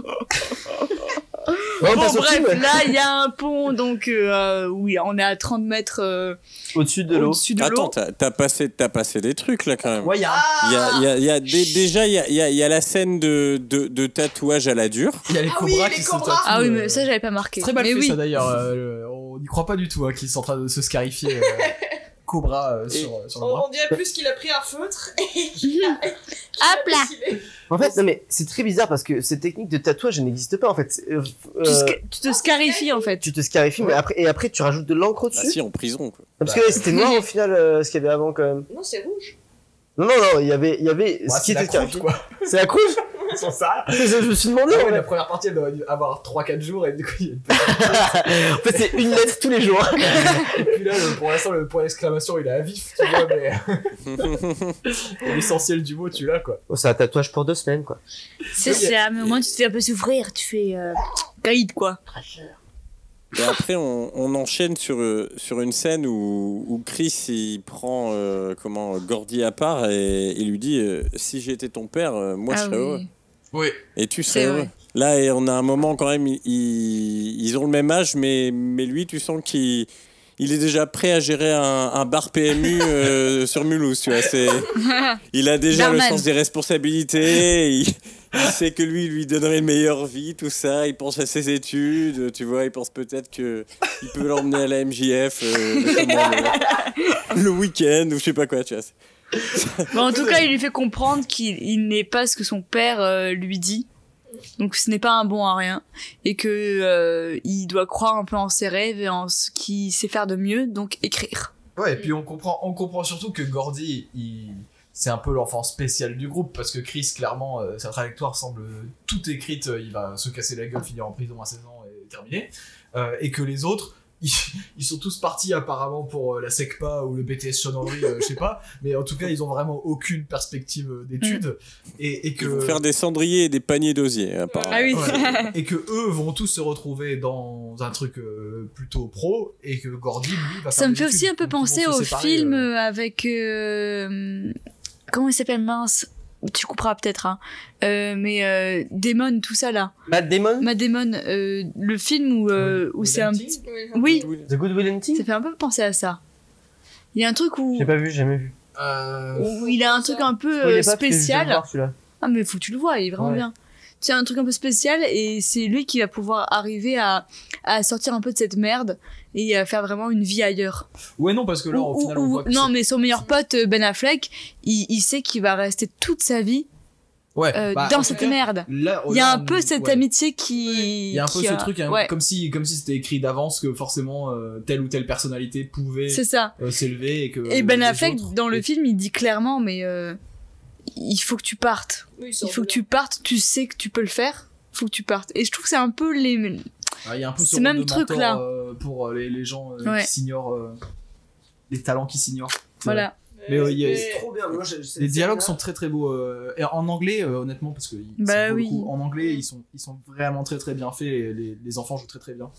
Speaker 5: Non,
Speaker 2: Bon,
Speaker 5: passe au
Speaker 2: bref,
Speaker 5: film.
Speaker 2: là, il y a un pont, donc, euh, euh, oui, on est à 30 mètres euh,
Speaker 5: Au-dessus de l'eau.
Speaker 2: au-dessus de
Speaker 4: Attends,
Speaker 2: l'eau.
Speaker 4: t'as t'as passé, t'as passé des trucs là quand même.
Speaker 1: Ouais, il y a,
Speaker 4: Il y a- il y a- il y a dé- déjà, il y a, il y a- il y a la scène de, de, de tatouage à la dure.
Speaker 1: il y a les
Speaker 6: Ah oui,
Speaker 1: cobras
Speaker 6: les
Speaker 1: qui se
Speaker 6: cobras.
Speaker 1: tatouent,
Speaker 2: Ah oui,
Speaker 1: euh,
Speaker 2: mais ça, j'avais pas marqué.
Speaker 1: C'est très mal
Speaker 2: mais
Speaker 1: fait
Speaker 2: oui.
Speaker 1: ça d'ailleurs. euh, le- on n'y croit pas du tout hein, qu'ils sont en train de se scarifier. euh, cobra euh,
Speaker 4: Et-
Speaker 1: sur, euh, sur
Speaker 6: On,
Speaker 1: le bras.
Speaker 6: on dirait plus qu'il a pris un feutre et qu'il a- qu'il a
Speaker 2: Hop là.
Speaker 6: dessiné.
Speaker 5: En fait, non mais c'est très bizarre parce que cette technique de tatouage elle n'existe pas en fait. C'est, euh, euh,
Speaker 2: Tu, sca- tu te scarifies en fait.
Speaker 5: tu te scarifies mais après, et après tu rajoutes de l'encre
Speaker 4: Ah
Speaker 5: dessus.
Speaker 4: si, en prison. Quoi.
Speaker 5: Parce que c'était noir au final euh, ce qu'il y avait avant quand même.
Speaker 6: Non, c'est rouge.
Speaker 5: Non, non, non, il y avait, il y avait
Speaker 1: Ouais,
Speaker 5: ce qui
Speaker 1: c'est la
Speaker 5: était
Speaker 1: croûte,
Speaker 5: scarifié.
Speaker 1: quoi.
Speaker 5: C'est la croûte
Speaker 1: Sans ça.
Speaker 5: C'est ça que Je me suis demandé
Speaker 1: Ah ouais,
Speaker 5: en fait.
Speaker 1: la première partie, elle doit avoir 3-4 jours, et du coup, il y a une
Speaker 5: En fait, c'est une lettre tous les jours.
Speaker 1: Et puis là, le- pour l'instant, le point d'exclamation, il est à vif, tu vois, mais euh, l'essentiel du mot, tu l'as, quoi.
Speaker 5: Oh, c'est un tatouage pour deux semaines, quoi.
Speaker 2: C'est ça, mais au moins tu te fais un peu souffrir, tu fais euh, caïd quoi.
Speaker 4: Et après, on, on enchaîne sur, euh, sur une scène où, où Chris il prend euh, comment, Gordy à part et il lui dit euh, Si j'étais ton père, euh, moi je
Speaker 2: Ah
Speaker 4: serais
Speaker 2: oui.
Speaker 4: heureux.
Speaker 1: Oui.
Speaker 4: Et tu
Speaker 2: C'est
Speaker 4: serais heureux.
Speaker 2: vrai.
Speaker 4: Là, et on a un moment quand même, ils- ils, ils ont le même âge, mais, mais lui, tu sens qu'il il est déjà prêt à gérer un, un bar PMU euh, sur Mulhouse. Tu vois, c'est, il a déjà
Speaker 2: Barman.
Speaker 4: le sens des responsabilités. Il, il sait que lui, il lui donnerait une meilleure vie, tout ça. Il pense à ses études, tu vois. Il pense peut-être que il peut l'emmener à la MJF euh, notamment le, le week-end ou je sais pas quoi. Tu vois.
Speaker 2: Bon, en tout cas, il lui fait comprendre qu'il il n'est pas ce que son père euh, lui dit. Donc ce n'est pas un bon à rien et que euh, il doit croire un peu en ses rêves et en ce qu'il sait faire de mieux, donc écrire.
Speaker 1: Ouais, et puis on comprend, on comprend surtout que Gordy, il... c'est un peu l'enfant spécial du groupe, parce que Chris, clairement, euh, sa trajectoire semble toute écrite, euh, il va se casser la gueule, finir en prison à 16 ans et terminer. Euh, et que les autres, ils, ils sont tous partis apparemment pour euh, la SECPA ou le BTS Chonnery, euh, je sais pas, mais en tout cas, ils ont vraiment aucune perspective euh, d'études.
Speaker 2: Mm.
Speaker 1: Et, et que...
Speaker 4: Ils vont faire des cendriers et des paniers d'osier, hein, apparemment.
Speaker 2: Ah oui.
Speaker 1: Ouais. et que eux vont tous se retrouver dans un truc euh, plutôt pro et que Gordy lui va faire
Speaker 2: Ça me
Speaker 1: des
Speaker 2: fait aussi
Speaker 1: études.
Speaker 2: un peu
Speaker 1: Donc, ils vont
Speaker 2: penser
Speaker 1: se
Speaker 2: au
Speaker 1: séparer,
Speaker 2: film
Speaker 1: euh.
Speaker 2: euh, avec euh, comment il s'appelle mince, tu couperas peut-être hein. Euh, mais euh, Damon tout ça là.
Speaker 5: Matt Damon
Speaker 2: Ma Damon euh, le film où euh,
Speaker 1: Oui.
Speaker 2: où c'est un
Speaker 1: Dating.
Speaker 2: petit
Speaker 6: Oui.
Speaker 2: oui,
Speaker 5: The Good Will
Speaker 2: ça
Speaker 5: Hunting
Speaker 2: fait un peu penser à ça. Il y a un truc où
Speaker 5: J'ai pas vu, j'ai jamais vu.
Speaker 1: Euh,
Speaker 2: où il a un truc un peu
Speaker 5: Spoilez
Speaker 2: euh,
Speaker 5: pas, parce que je viens de
Speaker 2: spécial.
Speaker 5: voir celui-là.
Speaker 2: Ah mais faut que tu le vois, il est vraiment
Speaker 5: Ouais.
Speaker 2: bien. C'est un truc un peu spécial et c'est lui qui va pouvoir arriver à, à sortir un peu de cette merde et à faire vraiment une vie ailleurs.
Speaker 1: ouais non parce que là au
Speaker 2: Ou-
Speaker 1: final
Speaker 2: ou-
Speaker 1: on
Speaker 2: ou-
Speaker 1: voit que
Speaker 2: non
Speaker 1: c'est-
Speaker 2: mais son meilleur pote euh, Ben Affleck, il, il sait qu'il va rester toute sa vie
Speaker 1: ouais,
Speaker 2: euh,
Speaker 1: bah, en
Speaker 2: dans
Speaker 1: tout
Speaker 2: cette
Speaker 1: cas,
Speaker 2: merde.
Speaker 1: là,
Speaker 2: Il y a
Speaker 1: là,
Speaker 2: un
Speaker 1: on-
Speaker 2: peu cette
Speaker 1: ouais.
Speaker 2: amitié qui...
Speaker 1: il y a un peu
Speaker 2: qui
Speaker 1: ce truc hein,
Speaker 2: ouais.
Speaker 1: comme si comme si c'était écrit d'avance que forcément euh, telle ou telle personnalité pouvait
Speaker 2: C'est ça.
Speaker 1: euh, s'élever et que
Speaker 2: Et Ben
Speaker 1: les
Speaker 2: Affleck,
Speaker 1: autres-
Speaker 2: dans le film, il dit clairement, mais euh, il faut que tu partes.
Speaker 6: Oui,
Speaker 2: Il faut que tu partes, tu sais que tu peux le faire, faut que tu partes. Et je trouve que c'est un peu les.
Speaker 1: Ah, il y a un peu ce
Speaker 2: C'est
Speaker 1: rôle
Speaker 2: même
Speaker 1: de
Speaker 2: truc,
Speaker 1: mentor,
Speaker 2: là.
Speaker 1: euh, pour euh, les, les gens euh,
Speaker 2: Ouais.
Speaker 1: qui s'ignorent euh, les talents qui s'ignorent
Speaker 2: Voilà.
Speaker 1: mais euh, il y a-
Speaker 5: Trop bien, moi je.
Speaker 1: Les dialogues sont très très beaux. euh, et en anglais, euh, honnêtement, parce que ils-
Speaker 2: Bah
Speaker 1: c'est pour le
Speaker 2: oui.
Speaker 1: coup, en anglais, ils sont, ils sont vraiment très très bien faits. et les, les enfants jouent très très bien.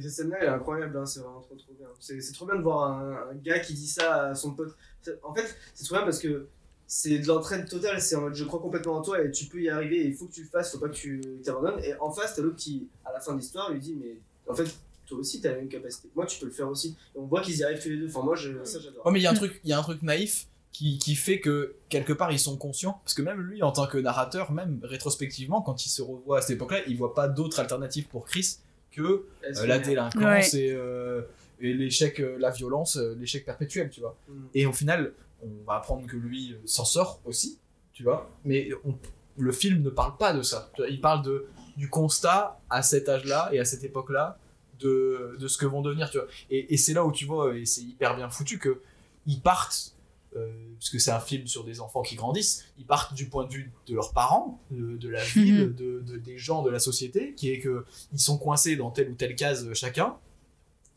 Speaker 5: Cette scène-là, elle est incroyable, hein, c'est vraiment trop trop bien. C'est c'est trop bien de voir un, un gars qui dit ça à son pote. C'est- En fait, c'est trop bien parce que c'est de l'entraide totale, c'est en mode je crois complètement en toi et tu peux y arriver, et il faut que tu le fasses, faut pas que tu t'abandonnes. Et en face, t'as l'autre qui, à la fin de l'histoire, lui dit mais en fait, toi aussi t'as la même capacité, moi tu peux le faire aussi. Et on voit qu'ils y arrivent tous les deux, enfin moi je, ça j'adore.
Speaker 1: Ouais, Oh, mais il y a un
Speaker 2: Mm.
Speaker 1: truc, il y a un truc naïf qui, qui fait que quelque part ils sont conscients, parce que même lui, en tant que narrateur, même rétrospectivement, quand il se revoit à cette époque-là, il voit pas d'autre alternative pour Chris que euh,
Speaker 5: Elles sont
Speaker 1: la
Speaker 5: bien.
Speaker 1: délinquance et, euh, et l'échec, euh, la violence, euh, l'échec perpétuel, tu vois.
Speaker 5: Mm.
Speaker 1: Et au final, on va apprendre que lui euh, s'en sort aussi, tu vois. Mais on- le film ne parle pas de ça. Tu vois, Il parle de, du constat à cet âge-là et à cette époque-là de, de ce que vont devenir, tu vois. Et, et c'est là où tu vois, et c'est hyper bien foutu, que ils partent, euh, parce que c'est un film sur des enfants qui grandissent, ils partent du point de vue de leurs parents, de, de la ville, de, de- des gens, de la société, qui est que ils sont coincés dans telle ou telle case euh, chacun,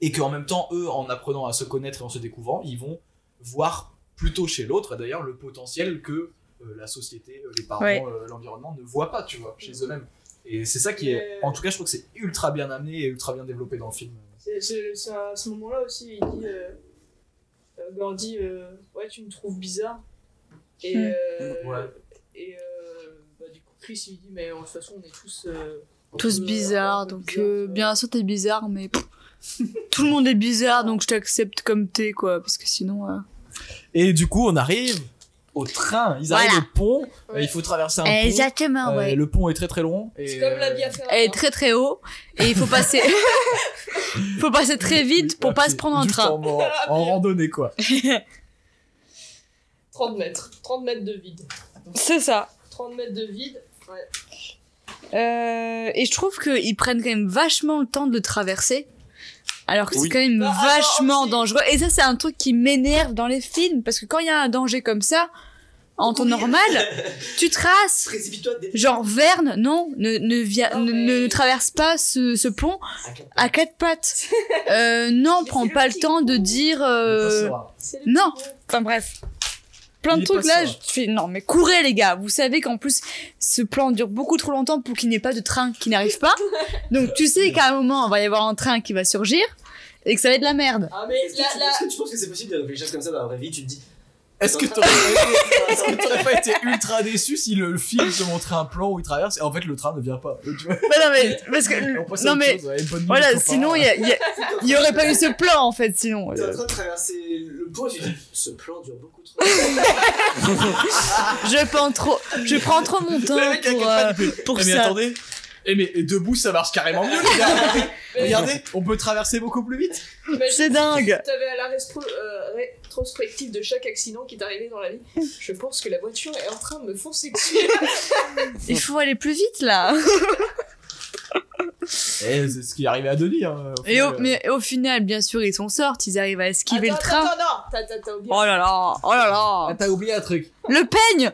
Speaker 1: et qu'en même temps, eux, en apprenant à se connaître et en se découvrant, ils vont voir plutôt chez l'autre, d'ailleurs, le potentiel que euh, la société, euh, les parents,
Speaker 2: Ouais.
Speaker 1: euh, l'environnement ne voient pas, tu vois, chez eux-mêmes. Et c'est ça qui est.
Speaker 6: Mais-
Speaker 1: En tout cas, je trouve que c'est ultra bien amené et ultra bien développé dans le film.
Speaker 6: C'est- C'est c'est à ce moment-là aussi, il dit euh, euh, Gordy, euh, ouais, tu me trouves bizarre. Et,
Speaker 2: Hmm.
Speaker 6: euh,
Speaker 1: Ouais.
Speaker 6: et euh, bah, du coup, Chris, il dit, mais de toute façon, on est tous. euh, un
Speaker 2: Tous
Speaker 6: peu-
Speaker 2: bizarres,
Speaker 6: un peu
Speaker 2: donc
Speaker 6: bizarres,
Speaker 2: euh,
Speaker 6: tu
Speaker 2: bien
Speaker 6: vois.
Speaker 2: sûr t'es bizarre, mais pff, tout le monde est bizarre, donc je t'accepte comme t'es, quoi, parce que sinon. euh,
Speaker 1: Et du coup, on arrive au train. Ils arrivent
Speaker 2: Voilà. Eh,
Speaker 1: au pont.
Speaker 6: Ouais.
Speaker 1: Euh, Il faut traverser un pont.
Speaker 2: Exactement,
Speaker 1: Euh, Le pont est très très long. et,
Speaker 6: C'est comme la
Speaker 1: euh,
Speaker 6: vie à faire. hein.
Speaker 2: Elle est très très haut et il faut passer. Faut passer très vite pour pas se prendre un
Speaker 1: Juste
Speaker 2: train.
Speaker 1: En, en- en randonnée, quoi.
Speaker 6: 30 mètres. 30 mètres de vide.
Speaker 2: C'est ça.
Speaker 6: 30 mètres de vide. Ouais.
Speaker 2: Euh, et je trouve qu'ils prennent quand même vachement le temps de le traverser. Alors que
Speaker 4: Oui.
Speaker 2: c'est quand même
Speaker 6: Bah, attends,
Speaker 2: vachement
Speaker 6: aussi.
Speaker 2: dangereux. Et ça, c'est un truc qui m'énerve dans les films. Parce que quand il y a un danger comme ça, en temps normal, tu traces.
Speaker 5: Précipite-toi des...
Speaker 2: Genre, Verne, non, ne, ne, via-
Speaker 6: Non,
Speaker 2: ne-
Speaker 6: mais-
Speaker 2: ne traverse pas ce, ce pont
Speaker 6: Ah,
Speaker 2: à quatre pattes. Euh, non, prends
Speaker 6: c'est
Speaker 2: pas
Speaker 6: le
Speaker 2: le temps de dire. euh,
Speaker 6: C'est le
Speaker 2: Non.
Speaker 6: petit mot.
Speaker 2: Enfin bref. Plein
Speaker 1: Il
Speaker 2: de
Speaker 1: est
Speaker 2: trucs
Speaker 1: pas
Speaker 2: là, je
Speaker 1: serein.
Speaker 2: fais non mais courez les gars, vous savez qu'en plus ce plan dure beaucoup trop longtemps pour qu'il n'y ait pas de train qui n'arrive pas. Donc tu sais qu'à un moment il va y avoir un train qui va surgir et que ça va être de la merde.
Speaker 6: Ah, mais
Speaker 5: Est-ce que,
Speaker 6: là,
Speaker 5: tu-
Speaker 6: là.
Speaker 5: est-ce que tu penses que c'est possible de réfléchir comme ça dans la vraie vie Tu te dis.
Speaker 1: Est-ce que t'aurais est-ce que t'aurais pas été ultra déçu si le film te montrait un plan où il traverse et en fait le train ne vient pas Tu vois
Speaker 2: Bah, non mais parce
Speaker 1: On passe
Speaker 2: que
Speaker 1: à
Speaker 2: non
Speaker 1: autre
Speaker 2: mais
Speaker 1: chose, ouais, une bonne nuit,
Speaker 2: voilà,
Speaker 1: copain.
Speaker 2: sinon il y, a- il y a- il y aurait pas eu ce plan en fait sinon.
Speaker 5: T'es en train de traverser le pont et tu te dis. Ce plan dure beaucoup trop.
Speaker 2: Je prends trop, je prends trop mon temps
Speaker 1: Le mec avec
Speaker 2: pour,
Speaker 1: quatre
Speaker 2: euh,
Speaker 1: pattes, il fait,
Speaker 2: pour
Speaker 1: Eh, mais
Speaker 2: ça.
Speaker 1: attendez Eh mais et debout ça marche carrément mieux les gars Regardez, on peut traverser beaucoup plus vite
Speaker 6: euh, Imagine
Speaker 2: C'est dingue.
Speaker 6: si T'avais à la respro- euh, rétrospective de chaque accident qui t'est arrivé dans la vie. Je pense que la voiture est en train de me foncer dessus.
Speaker 2: Il faut aller plus vite là.
Speaker 1: Eh, c'est ce qui est arrivé à Denis hein, au
Speaker 2: Et au,
Speaker 1: final.
Speaker 2: mais au final bien sûr ils s'en sortent, ils arrivent à esquiver
Speaker 6: attends,
Speaker 2: le train.
Speaker 6: Attends, non, t'as- t'as t'as oublié.
Speaker 2: Oh là là, oh là là.
Speaker 1: Ah, T'as oublié un truc
Speaker 2: Le peigne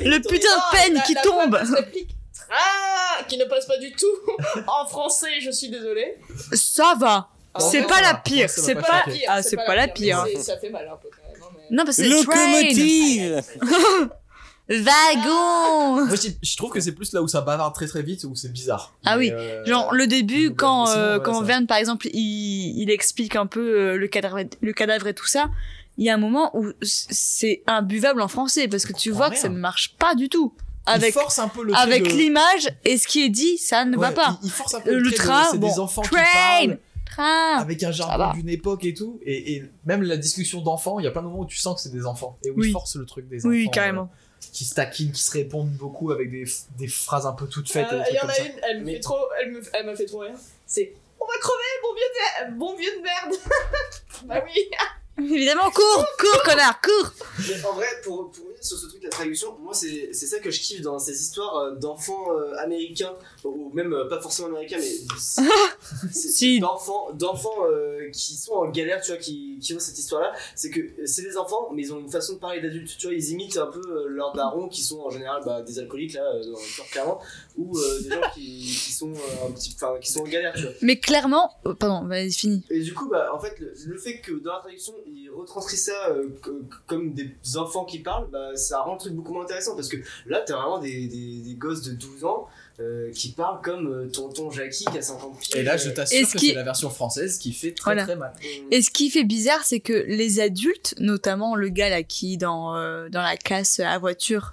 Speaker 2: Le
Speaker 6: Non,
Speaker 2: putain de peigne
Speaker 6: la-
Speaker 2: qui
Speaker 6: Ah, la
Speaker 2: tombe
Speaker 6: fameuse réplique, Ah, qui ne passe pas du tout en français, je suis désolée.
Speaker 2: Ça va
Speaker 6: Ah,
Speaker 2: C'est
Speaker 6: ouais,
Speaker 2: pas
Speaker 1: Oh, ça
Speaker 2: la
Speaker 1: va.
Speaker 2: pire,
Speaker 1: Moi, ça m'a
Speaker 2: c'est
Speaker 1: pas
Speaker 2: pas...
Speaker 1: choqué.
Speaker 2: Ah, c'est pas la pire.
Speaker 6: mais c'est- Ça fait mal un peu quand même. hein, mais-
Speaker 2: Non, parce que c'est train
Speaker 4: Locomotive
Speaker 2: Wagon
Speaker 1: Moi, je, je trouve que c'est plus là où ça bavarde très très vite, où c'est bizarre.
Speaker 2: Ah
Speaker 1: Mais,
Speaker 2: oui,
Speaker 1: euh,
Speaker 2: Genre, le début,
Speaker 1: Ouais,
Speaker 2: quand,
Speaker 1: mais sinon,
Speaker 2: euh,
Speaker 1: ouais,
Speaker 2: quand
Speaker 1: ça.
Speaker 2: Verne, par exemple, il, il explique un peu euh, le, cadavre, le cadavre et tout ça, il y a un moment où c- c'est imbuvable en français, parce que tu
Speaker 1: comprends
Speaker 2: vois que
Speaker 1: rien.
Speaker 2: ça ne marche pas du tout.
Speaker 1: hein. il
Speaker 2: Avec,
Speaker 1: force un peu le trait
Speaker 2: avec
Speaker 1: de-
Speaker 2: l'image et ce qui est dit, ça ne va
Speaker 1: Ouais,
Speaker 2: pas.
Speaker 1: Il, il force un peu
Speaker 2: Le,
Speaker 1: le, trait de-
Speaker 2: train,
Speaker 1: c'est des
Speaker 2: bon,
Speaker 1: enfants qui
Speaker 2: train
Speaker 1: parlent Ah,
Speaker 2: Train
Speaker 1: avec un
Speaker 2: va.
Speaker 1: jargon d'une époque et tout, et, et même la discussion d'enfants, il y a plein de moments où tu sens que c'est des enfants et où
Speaker 2: Oui.
Speaker 1: ils forcent le truc des enfants.
Speaker 2: Oui, carrément.
Speaker 1: euh, qui se taquinent, qui se répondent beaucoup avec des, des phrases un peu toutes faites. et des
Speaker 6: Euh, Il
Speaker 1: trucs
Speaker 6: y en
Speaker 1: comme
Speaker 6: a
Speaker 1: ça.
Speaker 6: une, elle me fait trop, elle me, elle m'a fait trop rire. C'est on va crever, bon vieux de, bon vieux de merde. bah oui.
Speaker 2: Évidemment, cours, cours, connard, cours
Speaker 5: Mais en vrai, pour, pour revenir sur ce truc de la traduction, moi c'est c'est ça que je kiffe dans ces histoires euh, d'enfants euh, américains, ou même euh, pas forcément américains, mais c'est- c'est-
Speaker 2: Si.
Speaker 5: d'enfants d'enfants euh, qui sont en galère, tu vois, qui, qui ont cette histoire-là. C'est que euh, c'est des enfants, mais ils ont une façon de parler d'adultes, tu vois, ils imitent un peu euh, leurs darons qui sont en général bah, des alcooliques, là, euh, dans le corps, clairement, ou euh, des gens qui, qui sont, euh, un petit, enfin, qui sont en galère, tu vois.
Speaker 2: Mais clairement, euh, pardon, vas-y, fini.
Speaker 5: Et du coup, bah, en fait, le, le fait que dans la traduction, ils retranscrivent ça euh, co- comme des enfants qui parlent, bah, ça rend le truc beaucoup moins intéressant parce que là, t'as vraiment des, des, des gosses de 12 ans euh, qui parlent comme euh, tonton Jackie qui a 50 piges.
Speaker 1: Et là, je
Speaker 2: Et
Speaker 1: t'assure
Speaker 2: ce
Speaker 1: que
Speaker 2: qui-
Speaker 1: c'est la version française qui fait très
Speaker 2: Voilà.
Speaker 1: très mal.
Speaker 2: Et ce qui fait bizarre, c'est que les adultes, notamment le gars là qui est dans, euh, dans la casse à voiture,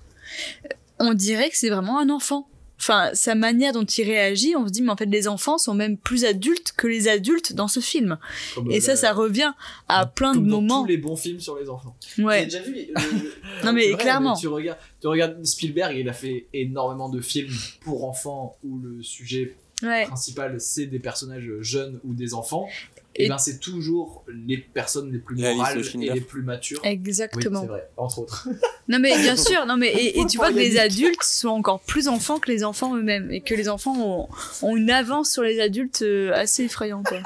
Speaker 2: euh, on dirait que c'est vraiment un enfant. Enfin, sa manière dont il réagit, on se dit, mais en fait, les enfants sont même plus adultes que les adultes dans ce film.
Speaker 1: Comme,
Speaker 2: Et
Speaker 1: euh,
Speaker 2: ça, ça revient à
Speaker 1: comme
Speaker 2: plein de
Speaker 1: dans
Speaker 2: moments.
Speaker 1: tous les bons films sur les enfants.
Speaker 5: J'ai
Speaker 2: Ouais.
Speaker 5: déjà vu. le-
Speaker 2: Non, mais
Speaker 1: C'est vrai,
Speaker 2: clairement.
Speaker 1: mais tu, regardes, tu regardes Spielberg, il a fait énormément de films pour enfants où le sujet
Speaker 2: Ouais.
Speaker 1: principal c'est des personnages jeunes ou des enfants. Et,
Speaker 2: Et-
Speaker 1: ben c'est toujours les personnes les plus
Speaker 4: La liste
Speaker 1: morales
Speaker 4: de
Speaker 1: et
Speaker 4: Schindler.
Speaker 1: les plus matures. Oui,
Speaker 2: Exactement.
Speaker 1: c'est vrai, entre autres.
Speaker 2: Non mais bien sûr, non mais et, et tu vois que les adultes sont encore plus enfants que les enfants eux-mêmes et que les enfants ont, ont une avance sur les adultes euh, assez effrayante. quoi.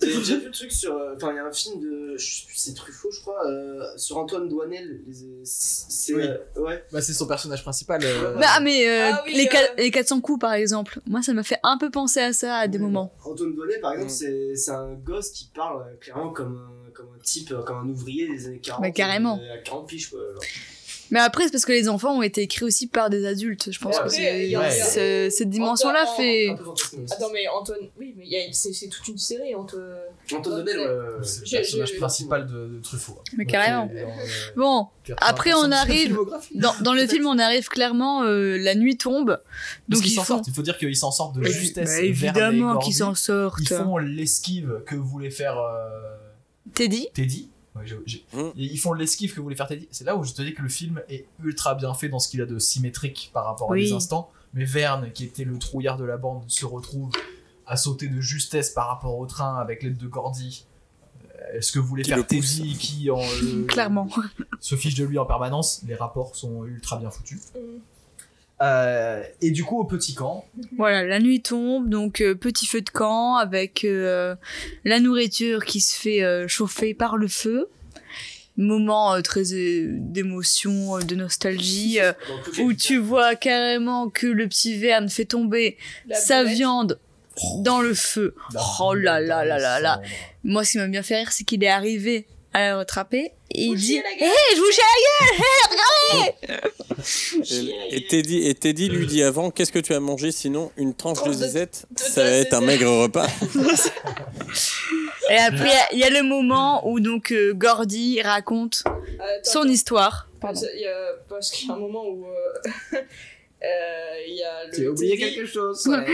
Speaker 5: J'ai déjà vu le truc sur. euh, Enfin, il y a un film de. je sais plus, C'est Truffaut, je crois, euh, sur Antoine Douanel. les- C'est.
Speaker 1: Oui.
Speaker 5: euh, ouais.
Speaker 1: Bah, c'est son personnage principal. euh,
Speaker 2: Bah mais euh,
Speaker 6: Ah oui,
Speaker 2: les, qua-
Speaker 6: euh.
Speaker 2: les 400 coups par exemple, moi ça m'a fait un peu penser à ça à des moments.
Speaker 5: Antoine Douanel, par exemple,
Speaker 4: Mm.
Speaker 5: c'est- c'est un gosse qui parle euh, clairement comme un, comme un type, euh, comme un ouvrier des années 40.
Speaker 2: Mais carrément.
Speaker 5: euh, À 40 piges, quoi. genre.
Speaker 2: Mais après c'est parce que les enfants ont été écrits aussi par des adultes. Je pense
Speaker 6: Ouais,
Speaker 2: que
Speaker 6: mais
Speaker 2: c'est-
Speaker 6: il y
Speaker 1: a-
Speaker 2: c'est- c'est- cette dimension là
Speaker 6: Encore-
Speaker 2: fait.
Speaker 5: Un peu fantasmé aussi.
Speaker 6: Attends mais Antoine, oui mais il y a- c'est c'est toute une série Antoine.
Speaker 5: Antoine Donnel, ouais.
Speaker 1: C'est le
Speaker 6: J'ai-
Speaker 1: personnage
Speaker 6: j'ai-
Speaker 1: principal de, de Truffaut. hein.
Speaker 2: Mais
Speaker 1: Donc,
Speaker 2: carrément.
Speaker 1: il est dans, euh,
Speaker 2: Bon, Après, on
Speaker 1: 80% de sa
Speaker 2: arrive-
Speaker 1: filmographie.
Speaker 2: dans, dans le film on arrive clairement euh, la nuit tombe,
Speaker 1: Parce
Speaker 2: donc
Speaker 1: qu'ils
Speaker 2: ils
Speaker 1: s'en
Speaker 2: font.
Speaker 1: sortent, il faut dire qu'ils s'en sortent de
Speaker 2: Bah,
Speaker 1: justesse. Verne et
Speaker 2: évidemment qu'ils s'en
Speaker 1: Gordy.
Speaker 2: sortent.
Speaker 1: Ils font l'esquive que voulait faire euh,
Speaker 2: Teddy.
Speaker 1: Teddy. Ouais, j'ai- j'ai-
Speaker 4: Mm.
Speaker 1: Et Ils font l'esquive que voulait faire Teddy. C'est là où je te dis que le film est ultra bien fait dans ce qu'il a de symétrique par rapport à
Speaker 2: Oui.
Speaker 1: des instants. Mais Verne, qui était le trouillard de la bande, se retrouve
Speaker 7: a sauté de justesse par rapport au train avec l'aide de Gordy. Euh, Est-ce que vous voulez
Speaker 4: Qui
Speaker 7: faire
Speaker 4: le pousse.
Speaker 7: Teddy qui en, euh,
Speaker 2: Clairement.
Speaker 7: se fiche de lui en permanence Les rapports sont ultra bien foutus.
Speaker 6: Mhm.
Speaker 7: Euh, et du coup, au petit camp,
Speaker 2: Voilà, la nuit tombe, donc euh, petit feu de camp avec euh, la nourriture qui se fait euh, chauffer par le feu. Moment euh, très euh, d'émotion, euh, de nostalgie, euh, où tu vois carrément que le petit Verne fait tomber
Speaker 6: La
Speaker 2: sa
Speaker 6: boulette.
Speaker 2: viande dans le feu. Oh là là là là là. Moi, ce qui m'a bien fait rire, c'est qu'il est arrivé à la rattraper et il
Speaker 6: Vous
Speaker 2: dit
Speaker 6: chiez à
Speaker 2: Hé,
Speaker 6: la gueule
Speaker 2: je vous chie
Speaker 4: Et, et Teddy, et Teddy lui dit avant Qu'est-ce que tu as mangé Sinon, une tranche de
Speaker 6: Tranche de-
Speaker 4: zizette,
Speaker 6: de-
Speaker 4: ça
Speaker 6: de
Speaker 4: va être un
Speaker 6: zizette.
Speaker 4: maigre repas.
Speaker 2: Et après, il y a le moment où donc euh, Gordy raconte
Speaker 6: Attends,
Speaker 2: son
Speaker 6: attends.
Speaker 2: histoire. Pardon.
Speaker 6: Parce, il y a- parce qu'il y a un moment où. euh, euh, Il y a le.
Speaker 1: Tu as oublié
Speaker 6: Teddy-
Speaker 1: quelque chose. ouais.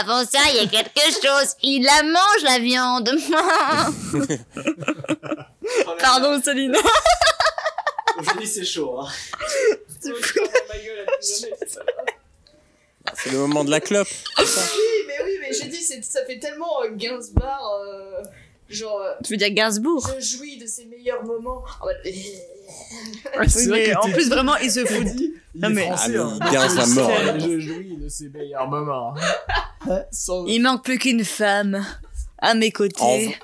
Speaker 9: Avant ça, il y a quelque chose. Il la mange, la viande.
Speaker 2: Pardon, Céline.
Speaker 1: Aujourd'hui, c'est chaud. hein.
Speaker 6: Oh, je ferme ma gueule à plus jamais.
Speaker 4: C'est le moment de la clope.
Speaker 6: Oui, mais oui, mais j'ai dit, c'est- ça fait tellement euh, Gainsbourg. euh, genre, euh,
Speaker 2: Tu veux dire Gainsbourg
Speaker 6: je jouis de ses meilleurs moments. En mode, eh,
Speaker 1: c'est vrai
Speaker 2: Mais
Speaker 1: que
Speaker 2: En
Speaker 1: t'es-
Speaker 2: plus, vraiment, il se fout.
Speaker 1: Teddy, il
Speaker 2: Non,
Speaker 1: est
Speaker 2: mais-
Speaker 1: français.
Speaker 4: Ah,
Speaker 1: hein.
Speaker 4: mais il garde sa mort,
Speaker 1: Je
Speaker 4: alors.
Speaker 1: je jouis de ses meilleurs
Speaker 7: hein.
Speaker 1: moments. Sans-
Speaker 2: Il manque plus qu'une femme à mes
Speaker 4: En,
Speaker 2: côtés.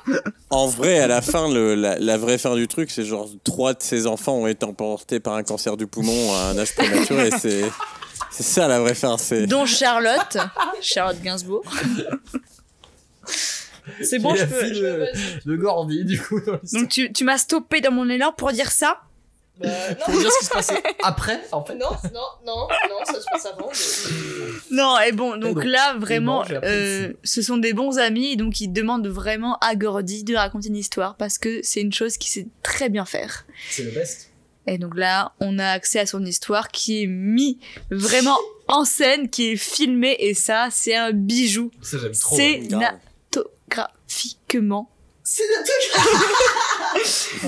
Speaker 4: en vrai, à la fin, le- la, la vraie fin du truc, c'est genre trois de ses enfants ont été emportés par un cancer du poumon à un âge prématuré. C'est c'est ça la vraie fin. C'est
Speaker 2: Dont Charlotte. Charlotte Gainsbourg. C'est bon,
Speaker 7: Et
Speaker 2: je
Speaker 7: la
Speaker 2: peux.
Speaker 7: fille de, de Gordy, du coup, dans l'histoire.
Speaker 2: Donc, tu, tu m'as stoppé dans mon élan pour dire ça
Speaker 6: bah,
Speaker 7: Faut
Speaker 6: non,
Speaker 7: dire ce qui se passait après, en fait.
Speaker 6: non, non, non, non, ça se passe avant. mais-
Speaker 2: Non, et bon, donc
Speaker 7: donc,
Speaker 2: là, vraiment,
Speaker 7: bon, j'ai appris
Speaker 2: euh, ce sont des bons amis, et donc ils demandent vraiment à Gordy de raconter une histoire, parce que c'est une chose qu'il sait très bien faire.
Speaker 7: C'est le best.
Speaker 2: Et donc là, on a accès à son histoire qui est mise vraiment en scène, qui est filmée, et ça, c'est un bijou
Speaker 7: Ça, j'aime trop.
Speaker 2: C'est-
Speaker 4: grave.
Speaker 2: topographiquement.
Speaker 6: C'est la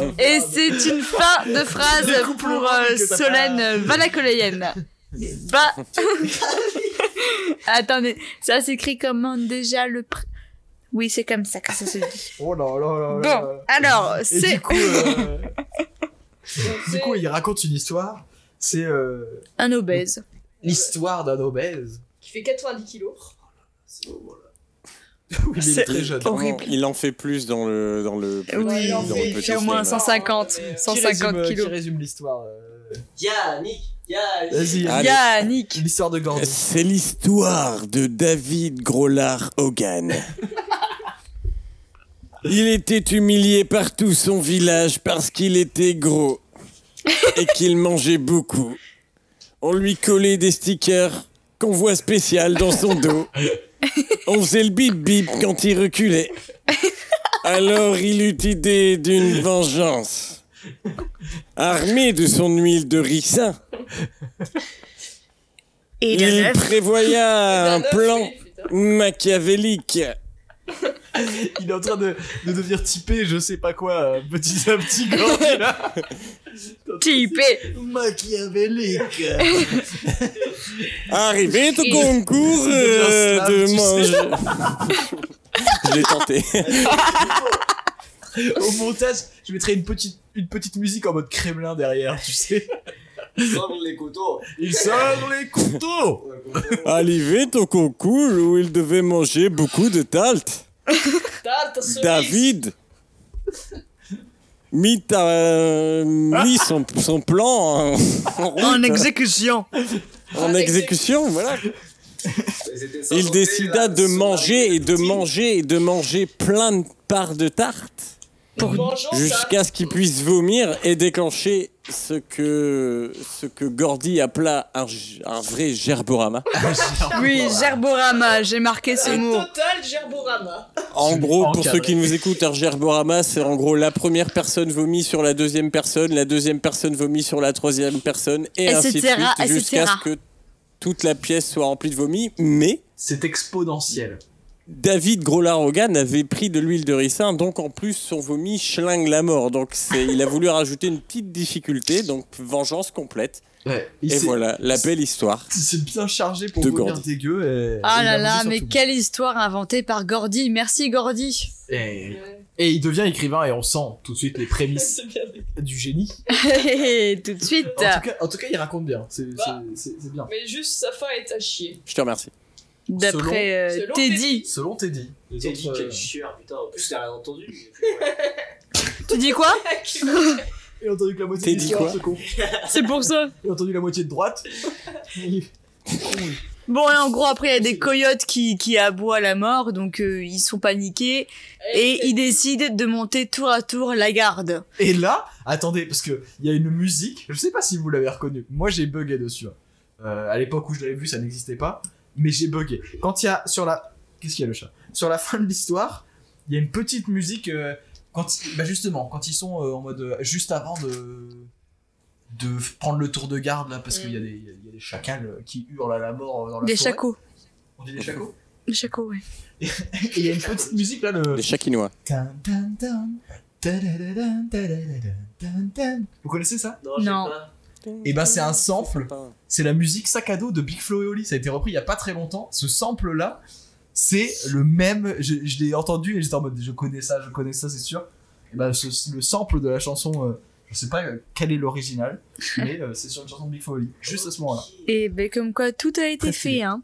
Speaker 6: toute
Speaker 2: Et c'est une fin de phrase
Speaker 7: Je découpe le
Speaker 2: pour
Speaker 7: rang,
Speaker 2: euh,
Speaker 7: que t'as
Speaker 2: Solène Valakoléenne. Bah. Attendez, ça s'écrit comment déjà le. pr- Oui, c'est comme ça que ça se dit.
Speaker 7: Oh là là là là.
Speaker 2: Bon, alors,
Speaker 7: Et
Speaker 2: c'est
Speaker 7: du coup, euh, du
Speaker 6: C'est-
Speaker 7: coup, il raconte une histoire. C'est euh,
Speaker 2: un obèse.
Speaker 7: l'histoire d'un obèse.
Speaker 6: Qui fait 90 kilos.
Speaker 7: Oui, mais il est
Speaker 2: C'est-
Speaker 7: très jeune.
Speaker 4: Vraiment, Il en fait plus dans le dans le. petit-
Speaker 2: Oui,
Speaker 4: dans
Speaker 6: il en fait
Speaker 4: petit
Speaker 2: au moins
Speaker 4: film.
Speaker 2: 150,
Speaker 6: Mais, euh,
Speaker 7: Qui résume,
Speaker 2: 150
Speaker 7: euh, Qui
Speaker 2: kilos.
Speaker 7: résume l'histoire euh,
Speaker 5: Yannick,
Speaker 7: Vas-y.
Speaker 4: Allez.
Speaker 2: Yannick.
Speaker 7: L'histoire de Gordy.
Speaker 4: C'est l'histoire de David Grollard Hogan. Il était humilié par tout son village parce qu'il était gros et qu'il mangeait beaucoup. On lui collait des stickers qu'on voit spécial dans son dos. On faisait le bip bip quand il reculait. Alors il eut idée d'une vengeance. Armé de son huile de ricin,
Speaker 2: Et le
Speaker 4: il
Speaker 2: neuf.
Speaker 4: prévoya un
Speaker 6: D'un homme,
Speaker 4: plan
Speaker 6: oui, putain.
Speaker 4: machiavélique.
Speaker 7: Il est en train de, de devenir typé, je sais pas quoi, euh, petit à petit Gordy là.
Speaker 2: Typé.
Speaker 7: Machiavélique.
Speaker 4: Arrivé au concours euh,
Speaker 7: Slave,
Speaker 4: de
Speaker 7: tu
Speaker 4: manger. Je l'ai tenté.
Speaker 7: Au montage, je mettrai une petite, une petite musique en mode Kremlin derrière, tu sais.
Speaker 5: les couteaux.
Speaker 7: Il sort les couteaux.
Speaker 4: Arrivé au concours où il devait manger beaucoup de tarte,
Speaker 6: T'as- t'as ce risque.
Speaker 4: David mit, à- mit son, son plan en, en route,
Speaker 2: En exécution.
Speaker 4: en exécution. Voilà. Il décida de manger et de manger et de manger plein de parts de tarte.
Speaker 2: Pour
Speaker 6: Vengeance,
Speaker 4: jusqu'à ce qu'il puisse vomir et déclencher ce que, ce que Gordy appela un, g- un vrai gerborama.
Speaker 2: Oui, Gerborama, j'ai marqué ce
Speaker 6: Un
Speaker 2: mot.
Speaker 6: total gerborama.
Speaker 4: En gros, pour
Speaker 7: Encadré.
Speaker 4: ceux qui nous écoutent, un gerborama, c'est en gros la première personne vomit sur la deuxième personne, la deuxième personne vomit sur la troisième personne, et
Speaker 2: Etc.,
Speaker 4: ainsi de suite,
Speaker 2: etc..
Speaker 4: jusqu'à ce que toute la pièce soit remplie de vomi, mais
Speaker 7: C'est exponentiel.
Speaker 4: David Groslarogan avait pris de l'huile de ricin, donc en plus son vomi schlingue la mort. Donc c'est- il a voulu rajouter une petite difficulté, donc vengeance complète.
Speaker 1: Ouais, il
Speaker 4: et
Speaker 1: s'est-
Speaker 4: voilà, la belle histoire.
Speaker 1: Il s'est bien chargé pour
Speaker 4: De
Speaker 1: devenir
Speaker 4: Gordy.
Speaker 1: dégueu. Et,
Speaker 2: Ah
Speaker 1: et
Speaker 2: là
Speaker 1: il a
Speaker 2: là,
Speaker 1: mangé
Speaker 2: mais
Speaker 1: sur tout.
Speaker 2: quelle histoire inventée par Gordy. Merci Gordy.
Speaker 1: Et, et il devient écrivain et on sent tout de suite les prémices
Speaker 6: C'est bien.
Speaker 1: du génie.
Speaker 2: Hé, Tout de suite.
Speaker 1: En tout, cas, en tout cas, il raconte bien. C'est
Speaker 2: Ah.
Speaker 6: Bah.
Speaker 1: c'est- c'est- c'est bien.
Speaker 6: Mais juste sa fin est à chier.
Speaker 4: Je te remercie.
Speaker 2: D'après euh,
Speaker 6: selon
Speaker 2: Teddy.
Speaker 1: Selon Teddy. Les
Speaker 5: T'as dit
Speaker 1: autres,
Speaker 5: quel
Speaker 1: euh,
Speaker 5: chieur, putain, en plus je l'ai rien entendu. j'ai fait, ouais.
Speaker 2: Tu dis quoi
Speaker 1: Il a entendu que la moitié
Speaker 4: Teddy
Speaker 1: de l'histoire,
Speaker 4: quoi
Speaker 1: ce con.
Speaker 2: C'est pour ça.
Speaker 1: Il a entendu la moitié de droite.
Speaker 2: Bon, et en gros, après, il y a des coyotes qui, qui aboient à la mort, donc euh, ils sont paniqués et ils décident de monter tour à tour la garde.
Speaker 1: Et là, attendez, parce que il y a une musique, je sais pas si vous l'avez reconnue, moi j'ai bugué dessus. hein. Euh, à l'époque où je l'avais vu, ça n'existait pas, mais j'ai bugué. Quand il y a sur la. Qu'est-ce qu'il y a le chat Sur la fin de l'histoire, il y a une petite musique. euh, quand ils- bah justement, quand ils sont euh, en mode. euh, juste avant de. de f- prendre le tour de garde, là, parce qu'il y, a des- il y a- il y a des chacals euh, qui hurlent à la mort euh, dans la
Speaker 2: Des
Speaker 1: forêt.
Speaker 2: chacos.
Speaker 1: On dit des chacos.
Speaker 2: Des chacos, ouais.
Speaker 1: Et il y a une petite musique là, le.
Speaker 4: Les Chakinois.
Speaker 1: Tan, tan, tan, tadadadam, tadadadam, tan, tan. Vous connaissez ça
Speaker 5: Non, je sais
Speaker 2: Non.
Speaker 5: pas.
Speaker 1: Et ben c'est un sample, c'est la musique sac à dos de Big Flo et Oli, ça a été repris il y a pas très longtemps. Ce sample là, c'est le même, je, je l'ai entendu et j'étais en mode je connais ça, je connais ça, c'est sûr. Et ben ce- le sample de la chanson, euh, je sais pas euh, quel est l'original, mais euh, c'est sur une chanson de Big Flo et Oli, juste à ce moment-là.
Speaker 2: Et ben, comme quoi, tout a été
Speaker 1: Presque.
Speaker 2: fait, hein.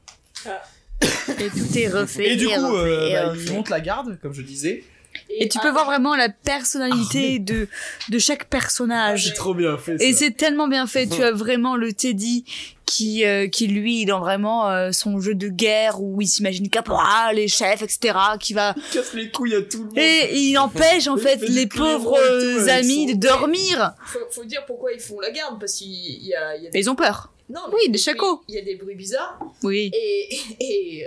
Speaker 2: Et tout est refait.
Speaker 1: Et, du coup,
Speaker 2: refait,
Speaker 1: euh,
Speaker 2: et
Speaker 1: bah,
Speaker 2: refait.
Speaker 1: il monte la garde, comme je disais.
Speaker 2: Et
Speaker 6: Ah,
Speaker 2: tu peux voir vraiment la personnalité
Speaker 1: Armée.
Speaker 2: de, de chaque personnage.
Speaker 1: trop bien fait.
Speaker 2: Et c'est tellement bien fait. Tu as vraiment le Teddy qui, euh, qui lui, dans vraiment euh, son jeu de guerre où il s'imagine caporal, les chefs, etc., qui va.
Speaker 1: casse les couilles à tout le monde.
Speaker 2: Et il empêche, en
Speaker 1: Il
Speaker 2: fait,
Speaker 1: fait du
Speaker 2: les
Speaker 1: clairon
Speaker 2: pauvres
Speaker 1: et tout
Speaker 2: euh,
Speaker 1: avec
Speaker 2: amis de
Speaker 1: son-
Speaker 2: dormir.
Speaker 6: Faut, faut dire pourquoi ils font la garde, parce qu'il y a, il y a
Speaker 2: Mais ils ont peur.
Speaker 6: Non, mais
Speaker 2: Oui,
Speaker 6: il y a
Speaker 2: des chacos.
Speaker 6: bruits- Il y a des bruits bizarres.
Speaker 2: Oui.
Speaker 6: Et, et,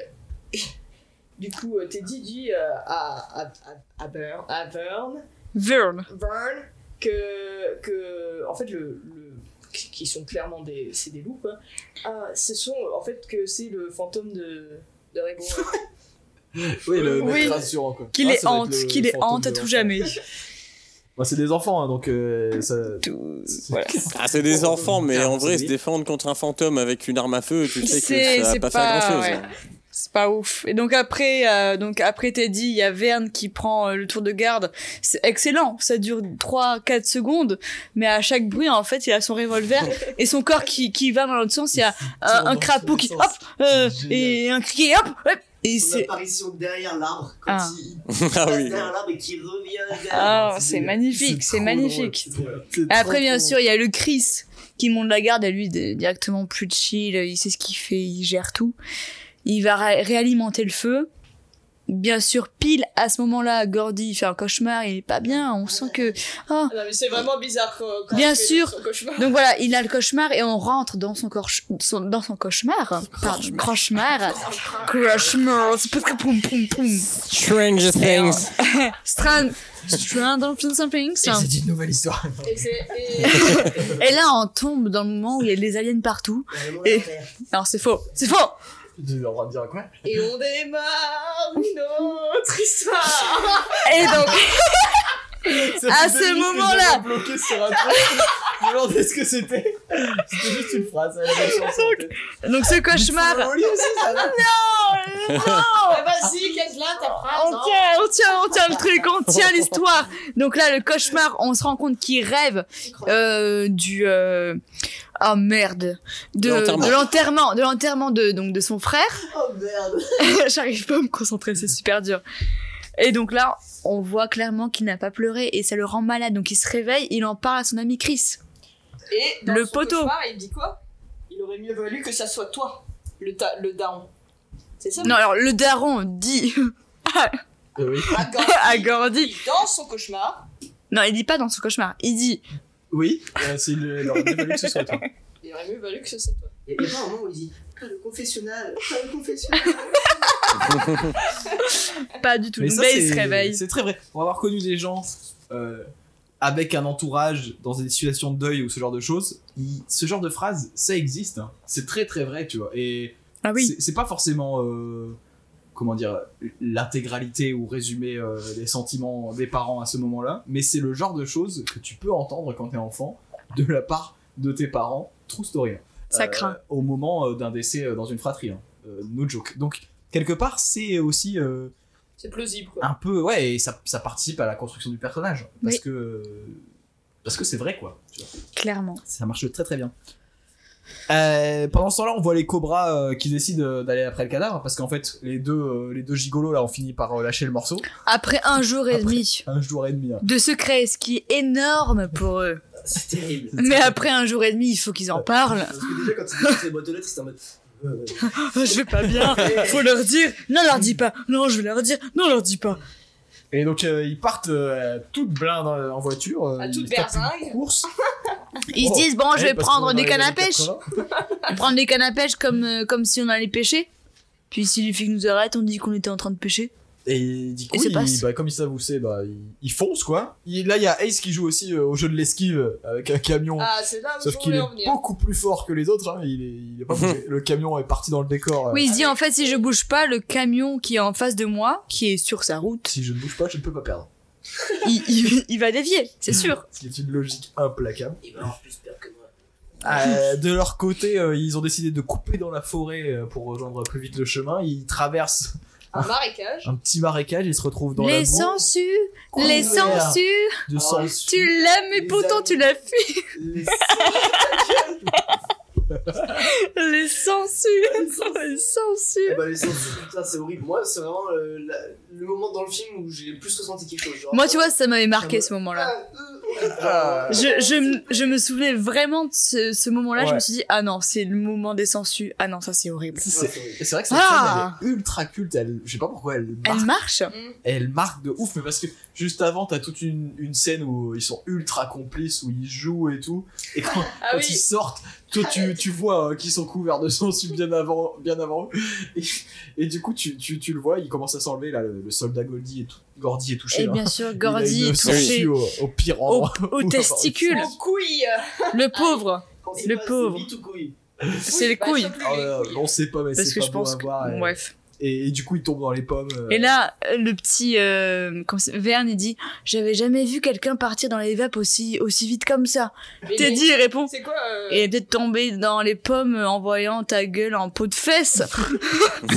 Speaker 6: et- du coup, euh, Teddy dit euh, à, à, à, à Burn, à Vern,
Speaker 2: Vern.
Speaker 6: Vern que, que, en fait, le, le- qui sont clairement des, c'est des loups, quoi. Ah, ce sont, en fait, que c'est le fantôme de, de Rainbow.
Speaker 1: Oui, le
Speaker 2: Oui.
Speaker 1: maître rassurant quoi.
Speaker 2: Qui
Speaker 1: Ah,
Speaker 2: les
Speaker 1: ça doit être
Speaker 2: hante,
Speaker 1: le
Speaker 2: qui les
Speaker 1: fantôme
Speaker 2: hante à
Speaker 1: de
Speaker 2: tout
Speaker 1: l'enfant.
Speaker 2: jamais.
Speaker 1: Bah, c'est des enfants, hein, donc euh, ça.
Speaker 2: Voilà.
Speaker 4: Ah, c'est des enfants, mais
Speaker 1: Ah,
Speaker 4: en vrai,
Speaker 1: c'est
Speaker 4: se
Speaker 1: des-
Speaker 4: défendre contre un fantôme avec une arme à feu, tu sais
Speaker 2: C'est-
Speaker 4: que ça
Speaker 2: c'est
Speaker 4: va pas
Speaker 2: pas-
Speaker 4: faire grand chose.
Speaker 2: ouais. C'est pas ouf. Et donc après, euh, donc après Teddy, il y a Verne qui prend euh, le tour de garde. C'est excellent. Ça dure 3-4 secondes. Mais à chaque bruit, en fait, il a son revolver et son corps qui, qui va dans l'autre sens. Il y a euh, un, un crapaud qui hop euh,
Speaker 1: Génial.
Speaker 2: et un criquet hop. hop et
Speaker 5: Son
Speaker 2: c'est
Speaker 5: apparition derrière l'arbre, quand
Speaker 2: Ah.
Speaker 5: il euh,
Speaker 4: Ah
Speaker 5: passe
Speaker 4: oui.
Speaker 5: derrière l'arbre et qu'il revient derrière.
Speaker 2: ah, c'est magnifique, c'est
Speaker 1: trop
Speaker 2: magnifique.
Speaker 1: drôle.
Speaker 2: Bah, Après, bien sûr, il y a le Chris qui monte la garde. Et lui, d- directement plus de chill. Il sait ce qu'il fait. Il gère tout. Il va ré- réalimenter le feu. Bien sûr, pile à ce moment-là, Gordy il fait un cauchemar. Il est pas bien. On sent que.
Speaker 6: Ah non, mais c'est vraiment bizarre quand, quand
Speaker 2: Bien
Speaker 6: il fait
Speaker 2: sûr.
Speaker 6: son cauchemar.
Speaker 2: Donc voilà, il a le cauchemar et on rentre dans son, corch- son- dans son cauchemar. Pardon, cauchemar. Cauchemar. C'est pas très poum poum poum.
Speaker 4: Strange Things.
Speaker 2: Strand. Strand on Something.
Speaker 1: Et c'est une nouvelle histoire.
Speaker 6: Et c'est- et-
Speaker 2: Et là, on tombe dans le moment où il y a des aliens partout. Et- Non, c'est faux. C'est faux.
Speaker 1: J'ai en train de dire quoi
Speaker 6: Et on démarre une autre histoire.
Speaker 2: Et donc. Ah, À ce moment-là.
Speaker 1: bloqué sur un truc. Je me demandais ce que c'était. C'était juste une phrase. elle avait une chanson, en fait.
Speaker 2: Donc ce cauchemar.
Speaker 1: Faut le relire aussi, ça va.
Speaker 6: Ah, Vas-y, Kazla, ta phrase.
Speaker 2: On
Speaker 6: hein.
Speaker 2: tient, on tient, on tient le truc, on tient l'histoire. Donc là, le cauchemar, on se rend compte qu'il rêve euh, du euh, ah merde
Speaker 4: De
Speaker 2: de
Speaker 4: l'enterrement.
Speaker 2: de l'enterrement, de l'enterrement de donc de son frère.
Speaker 5: Oh merde.
Speaker 2: J'arrive pas à me concentrer, c'est super dur. Et donc là, on voit clairement qu'il n'a pas pleuré et ça le rend malade. Donc il se réveille, il en parle à son ami Chris.
Speaker 6: Et dans
Speaker 2: Le
Speaker 6: son
Speaker 2: poteau.
Speaker 6: cauchemar, il dit quoi Il aurait mieux valu que ça soit toi, le, ta- le daron. C'est ça
Speaker 2: Non, alors le daron dit
Speaker 1: Euh, oui.
Speaker 6: à Gandhi,
Speaker 2: à Gordy.
Speaker 6: il dit Dans son cauchemar.
Speaker 2: Non, il dit pas dans son cauchemar. Il dit
Speaker 1: Oui, euh, c'est le. leur dévalu que ce soit toi.
Speaker 6: Il aurait mieux valu que ce soit toi.
Speaker 5: Il y a pas un moment où il dit Ah, le confessionnal, ah, le confessionnal.
Speaker 2: pas du tout.
Speaker 1: Mais
Speaker 2: donc
Speaker 1: ça,
Speaker 2: là, il
Speaker 1: c'est-
Speaker 2: se réveille.
Speaker 1: C'est très vrai. Pour avoir connu des gens euh, avec un entourage dans des situations de deuil ou ce genre de choses, il- ce genre de phrase, ça existe. hein. C'est très très vrai, tu vois. Et
Speaker 2: Ah oui.
Speaker 1: c'est- c'est pas forcément. euh, comment dire, l'intégralité ou résumé euh, des sentiments des parents à ce moment-là, mais c'est le genre de choses que tu peux entendre quand t'es enfant de la part de tes parents, true story. hein.
Speaker 2: Ça
Speaker 1: Euh,
Speaker 2: craint.
Speaker 1: Au moment euh, d'un décès euh, dans une fratrie, hein. Euh, no joke. Donc, quelque part, c'est aussi euh,
Speaker 6: C'est plausible,
Speaker 2: Ah,
Speaker 6: quoi.
Speaker 1: un peu, ouais, et ça, ça participe à la construction du personnage, parce
Speaker 2: Oui.
Speaker 1: que... euh, Parce que c'est vrai, quoi. tu vois.
Speaker 2: Clairement.
Speaker 1: Ça marche très très bien. Euh, pendant ce temps-là, on voit les cobras euh, qui décident euh, d'aller après le cadavre parce qu'en fait, les deux, euh, les deux gigolos là ont fini par euh, lâcher le morceau.
Speaker 2: Après un jour et
Speaker 1: Après-
Speaker 2: demi
Speaker 1: Un jour et demi. hein.
Speaker 2: de secret, ce qui est énorme pour eux.
Speaker 10: C'est terrible.
Speaker 2: Mais après un jour et demi, il faut qu'ils en parlent.
Speaker 10: Parce que déjà, quand ils étaient sur les boîtes aux lettres, c'était en mode. euh,
Speaker 2: Je vais pas bien, faut leur dire. Non, leur dis pas. Non, je vais leur dire. Non, leur dis pas.
Speaker 1: Et donc, euh, ils partent euh, toutes blindes euh, en voiture. euh,
Speaker 6: À
Speaker 1: ils
Speaker 6: toute
Speaker 1: tapent une
Speaker 6: berzingue.
Speaker 1: course.
Speaker 2: Ils se
Speaker 1: Oh,
Speaker 2: disent, bon, je
Speaker 1: Ouais,
Speaker 2: vais
Speaker 1: parce qu'on
Speaker 2: prendre
Speaker 1: est
Speaker 2: des
Speaker 1: dans les
Speaker 2: cannes à
Speaker 1: années
Speaker 2: pêche.
Speaker 1: 80.
Speaker 2: On prend des cannes à pêche comme, euh, comme si on allait pêcher. Puis si les filles nous arrêtent, on dit qu'on était en train de pêcher.
Speaker 1: Et du coup,
Speaker 2: se
Speaker 1: ils-
Speaker 2: passe.
Speaker 1: bah, comme ils savent où c'est, bah, ils, ils foncent quoi. Il- là, il y a Ace qui joue aussi euh, au jeu de l'esquive avec un camion.
Speaker 6: Ah, c'est là où
Speaker 1: Sauf
Speaker 6: je
Speaker 1: qu'il
Speaker 6: voulais
Speaker 1: est
Speaker 6: en venir.
Speaker 1: beaucoup plus fort que les autres. hein. Il, est, il est pas bougé. le camion est parti dans le décor. euh.
Speaker 2: Oui, il se dit, en fait, si je bouge pas, le camion qui est en face de moi, qui est sur sa route,
Speaker 1: Si je ne bouge pas, je ne peux pas perdre.
Speaker 2: il, il- il va dévier, c'est sûr.
Speaker 1: Ce qui est une logique implacable.
Speaker 10: Il va avoir plus peur ben, que moi.
Speaker 1: Euh, de leur côté, euh, ils ont décidé de couper dans la forêt euh, pour rejoindre plus vite le chemin. Ils traversent
Speaker 6: Un marécage.
Speaker 1: un petit marécage et se retrouvent dans
Speaker 2: les
Speaker 1: la boue
Speaker 2: sangsues, les
Speaker 1: Couvert
Speaker 2: sangsues,
Speaker 1: de
Speaker 10: Ah,
Speaker 1: sang.
Speaker 2: Oh, tu l'aimes, mais
Speaker 1: les
Speaker 2: pourtant tu l'as fui.
Speaker 1: Les-
Speaker 2: Les sangsues, les sangsues.
Speaker 10: Eh ben, les sens, putain, c'est horrible. Moi, c'est vraiment euh, la- le moment dans le film où j'ai le plus ressenti quelque chose. Genre,
Speaker 2: Moi, tu vois, ça m'avait marqué
Speaker 10: Ah,
Speaker 2: ce moment-là.
Speaker 10: Ah, euh, horrible.
Speaker 7: Ah.
Speaker 1: Ah,
Speaker 5: Ah.
Speaker 10: Genre,
Speaker 2: Je, je, me- je me souvenais vraiment de ce, ce moment-là. Je
Speaker 1: Ouais.
Speaker 2: me suis dit, ah non, c'est le moment des sangsues. Ah non, ça c'est horrible.
Speaker 1: C'est
Speaker 10: c'est horrible.
Speaker 1: c'est vrai que cette
Speaker 2: Ah.
Speaker 1: scène elle est ultra culte. Elle, je sais pas pourquoi elle marque,
Speaker 2: Elle marche
Speaker 6: Mm.
Speaker 1: elle marque de ouf, mais parce que juste avant t'as toute une, une scène où ils sont ultra complices, où ils jouent et tout, et quand,
Speaker 6: Ah
Speaker 1: quand
Speaker 6: oui.
Speaker 1: ils sortent, toi tu, tu vois euh, qu'ils sont couverts de sangsues bien avant, bien avant eux. Et, et du coup tu, tu, tu le vois, ils commencent à s'enlever là, le, le soldat Goldie est tout, Gordy est touché
Speaker 2: Et
Speaker 1: là.
Speaker 2: Eh bien sûr,
Speaker 1: Il a
Speaker 2: Gordy
Speaker 1: une
Speaker 2: est
Speaker 1: sangsue
Speaker 2: touché
Speaker 1: au, au pire
Speaker 2: au,
Speaker 1: endroit.
Speaker 2: au testicule.
Speaker 6: Aux couilles.
Speaker 2: Le pauvre,
Speaker 10: Quand c'est
Speaker 2: Le
Speaker 10: pas- c'est
Speaker 2: pauvre.
Speaker 10: bite ou couille.
Speaker 2: c'est les
Speaker 6: Bah,
Speaker 2: couilles.
Speaker 6: surtout les
Speaker 1: Ah ouais,
Speaker 6: couilles.
Speaker 1: on sait pas mais
Speaker 2: Parce
Speaker 1: c'est
Speaker 2: que
Speaker 1: pas
Speaker 2: je
Speaker 1: beau
Speaker 2: pense
Speaker 1: à
Speaker 2: que.
Speaker 1: voir. et-
Speaker 2: Bref.
Speaker 1: Et, et du coup il tombe dans les pommes. euh,
Speaker 2: Et là, euh, le petit. Euh, comment c'est- Verne, il dit J'avais jamais vu quelqu'un partir dans les vapes aussi, aussi vite comme ça.
Speaker 6: Mais
Speaker 2: Teddy, il répond
Speaker 6: C'est quoi euh,
Speaker 2: Et d'être tombé dans les pommes en voyant ta gueule en peau de fesse. Et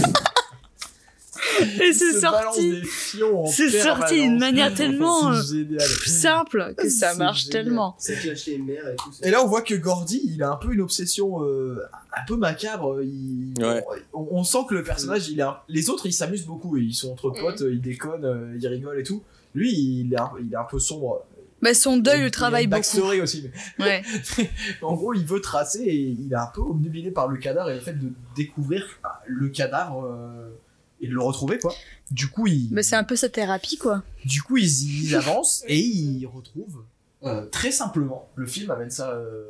Speaker 1: il se
Speaker 2: c'est
Speaker 1: balance
Speaker 2: sorti.
Speaker 1: des fions en
Speaker 2: C'est sorti d'une
Speaker 1: permanence.
Speaker 2: manière tellement euh,
Speaker 1: C'est génial.
Speaker 2: simple que ça
Speaker 1: C'est
Speaker 2: marche
Speaker 1: génial.
Speaker 2: tellement.
Speaker 10: Ça clash les mères et tout.
Speaker 1: Et là, on voit que Gordy, il a un peu une obsession euh, un peu macabre. Il-
Speaker 4: Ouais.
Speaker 1: on, on sent que le personnage, il a, les autres, ils s'amusent beaucoup. Ils sont
Speaker 2: Mhm.
Speaker 1: entre potes, ils déconnent, euh, ils rigolent et tout. Lui, il est un, il est un peu sombre.
Speaker 2: Bah, son deuil
Speaker 1: Il-
Speaker 2: le
Speaker 1: il a
Speaker 2: travaille
Speaker 1: une
Speaker 2: beaucoup.
Speaker 1: backstory aussi. mais-
Speaker 2: Ouais.
Speaker 1: en gros, il veut tracer et il est un peu obnubilé par le cadavre et le fait de découvrir bah, le cadavre euh, et de le retrouver, quoi. Du coup, il,
Speaker 2: Bah, c'est un peu sa thérapie, quoi.
Speaker 1: du coup, ils, ils avancent et ils retrouvent euh, très simplement. Le film amène ça euh,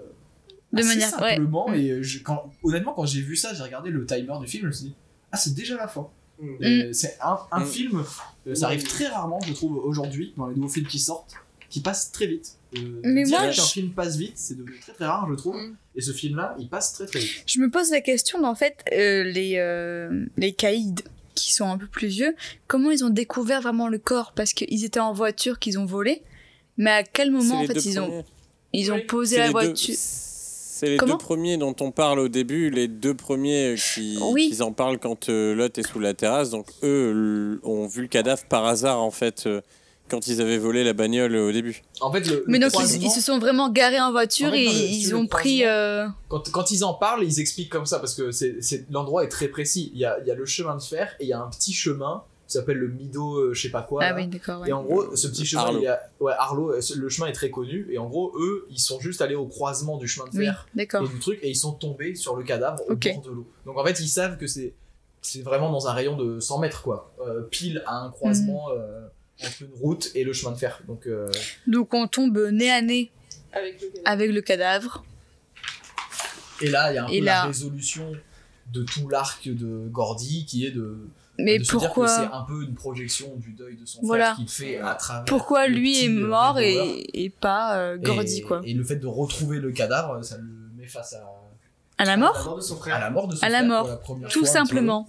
Speaker 2: De
Speaker 1: assez
Speaker 2: manière- ouais.
Speaker 1: simplement. Et euh, je- quand, honnêtement, quand j'ai vu ça, j'ai regardé le timer du film. Je me suis dit, ah, c'est déjà la fin.
Speaker 10: Mm.
Speaker 1: Et C'est un, un
Speaker 4: Mm.
Speaker 1: film. euh, ça
Speaker 10: Mm.
Speaker 1: arrive très rarement, je trouve, aujourd'hui dans les nouveaux films qui sortent, qui passent très vite. Euh,
Speaker 2: Mais
Speaker 1: dire
Speaker 2: moi,
Speaker 1: qu'un
Speaker 2: je-
Speaker 1: film passe vite, c'est devenu très très rare, je trouve.
Speaker 6: Mm.
Speaker 1: Et ce film-là, il passe très très vite.
Speaker 2: Je me pose la question, mais en fait, euh, les, euh, les caïds qui sont un peu plus vieux, comment ils ont découvert vraiment le corps Parce qu'ils étaient en voiture qu'ils ont volé. Mais à quel
Speaker 4: C'est
Speaker 2: moment, en
Speaker 4: les
Speaker 2: fait,
Speaker 4: deux
Speaker 2: ils ont,
Speaker 4: premiers.
Speaker 2: ils ont
Speaker 6: Oui.
Speaker 2: posé
Speaker 4: C'est
Speaker 2: la
Speaker 4: les deux-
Speaker 2: voiture
Speaker 4: C'est les
Speaker 2: Comment
Speaker 4: deux premiers dont on parle au début, les deux premiers qui,
Speaker 2: Oui.
Speaker 4: qu'ils en parlent quand euh, Lot est sous la terrasse. Donc eux l- ont vu le cadavre par hasard en fait euh, quand ils avaient volé la bagnole euh, au début.
Speaker 1: En fait, le,
Speaker 2: Mais
Speaker 1: le
Speaker 2: donc, ils,
Speaker 1: croisement-
Speaker 2: ils se sont vraiment garés en voiture
Speaker 1: En fait,
Speaker 2: et
Speaker 1: non, le-
Speaker 2: ils
Speaker 1: le
Speaker 2: ont pris.
Speaker 1: croisement-
Speaker 2: euh,
Speaker 1: Quand, quand ils en parlent, ils expliquent comme ça parce que c'est c'est- l'endroit est très précis. Il y, a, il y a le chemin de fer et il y a un petit chemin qui s'appelle le Mido, euh, je sais pas quoi.
Speaker 2: Ah
Speaker 1: là.
Speaker 2: oui, d'accord. ouais.
Speaker 1: Et en gros, ce petit chemin,
Speaker 4: Arlo.
Speaker 1: il y a- ouais, Arlo, euh, ce- le chemin est très connu. Et en gros, eux, ils sont juste allés au croisement du chemin de
Speaker 2: Oui,
Speaker 1: fer
Speaker 2: d'accord.
Speaker 1: et du truc et ils sont tombés sur le cadavre
Speaker 2: Ok.
Speaker 1: au bord de l'eau. Donc en fait, ils savent que c'est c'est vraiment dans un rayon de 100 mètres quoi, Euh, pile à un croisement
Speaker 2: Hmm.
Speaker 1: euh, entre une route et le chemin de fer. Donc euh,
Speaker 2: Donc on tombe nez à nez
Speaker 6: Avec le cadavre.
Speaker 2: avec le cadavre.
Speaker 1: et là, il y a un
Speaker 2: Et
Speaker 1: peu
Speaker 2: là-
Speaker 1: la résolution de tout l'arc de Gordy qui est de
Speaker 2: Mais
Speaker 1: de se dire que
Speaker 2: pourquoi
Speaker 1: c'est un peu une projection du deuil de son
Speaker 2: Voilà.
Speaker 1: frère qu'il fait à travers
Speaker 2: pourquoi
Speaker 1: le
Speaker 2: lui
Speaker 1: petit,
Speaker 2: est
Speaker 1: euh,
Speaker 2: mort
Speaker 1: Revolver.
Speaker 2: et, et pas euh, Gordy,
Speaker 1: et,
Speaker 2: quoi
Speaker 1: et le fait de retrouver le cadavre ça le met face à,
Speaker 2: À la mort
Speaker 10: de son
Speaker 1: à
Speaker 10: frère.
Speaker 7: Ah.
Speaker 1: la mort de son
Speaker 2: À la
Speaker 1: frère
Speaker 2: mort.
Speaker 1: pour la première
Speaker 2: Tout
Speaker 1: fois.
Speaker 2: simplement.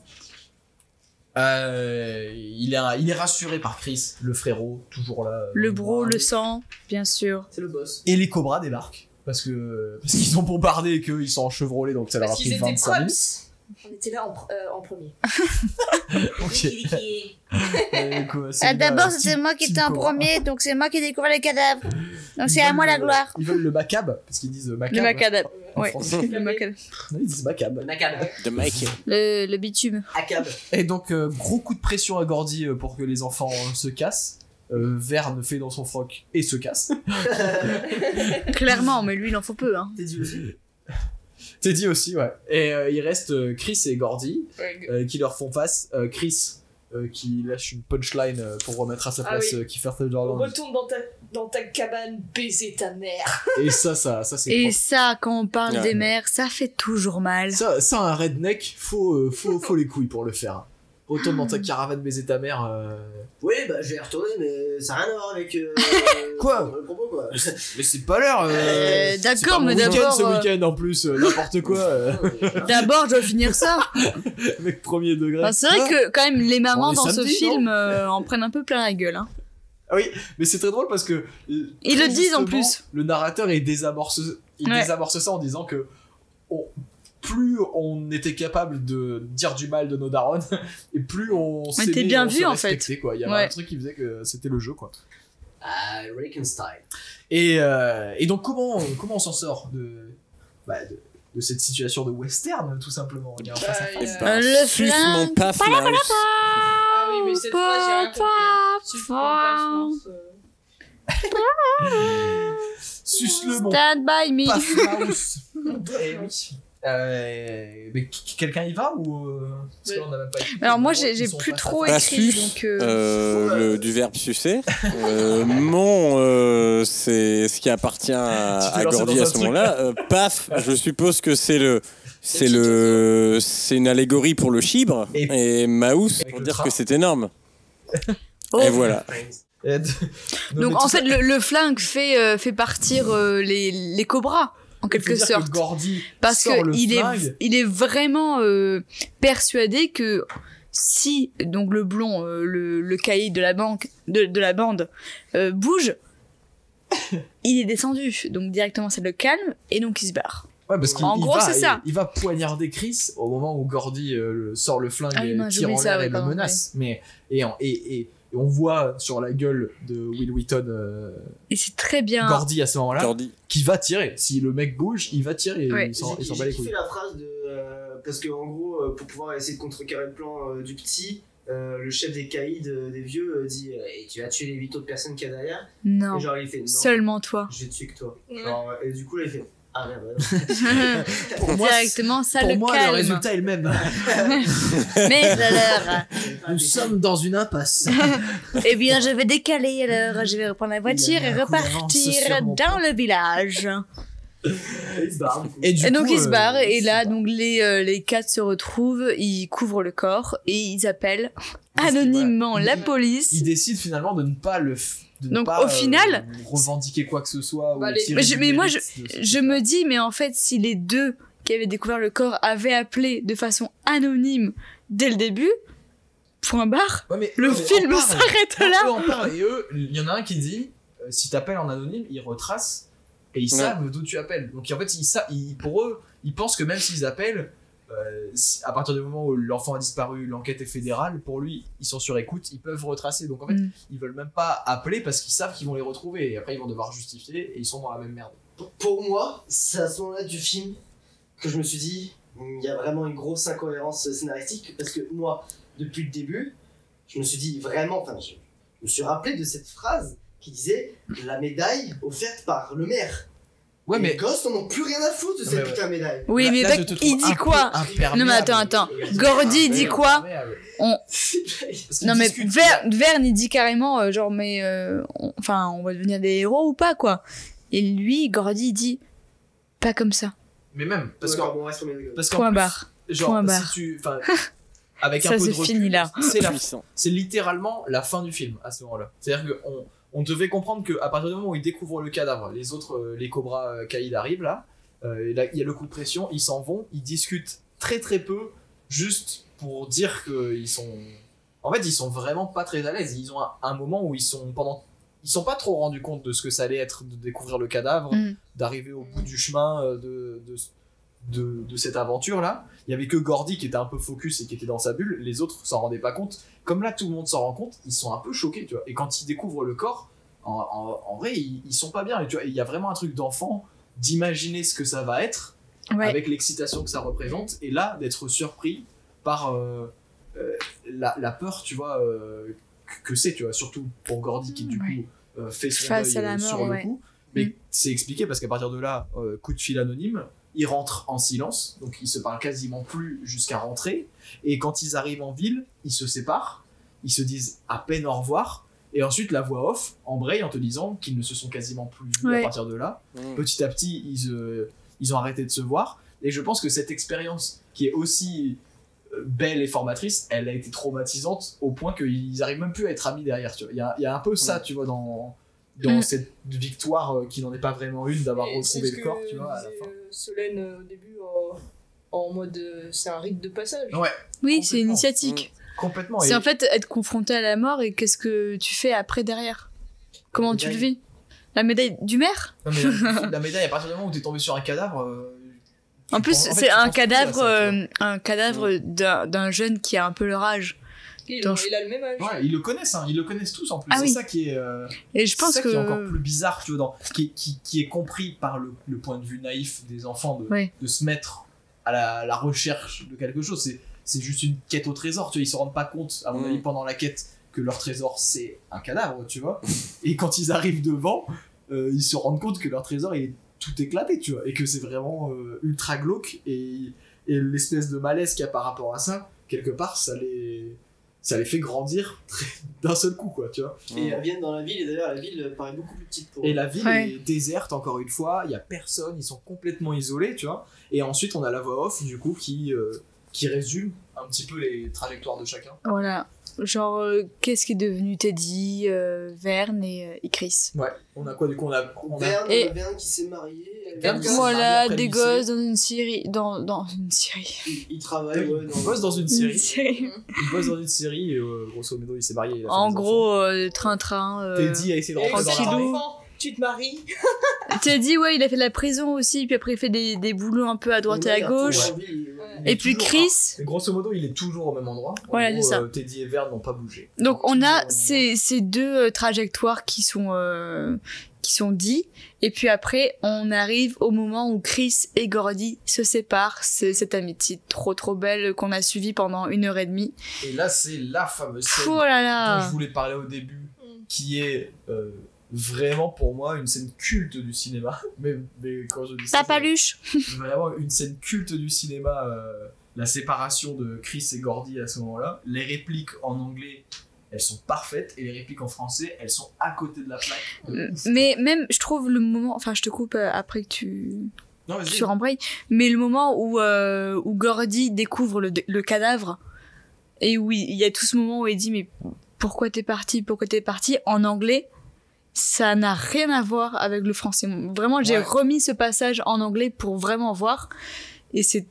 Speaker 1: Euh, il, est, il est rassuré par Chris, le frérot, toujours là. euh,
Speaker 2: Le
Speaker 1: dans
Speaker 2: bro,
Speaker 1: bras.
Speaker 2: le sang, bien sûr.
Speaker 5: C'est le boss.
Speaker 1: Et les cobras débarquent. Parce que parce qu'ils ont bombardé et qu'ils sont enchevrolés, donc ça leur a
Speaker 6: Parce qu'ils
Speaker 1: pris
Speaker 6: étaient
Speaker 1: 25 minutes.
Speaker 6: props.
Speaker 5: On était là en, pr- euh, en premier.
Speaker 1: Ok. Et du coup, c'est
Speaker 11: Ah,
Speaker 1: une, euh,
Speaker 11: D'abord, c'était
Speaker 1: team-
Speaker 11: moi qui
Speaker 1: team
Speaker 11: étais en
Speaker 1: Cobra.
Speaker 11: premier, donc c'est moi qui découvre les cadavres. Donc c'est
Speaker 1: Ils
Speaker 11: à
Speaker 1: veulent
Speaker 11: moi la
Speaker 1: le-
Speaker 11: gloire.
Speaker 1: Ils veulent le macab, parce qu'ils disent macab.
Speaker 2: Le macadam.
Speaker 1: en
Speaker 2: Ouais.
Speaker 1: français.
Speaker 2: Le macadam.
Speaker 1: Ils disent macab.
Speaker 5: Macab.
Speaker 4: De Mike.
Speaker 2: Le, le bitume.
Speaker 5: Acab.
Speaker 1: Et donc, euh, gros coup de pression à Gordy euh, pour que les enfants euh, se cassent. Euh, Verne fait dans son froc et se casse.
Speaker 2: Clairement, mais lui, il en faut peu. Hein.
Speaker 5: T'es dit aussi.
Speaker 1: Teddy aussi, ouais. Et euh, il reste euh, Chris et Gordy
Speaker 6: Ouais,
Speaker 1: euh, qui leur font face. Euh, Chris euh, qui lâche une punchline euh, pour remettre à sa
Speaker 6: Ah
Speaker 1: place
Speaker 6: oui.
Speaker 1: euh, Kiefer Sutherland.
Speaker 6: Retourne dans ta, dans ta cabane, baiser ta mère.
Speaker 1: Et ça, ça, ça c'est
Speaker 2: Et
Speaker 1: propre.
Speaker 2: ça, quand on parle
Speaker 4: Ouais.
Speaker 2: des mères, ça fait toujours mal.
Speaker 1: ça, ça, un redneck, faut, euh, faut, faut les couilles pour le faire. Retourne
Speaker 2: Ah.
Speaker 1: dans ta caravane baiser ta mère. euh,
Speaker 5: Oui, bah j'ai retourné, mais ça n'a rien à voir avec. euh,
Speaker 1: Quoi
Speaker 5: Le propos, quoi.
Speaker 1: Mais c'est pas l'heure.
Speaker 2: Euh,
Speaker 1: c'est
Speaker 2: d'accord,
Speaker 1: pas mon
Speaker 2: mais
Speaker 1: week-end,
Speaker 2: d'abord,
Speaker 1: ce
Speaker 2: euh,
Speaker 1: week-end en plus, euh, n'importe quoi, euh,
Speaker 2: D'abord, je dois finir ça.
Speaker 1: avec premier degré.
Speaker 2: Enfin, Bah, c'est vrai que, quand même, les mamans
Speaker 1: est
Speaker 2: dans
Speaker 1: samedi,
Speaker 2: ce film euh, en prennent un peu plein la gueule. hein.
Speaker 1: Mais c'est très drôle parce que. euh,
Speaker 2: Ils le
Speaker 1: très
Speaker 2: disent en
Speaker 1: justement,
Speaker 2: plus.
Speaker 1: Le narrateur il désamorce, il
Speaker 2: Ouais.
Speaker 1: désamorce ça en disant que on- plus on était capable de dire du mal de nos darons, et plus on s'aimait
Speaker 2: était
Speaker 1: et
Speaker 2: bien
Speaker 1: on se
Speaker 2: vus, en
Speaker 1: respectait, quoi. Il y avait
Speaker 2: Ouais.
Speaker 1: un truc qui faisait que c'était le jeu, quoi.
Speaker 5: Ah, Reconstyle.
Speaker 1: Et, euh, et donc, comment, comment on s'en sort de, bah, de, de cette situation de western, tout simplement Il y a un face à face.
Speaker 4: Eh
Speaker 6: Euh,
Speaker 4: ben,
Speaker 2: le
Speaker 4: suce
Speaker 2: flingue.
Speaker 4: mon paf, Marius.
Speaker 6: Ah oui, mais cette fois, j'ai rien compris. hein. Si je comprends pas, je pense, euh,
Speaker 1: Suce-le, mon
Speaker 2: Stand by me.
Speaker 1: paf Maus. Eh oui. Euh, mais qui- quelqu'un y va ou euh, parce que là, on n'a même pas écrit
Speaker 2: Alors moi,
Speaker 1: les
Speaker 2: j'ai
Speaker 1: gens
Speaker 2: j'ai
Speaker 1: qui sont
Speaker 2: plus
Speaker 1: face à
Speaker 2: trop
Speaker 4: Pas
Speaker 2: écrit,
Speaker 4: sus.
Speaker 2: donc... euh,
Speaker 4: Euh, le- du verbe sucer. Euh, mon, euh, c'est ce qui appartient à,
Speaker 1: Tu t'es
Speaker 4: à
Speaker 1: lancé
Speaker 4: Gordy
Speaker 1: dans un
Speaker 4: à ce
Speaker 1: truc.
Speaker 4: moment-là. Euh, paf, je suppose que c'est le. C'est le, c'est une allégorie pour le chibre
Speaker 1: Et-
Speaker 4: et, Maus
Speaker 1: Avec
Speaker 4: pour
Speaker 1: le
Speaker 4: dire
Speaker 1: train.
Speaker 4: que c'est énorme.
Speaker 2: oh.
Speaker 4: Et voilà.
Speaker 1: Euh, d- non, mais
Speaker 2: Donc
Speaker 1: tout
Speaker 2: en
Speaker 1: ça,
Speaker 2: fait, le, le flingue fait, euh, fait partir euh, les, les cobras, en
Speaker 1: il faut
Speaker 2: quelque
Speaker 1: dire
Speaker 2: sorte.
Speaker 1: Que Gordy
Speaker 2: parce
Speaker 1: sort le
Speaker 2: que il est,
Speaker 1: flingue.
Speaker 2: il est vraiment euh, persuadé que si donc le blond, euh, le, le cahier de la banque de, de la bande euh, bouge, il est descendu. Donc directement ça le calme et donc il se barre.
Speaker 1: Ouais, parce qu'il
Speaker 2: En
Speaker 1: il
Speaker 2: gros,
Speaker 1: va-
Speaker 2: c'est
Speaker 1: il-
Speaker 2: ça.
Speaker 1: Il, va poignarder Chris au moment où Gordy euh, le- sort le flingue
Speaker 2: Ah oui,
Speaker 1: et
Speaker 2: mince, j'ai
Speaker 1: tire en
Speaker 2: oublié ça,
Speaker 1: l'air
Speaker 2: ouais,
Speaker 1: et le
Speaker 2: pardon,
Speaker 1: menace. Mais et, en- et, et, et on voit sur la gueule de Will Wheaton euh,
Speaker 2: Et c'est très bien.
Speaker 1: Gordy à ce moment-là
Speaker 4: Gordy.
Speaker 1: qui va tirer. Si le mec bouge, il va tirer.
Speaker 2: Ouais.
Speaker 1: Il s'en
Speaker 5: J'ai
Speaker 1: il s'en bat les
Speaker 5: kiffé
Speaker 1: couilles.
Speaker 5: la phrase de. euh, parce que, en gros, euh, pour pouvoir essayer de contrecarrer le plan euh, du petit, euh, le chef des caïds euh, des vieux euh, dit euh, Et Tu vas tuer les huit autres personnes qu'il y a derrière.
Speaker 2: Non,
Speaker 5: Et genre, il fait Non,
Speaker 2: seulement toi.
Speaker 5: je vais te tuer que toi.
Speaker 6: Ouais.
Speaker 5: Genre, euh, et du coup, là, il fait Ah merde, ouais, non.
Speaker 1: Pour moi, c'est-
Speaker 2: Directement ça
Speaker 1: pour
Speaker 2: le
Speaker 1: moi, le
Speaker 2: calme.
Speaker 1: résultat est le même.
Speaker 2: Mais alors,
Speaker 5: J'ai pas
Speaker 1: Nous
Speaker 5: fait.
Speaker 1: sommes dans une impasse.
Speaker 2: eh bien je vais décaler alors, je vais reprendre la voiture
Speaker 1: Il a
Speaker 2: et
Speaker 1: mis un coup d'avance
Speaker 2: repartir
Speaker 1: sur mon
Speaker 2: dans le village.
Speaker 5: Il se barre, du coup.
Speaker 1: du
Speaker 2: Et donc
Speaker 1: coup,
Speaker 2: ils se
Speaker 1: euh,
Speaker 2: barrent et
Speaker 1: ils
Speaker 2: là
Speaker 1: se
Speaker 2: donc les euh, les quatre se retrouvent, ils couvrent le corps et ils appellent
Speaker 1: Parce que,
Speaker 2: anonymement
Speaker 1: voilà,
Speaker 2: la
Speaker 1: ils-
Speaker 2: police.
Speaker 1: il décide finalement de ne pas le f- de ne
Speaker 2: Donc,
Speaker 1: pas, euh,
Speaker 2: au final-
Speaker 1: revendiquer quoi que ce soit
Speaker 6: Bah,
Speaker 1: ou
Speaker 6: les-
Speaker 1: tirer
Speaker 2: Mais je-
Speaker 1: du
Speaker 2: mais moi,
Speaker 1: mérite de ce-
Speaker 2: Je me dis mais en fait si les deux qui avaient découvert le corps avaient appelé de façon anonyme dès le début, point barre,
Speaker 1: Ouais, mais
Speaker 2: le
Speaker 1: eux, on
Speaker 2: film
Speaker 1: parle.
Speaker 2: s'arrête
Speaker 1: Non,
Speaker 2: là.
Speaker 1: eux en parlent et eux il y en a un qui dit euh, si t'appelles en anonyme ils retracent et ils
Speaker 4: Ouais.
Speaker 1: savent d'où tu appelles donc en fait ils, sa- ils- pour eux ils pensent que même s'ils appellent euh, si- à partir du moment où l'enfant a disparu, l'enquête est fédérale, pour lui, ils sont sur écoute, ils peuvent retracer. Donc en fait,
Speaker 2: Mm.
Speaker 1: ils veulent même pas appeler parce qu'ils savent qu'ils vont les retrouver et après ils vont devoir justifier et ils sont dans la même merde.
Speaker 5: Pour- Pour moi, c'est à ce moment-là du film que je me suis dit, il y a vraiment une grosse incohérence scénaristique parce que moi, depuis le début, je me suis dit vraiment, enfin, je, je me suis rappelé de cette phrase qui disait la médaille offerte par le maire.
Speaker 1: Ouais,
Speaker 5: Et
Speaker 1: mais
Speaker 5: Les gosses n'en ont plus rien à foutre de
Speaker 1: Non,
Speaker 5: cette
Speaker 1: mais
Speaker 5: putain de médaille.
Speaker 2: Oui
Speaker 1: Là-
Speaker 2: mais
Speaker 1: là,
Speaker 2: mec,
Speaker 1: je te trouve
Speaker 2: il
Speaker 1: un
Speaker 2: dit
Speaker 1: peu
Speaker 2: quoi
Speaker 1: imperméable.
Speaker 2: Non mais attends attends, Gordy dit quoi
Speaker 1: Imperméable.
Speaker 2: On-
Speaker 1: Parce qu'ils
Speaker 2: Non mais
Speaker 1: discutent.
Speaker 2: Ver- Verne il dit carrément euh, genre mais euh, on- enfin on va devenir des héros ou pas quoi. Et lui Gordy il dit pas comme ça.
Speaker 1: Mais même, parce
Speaker 5: Parce
Speaker 1: qu'en
Speaker 5: qu'on reste sur les gosses.
Speaker 1: parce qu'en
Speaker 2: Point
Speaker 1: plus,
Speaker 2: barre.
Speaker 1: Genre,
Speaker 2: Point
Speaker 1: si
Speaker 2: barre.
Speaker 1: tu- enfin, avec
Speaker 2: Ça,
Speaker 1: un peu
Speaker 2: c'est
Speaker 1: de recul,
Speaker 2: fini, là.
Speaker 1: C'est, la-
Speaker 4: Puissant.
Speaker 1: c'est littéralement la fin du film à ce moment-là. C'est-à-dire qu'on on devait comprendre qu'à partir du moment où ils découvrent le cadavre, les autres, euh, les cobras euh, caïds arrivent là, euh, et là, il y a le coup de pression, ils s'en vont, ils discutent très très peu. juste pour dire qu'ils sont. En fait, ils sont vraiment pas très à l'aise. Ils ont un, un moment où ils sont pendant. Ils sont pas trop rendus compte de ce que ça allait être de découvrir le cadavre,
Speaker 2: Mm.
Speaker 1: d'arriver au bout du chemin euh, de, de, de, de cette aventure-là. Il y avait que Gordy qui était un peu focus et qui était dans sa bulle. Les autres s'en rendaient pas compte. Comme là, tout le monde s'en rend compte, ils sont un peu choqués, tu vois. Et quand ils découvrent le corps, en, en- en vrai, ils, ils sont pas bien. Et tu vois, il y a vraiment un truc d'enfant d'imaginer ce que ça va être
Speaker 2: Ouais.
Speaker 1: avec l'excitation que ça représente, et là d'être surpris par euh, euh, la, la peur, tu vois, euh, que- que c'est, tu vois, surtout pour Gordy qui du
Speaker 2: Ouais.
Speaker 1: coup euh, fait son
Speaker 2: Face
Speaker 1: deuil,
Speaker 2: à la
Speaker 1: euh,
Speaker 2: mort,
Speaker 1: sur le
Speaker 2: ouais.
Speaker 1: coup. Mais
Speaker 2: Mm.
Speaker 1: c'est expliqué parce qu'à partir de là, euh, coup de fil anonyme, ils rentrent en silence, donc ils se parlent quasiment plus jusqu'à rentrer, et quand ils arrivent en ville, ils se séparent, ils se disent à peine au revoir. Et ensuite, la voix off embraye en te disant qu'ils ne se sont quasiment plus vus à
Speaker 2: Ouais.
Speaker 1: partir de là petit à petit, ils, euh, ils ont arrêté de se voir. Et je pense que cette expérience, qui est aussi euh, belle et formatrice, elle a été traumatisante au point qu'ils arrivent même plus à être amis derrière. tu vois. Il y a, il y a un peu ça, tu vois, dans, dans
Speaker 2: Mm.
Speaker 1: cette victoire euh, qui n'en est pas vraiment une d'avoir
Speaker 6: Et c'est
Speaker 1: retrouvé
Speaker 6: ce
Speaker 1: le
Speaker 6: que
Speaker 1: corps, tu vois, à la
Speaker 6: disait,
Speaker 1: fin.
Speaker 6: euh, Solène euh, au début en, en mode euh, c'est un rite de passage.
Speaker 1: Ouais.
Speaker 2: Oui, c'est
Speaker 1: complètement.
Speaker 2: initiatique.
Speaker 1: Complètement.
Speaker 2: C'est
Speaker 1: et-
Speaker 2: en fait être confronté à la mort et qu'est-ce que tu fais après derrière Comment tu le vis La médaille du maire
Speaker 1: Non, mais la, la médaille, à partir du moment où t'es tombé sur un cadavre. euh, tu
Speaker 2: En plus,
Speaker 1: penses- fait,
Speaker 2: c'est
Speaker 1: tu
Speaker 2: un
Speaker 1: penses plus à ça,
Speaker 2: cadavre,
Speaker 1: tu vois.
Speaker 2: euh, un cadavre d'un d'un jeune qui a un peu leur âge.
Speaker 6: Il,
Speaker 2: Attends,
Speaker 6: il a le même âge.
Speaker 1: Ouais, ils le connaissent, hein, ils le connaissent tous en plus.
Speaker 2: Ah
Speaker 1: c'est
Speaker 2: oui.
Speaker 1: ça qui est. euh,
Speaker 2: Et je
Speaker 1: C'est
Speaker 2: pense
Speaker 1: ça
Speaker 2: que
Speaker 1: qui est encore plus bizarre, tu vois, dans- qui, qui- qui est compris par le, le point de vue naïf des enfants de,
Speaker 2: Ouais.
Speaker 1: de se mettre à la, à la recherche de quelque chose. C'est, c'est juste une quête au trésor, tu vois. Ils se rendent pas compte, à mon
Speaker 4: Mm.
Speaker 1: avis, pendant la quête, que leur trésor c'est un cadavre, tu vois. et quand ils arrivent devant, euh, ils se rendent compte que leur trésor il est tout éclaté, tu vois, et que c'est vraiment euh, ultra glauque et, et l'espèce de malaise qu'il y a par rapport à ça, quelque part, ça les, ça les fait grandir d'un seul coup, quoi, tu vois.
Speaker 5: Et ils reviennent dans la ville, et d'ailleurs, la ville paraît beaucoup plus petite pour
Speaker 1: euh, Et
Speaker 5: eux.
Speaker 1: la ville
Speaker 2: Ouais.
Speaker 1: est déserte encore une fois, il y a personne, ils sont complètement isolés, tu vois. Et ensuite, on a la voix off du coup qui euh, qui résume un petit peu les trajectoires de chacun.
Speaker 2: voilà, genre euh, qu'est-ce qui est devenu Teddy, euh, Verne et, euh, et Chris
Speaker 1: Ouais. On a quoi du coup On a on a
Speaker 5: Verne,
Speaker 2: Et-
Speaker 5: on a Verne qui s'est marié.
Speaker 1: Verne qui s'est marié
Speaker 2: Voilà,
Speaker 1: après le
Speaker 2: des
Speaker 1: lycée.
Speaker 2: gosses dans une série, dans dans une série,
Speaker 5: Il, il travaille, ouais,
Speaker 1: Il
Speaker 5: dans-
Speaker 1: bosse dans une
Speaker 2: Une
Speaker 1: série.
Speaker 2: série.
Speaker 1: Il bosse dans une série et euh, grosso modo, il s'est marié. il a fait
Speaker 2: En
Speaker 1: des
Speaker 2: gros, euh, train-train.
Speaker 1: enfants.
Speaker 2: euh,
Speaker 1: Teddy a essayé de
Speaker 6: Et
Speaker 1: rentrer dans
Speaker 6: c'est un
Speaker 1: l'armée.
Speaker 2: Tranquillou.
Speaker 6: enfant, tu te maries. euh,
Speaker 2: Teddy, ouais, il a fait de la prison aussi, puis après il fait des, des boulots un peu à droite et à
Speaker 5: Ouais,
Speaker 2: gauche.
Speaker 5: dans la ville, ouais.
Speaker 1: Il est
Speaker 2: Et puis
Speaker 1: toujours- hein.
Speaker 2: Chris,
Speaker 1: Et grosso modo, il est toujours au même endroit. En
Speaker 2: Voilà,
Speaker 1: gros,
Speaker 2: c'est ça.
Speaker 1: euh, Teddy et Verne n'ont pas bougé.
Speaker 2: Donc on a
Speaker 1: Toujours,
Speaker 2: ces, ces deux euh, trajectoires qui sont euh, qui sont dites et puis après on arrive au moment où Chris et Gordy se séparent. C'est cette amitié trop trop belle qu'on a suivie pendant une heure et demie.
Speaker 1: euh, Et là, c'est la fameuse
Speaker 2: Pff,
Speaker 1: scène
Speaker 2: Oh là
Speaker 1: dont je
Speaker 2: là
Speaker 1: voulais parler au début, qui est euh, vraiment pour moi une scène culte du cinéma. Mais, mais quand je dis ça,
Speaker 12: Ta paluche
Speaker 1: c'est vraiment une scène culte du cinéma, euh, la séparation de Chris et Gordy à ce moment-là. Les répliques en anglais, elles sont parfaites, et les répliques en français, elles sont à côté de la plaque.
Speaker 2: Euh, Mais même je trouve le moment, enfin je te coupe euh, après que tu
Speaker 1: Non, vas-y.
Speaker 2: sur Embraille, mais le moment où, euh, où Gordy découvre le, le cadavre et où il il y a tout ce moment où il dit mais pourquoi t'es parti, pourquoi t'es parti en anglais, ça n'a rien à voir avec le français. Vraiment, j'ai
Speaker 1: Ouais.
Speaker 2: remis ce passage en anglais pour vraiment voir et c'est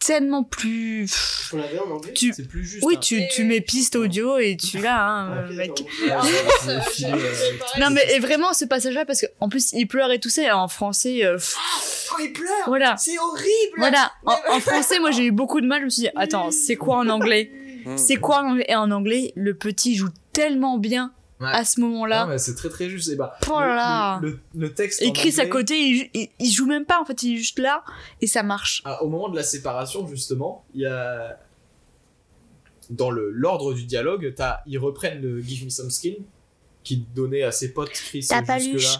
Speaker 2: tellement plus. pff,
Speaker 5: On l'avait en anglais.
Speaker 2: Tu...
Speaker 1: C'est plus juste.
Speaker 2: Oui,
Speaker 1: hein.
Speaker 2: tu, tu mets piste audio et tu l'as, hein,
Speaker 5: Ok,
Speaker 2: mec.
Speaker 5: non.
Speaker 1: Ah,
Speaker 6: Ah,
Speaker 1: je vais
Speaker 6: ça,
Speaker 1: filer,
Speaker 6: j'avais
Speaker 1: euh,
Speaker 6: fait pareil.
Speaker 2: Non, mais et vraiment ce passage-là, parce qu'en plus il pleure et tout ça, et en français, euh, pff,
Speaker 6: Quand il pleure,
Speaker 2: voilà.
Speaker 6: c'est horrible.
Speaker 2: Voilà, en, en français, moi j'ai eu beaucoup de mal. Je me suis dit, attends, c'est quoi en anglais
Speaker 4: Mmh,
Speaker 2: C'est quoi en anglais Et en anglais, le petit joue tellement bien
Speaker 1: Ouais.
Speaker 2: à ce
Speaker 1: Non,
Speaker 2: moment-là.
Speaker 1: mais c'est très très juste. Et bah,
Speaker 2: Oh là là
Speaker 1: le, le- le texte. en
Speaker 2: Et Chris à
Speaker 1: anglais-
Speaker 2: côté, il, ju- il- il joue même pas en fait, il est juste là et ça marche.
Speaker 1: Ah, au moment de la séparation, justement, il y a. Dans le- l'ordre du dialogue, t'as- ils reprennent le Give Me Some Skin, qui donnait à ses potes Chris
Speaker 12: Ta
Speaker 1: euh, jusque-là.
Speaker 12: paluche.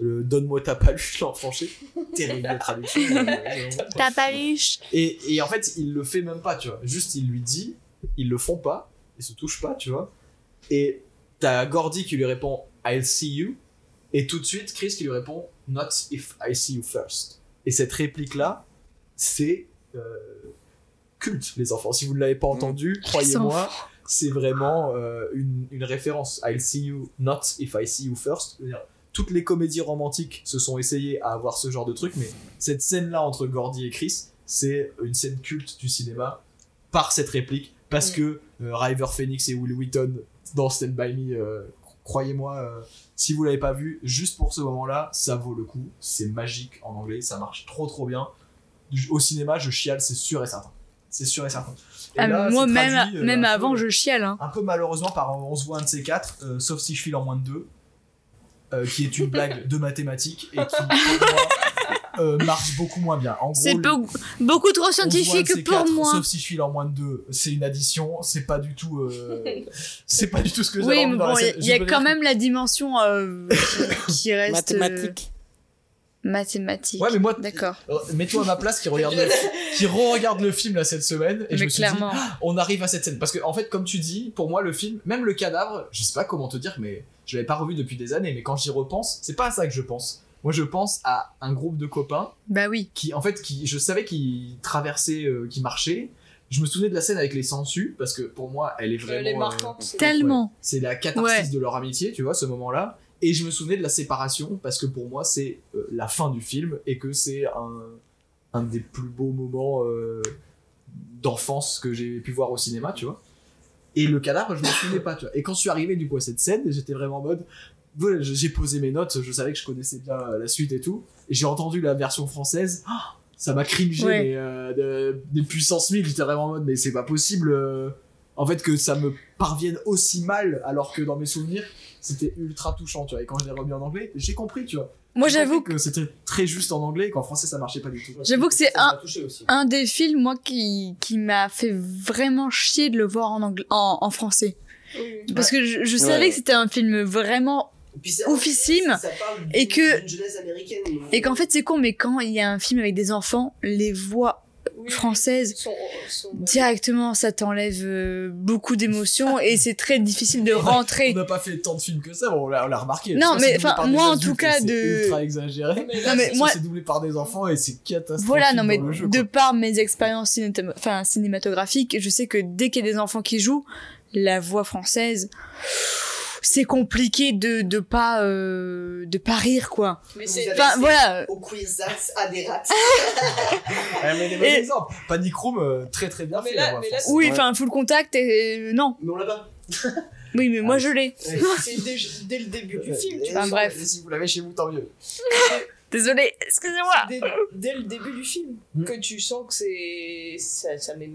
Speaker 1: le Donne-moi ta paluche en français. Terrible traduction. euh, vraiment.
Speaker 12: Ta paluche
Speaker 2: Euh,
Speaker 1: Et, et en fait, il le fait même pas, tu vois. Juste, il lui dit, ils le font pas, ils se touchent pas, tu vois. Et t'as Gordy qui lui répond I'll see you, et tout de suite, Chris qui lui répond Not if I see you first. Et cette réplique-là, c'est euh, culte, les enfants. Si vous ne l'avez pas entendu, croyez-moi, c'est vraiment euh, une, une référence. I'll see you, not if I see you first. C'est-à-dire, Toutes les comédies romantiques se sont essayées à avoir ce genre de truc, mais cette scène-là entre Gordy et Chris, c'est une scène culte du cinéma par cette réplique parce que euh, River Phoenix et Will Wheaton dans Stand By Me, euh, croyez-moi, euh, si vous l'avez pas vu, juste pour ce moment-là, ça vaut le coup. C'est magique en anglais, ça marche trop trop bien. Je- Au cinéma, je chiale, c'est sûr et certain. C'est sûr et certain. Et
Speaker 2: Ah,
Speaker 1: là,
Speaker 2: mais moi,
Speaker 1: c'est
Speaker 2: même,
Speaker 1: traduit, euh,
Speaker 2: même
Speaker 1: un peu-
Speaker 2: avant, je chiale. Hein.
Speaker 1: un peu malheureusement par on se voit un de ces quatre, euh, sauf si je file en moins de deux, euh, qui est une blague de mathématiques et qui pour moi, euh, marche beaucoup moins bien. En gros,
Speaker 2: C'est
Speaker 1: le-
Speaker 2: beau- beaucoup trop
Speaker 1: on se voit un de
Speaker 2: scientifique
Speaker 1: ces
Speaker 2: pour
Speaker 1: quatre,
Speaker 2: moi.
Speaker 1: Sauf si je file en moins de deux, c'est une addition, c'est pas du tout, euh, c'est pas du tout ce que j'avais
Speaker 2: Oui,
Speaker 1: envie
Speaker 2: mais
Speaker 1: dans la
Speaker 2: bon,
Speaker 1: scène.
Speaker 2: il y
Speaker 1: Je
Speaker 2: a
Speaker 1: connais-
Speaker 2: quand même la dimension euh, qui- qui reste. euh,
Speaker 4: Mathématiques.
Speaker 2: mathématique.
Speaker 1: Ouais, mais moi,
Speaker 2: D'accord.
Speaker 1: euh, mets-toi à ma place qui regarde, le, qui re-regarde le film là cette semaine et je
Speaker 2: Mais
Speaker 1: me suis dit,
Speaker 2: clairement.
Speaker 1: on arrive à cette scène. Parce que, en fait, comme tu dis, pour moi, le film, même le cadavre, je sais pas comment te dire, mais je l'avais pas revu depuis des années, mais quand j'y repense, c'est pas à ça que je pense. Moi, je pense à un groupe de copains
Speaker 2: Bah oui.
Speaker 1: qui, en fait, qui, je savais qu'ils traversaient, euh, qu'ils marchaient. Je me souvenais de la scène avec les sangsues, parce que pour moi, elle est vraiment.
Speaker 6: Elle est
Speaker 1: euh,
Speaker 6: marquante.
Speaker 2: Tellement.
Speaker 1: c'est la catharsis
Speaker 2: Ouais.
Speaker 1: de leur amitié, tu vois, ce moment-là. Et je me souvenais de la séparation parce que pour moi, c'est euh, la fin du film et que c'est un, un des plus beaux moments euh, d'enfance que j'ai pu voir au cinéma, tu vois. Et le cadavre, je m'en souvenais pas, tu vois. Et quand je suis arrivé du coup à cette scène, j'étais vraiment en mode. voilà, je- J'ai posé mes notes, je savais que je connaissais bien euh, la suite et tout. Et j'ai entendu la version française. Ah, ça m'a cringé,
Speaker 2: Ouais.
Speaker 1: mais, euh, de- des puissances 1000. J'étais vraiment en mode, mais c'est pas possible. euh, en fait, que ça me parvienne aussi mal, alors que dans mes souvenirs, c'était ultra touchant, tu vois. Et quand je l'ai remis en anglais, j'ai compris, tu vois.
Speaker 2: Moi,
Speaker 1: J'ai
Speaker 2: j'avoue
Speaker 1: compris que c'était très juste en anglais et qu'en français, ça marchait pas du tout.
Speaker 2: J'avoue que c'est
Speaker 5: Ça m'a touché aussi.
Speaker 2: un des films, moi, qui, qui m'a fait vraiment chier de le voir en, angla- en, en français.
Speaker 6: Oui.
Speaker 2: Parce que je, je
Speaker 4: Ouais,
Speaker 2: savais
Speaker 4: ouais.
Speaker 2: que c'était un film vraiment
Speaker 5: Et puis c'est-
Speaker 2: oufissime.
Speaker 5: ça parle
Speaker 2: et
Speaker 5: d'une-
Speaker 2: que-
Speaker 5: d'une jeunesse américaine. hein. donc-
Speaker 2: Et qu'en fait, c'est con, mais quand il y a un film avec des enfants, les voix
Speaker 6: Oui.
Speaker 2: françaises,
Speaker 6: Son- son-
Speaker 2: directement, ça t'enlève euh, beaucoup d'émotions et c'est très difficile de rentrer.
Speaker 1: On n'a pas fait tant de films que ça, bon, on l'a on l'a remarqué.
Speaker 2: Non,
Speaker 1: Je sais pas si
Speaker 2: mais,
Speaker 1: c'est doublé
Speaker 2: enfin,
Speaker 1: par des
Speaker 2: moi, en
Speaker 1: adultes
Speaker 2: tout
Speaker 1: et
Speaker 2: cas,
Speaker 1: c'est
Speaker 2: de-
Speaker 1: ultra exagéré.
Speaker 2: Non, mais moi,
Speaker 1: C'est doublé par des enfants et c'est catastrophique.
Speaker 2: Voilà, non mais
Speaker 1: dans le jeu,
Speaker 2: de
Speaker 1: quoi.
Speaker 2: par mes expériences cinéma- enfin, cinématographiques, je sais que dès qu'il y a des enfants qui jouent, la voix française, c'est compliqué de de pas euh, de pas rire quoi.
Speaker 6: Mais
Speaker 5: Vous
Speaker 6: c'est.
Speaker 5: avez-
Speaker 2: Enfin
Speaker 5: c'est-
Speaker 2: voilà,
Speaker 5: Au Queensland, à des rats.
Speaker 1: Ouais, Eh, mais des bons
Speaker 2: Et-
Speaker 1: exemples. Panic Room, euh, très très bien
Speaker 6: Non, mais
Speaker 1: fait.
Speaker 6: là-
Speaker 1: la voix
Speaker 6: mais là,
Speaker 1: française.
Speaker 2: oui,
Speaker 4: Ouais.
Speaker 2: enfin full contact, et, euh, non,
Speaker 5: Mais on l'a pas.
Speaker 2: oui mais
Speaker 1: Ah.
Speaker 2: moi je l'ai.
Speaker 6: C'est dès, dès le début du
Speaker 1: Ouais.
Speaker 6: film, tu
Speaker 1: Et
Speaker 6: vois.
Speaker 2: Enfin, bref.
Speaker 1: si- Si vous l'avez chez vous, tant mieux.
Speaker 2: Désolée, excusez-moi.
Speaker 6: Dès, dès le début du film,
Speaker 1: Hmm.
Speaker 6: que tu sens que c'est. Ça, ça met.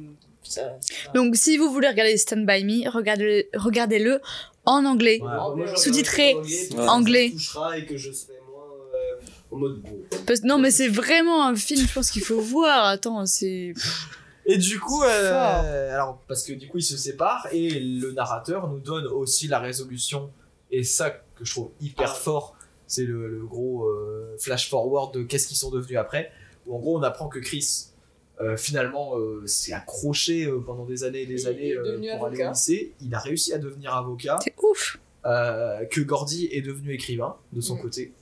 Speaker 6: Ça, ça-
Speaker 2: Donc si vous voulez regarder Stand by Me, regardez regardez-le en anglais. Sous-titré
Speaker 4: Ouais.
Speaker 2: anglais.
Speaker 5: Ça me touchera et que je serai moins euh, en mode bon.
Speaker 2: Parce- non mais c'est vraiment un film, je pense qu'il faut voir. Attends, c'est
Speaker 1: Et du coup, euh, alors parce que du coup ils se séparent et le narrateur nous donne aussi la résolution et ça que je trouve
Speaker 6: Ah.
Speaker 1: hyper fort, c'est le, le gros euh, flash forward de qu'est-ce qu'ils sont devenus après. Où en gros on apprend que Chris euh, finalement euh, s'est accroché euh, pendant des années et des
Speaker 6: Il
Speaker 1: années
Speaker 6: est
Speaker 1: euh,
Speaker 6: devenu
Speaker 1: pour aller au
Speaker 6: avocat.
Speaker 1: lycée, il a réussi à devenir avocat.
Speaker 2: c'est ouf.
Speaker 1: euh, que Gordy est devenu écrivain de son
Speaker 6: Mm.
Speaker 1: côté.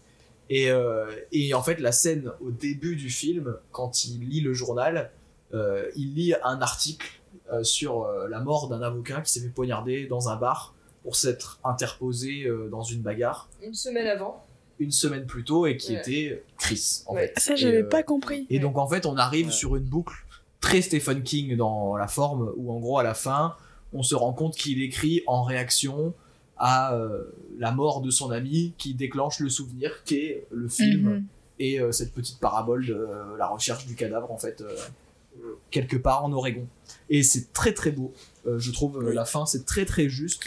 Speaker 1: Et, euh, et en fait, la scène au début du film, quand il lit le journal, euh, il lit un article euh, sur euh, la mort d'un avocat qui s'est fait poignarder dans un bar pour s'être interposé euh, dans une bagarre
Speaker 6: Une semaine avant.
Speaker 1: une semaine plus tôt et qui
Speaker 6: Ouais.
Speaker 1: était Chris. En
Speaker 6: Ouais.
Speaker 1: fait.
Speaker 2: Ça
Speaker 1: j'avais Et, euh, pas
Speaker 2: compris.
Speaker 1: Et donc en fait, on arrive
Speaker 4: Ouais.
Speaker 1: sur une boucle très Stephen King dans la forme, où en gros à la fin, on se rend compte qu'il écrit en réaction à euh, la mort de son ami qui déclenche le souvenir qu'est le film
Speaker 4: Mhm.
Speaker 2: Mhm.
Speaker 1: et euh, cette petite parabole de euh, la recherche du cadavre en fait euh, quelque part en Oregon. Et c'est très très beau, Euh, je trouve euh,
Speaker 4: Oui.
Speaker 1: la fin c'est très très juste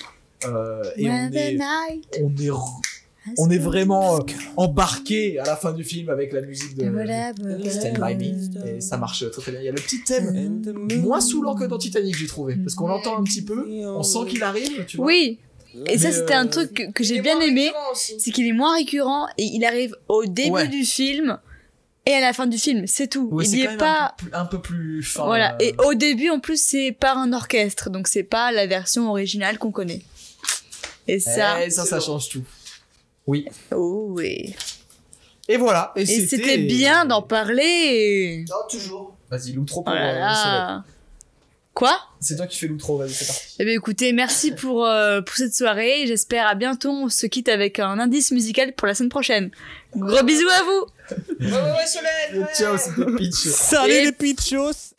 Speaker 1: Euh, et
Speaker 2: When
Speaker 1: on
Speaker 2: the
Speaker 1: est,
Speaker 2: night
Speaker 1: on est r- on est vraiment euh, embarqué à la fin du film avec la musique de, de euh, Stand By Me et ça marche très très bien. Il y a le petit thème moins saoulant que dans Titanic, j'ai trouvé. Parce qu'on l'entend un petit peu, on sent qu'il arrive, tu vois.
Speaker 2: Oui, et ça
Speaker 1: Mais,
Speaker 2: c'était un
Speaker 1: euh,
Speaker 2: truc que, que
Speaker 6: Il
Speaker 2: j'ai
Speaker 6: est
Speaker 2: bien
Speaker 6: moins
Speaker 2: aimé,
Speaker 6: récurrent aussi.
Speaker 2: c'est qu'il est moins récurrent et il arrive au début
Speaker 1: Ouais.
Speaker 2: du film et à la fin du film, c'est tout.
Speaker 1: Ouais,
Speaker 2: il
Speaker 1: c'est
Speaker 2: n'y
Speaker 1: quand
Speaker 2: est
Speaker 1: même
Speaker 2: pas.
Speaker 1: un peu, plus- un peu plus fin.
Speaker 2: voilà,
Speaker 1: euh,
Speaker 2: et oh, au début en plus c'est par un orchestre, donc c'est pas la version originale qu'on connaît. Et ça,
Speaker 1: eh, ça, ça change tout.
Speaker 2: oh oui.
Speaker 1: Et voilà. Et,
Speaker 2: Et c'était bien d'en parler. et-
Speaker 1: Oh,
Speaker 5: Non, toujours.
Speaker 1: Vas-y, l'outro
Speaker 2: Oh
Speaker 1: pour.
Speaker 2: là
Speaker 1: euh, Solène.
Speaker 2: là. Quoi
Speaker 1: C'est toi qui fais l'outro, vas-y, c'est parti.
Speaker 2: Eh bien écoutez, merci pour, euh, pour cette soirée. J'espère à bientôt. On se quitte avec un indice musical pour la semaine prochaine. Gros bisous à vous
Speaker 6: Ouais, ouais, ouais, Solène ouais.
Speaker 1: Ciao, c'était Pitch.
Speaker 4: Salut
Speaker 2: Et-
Speaker 4: les pitchos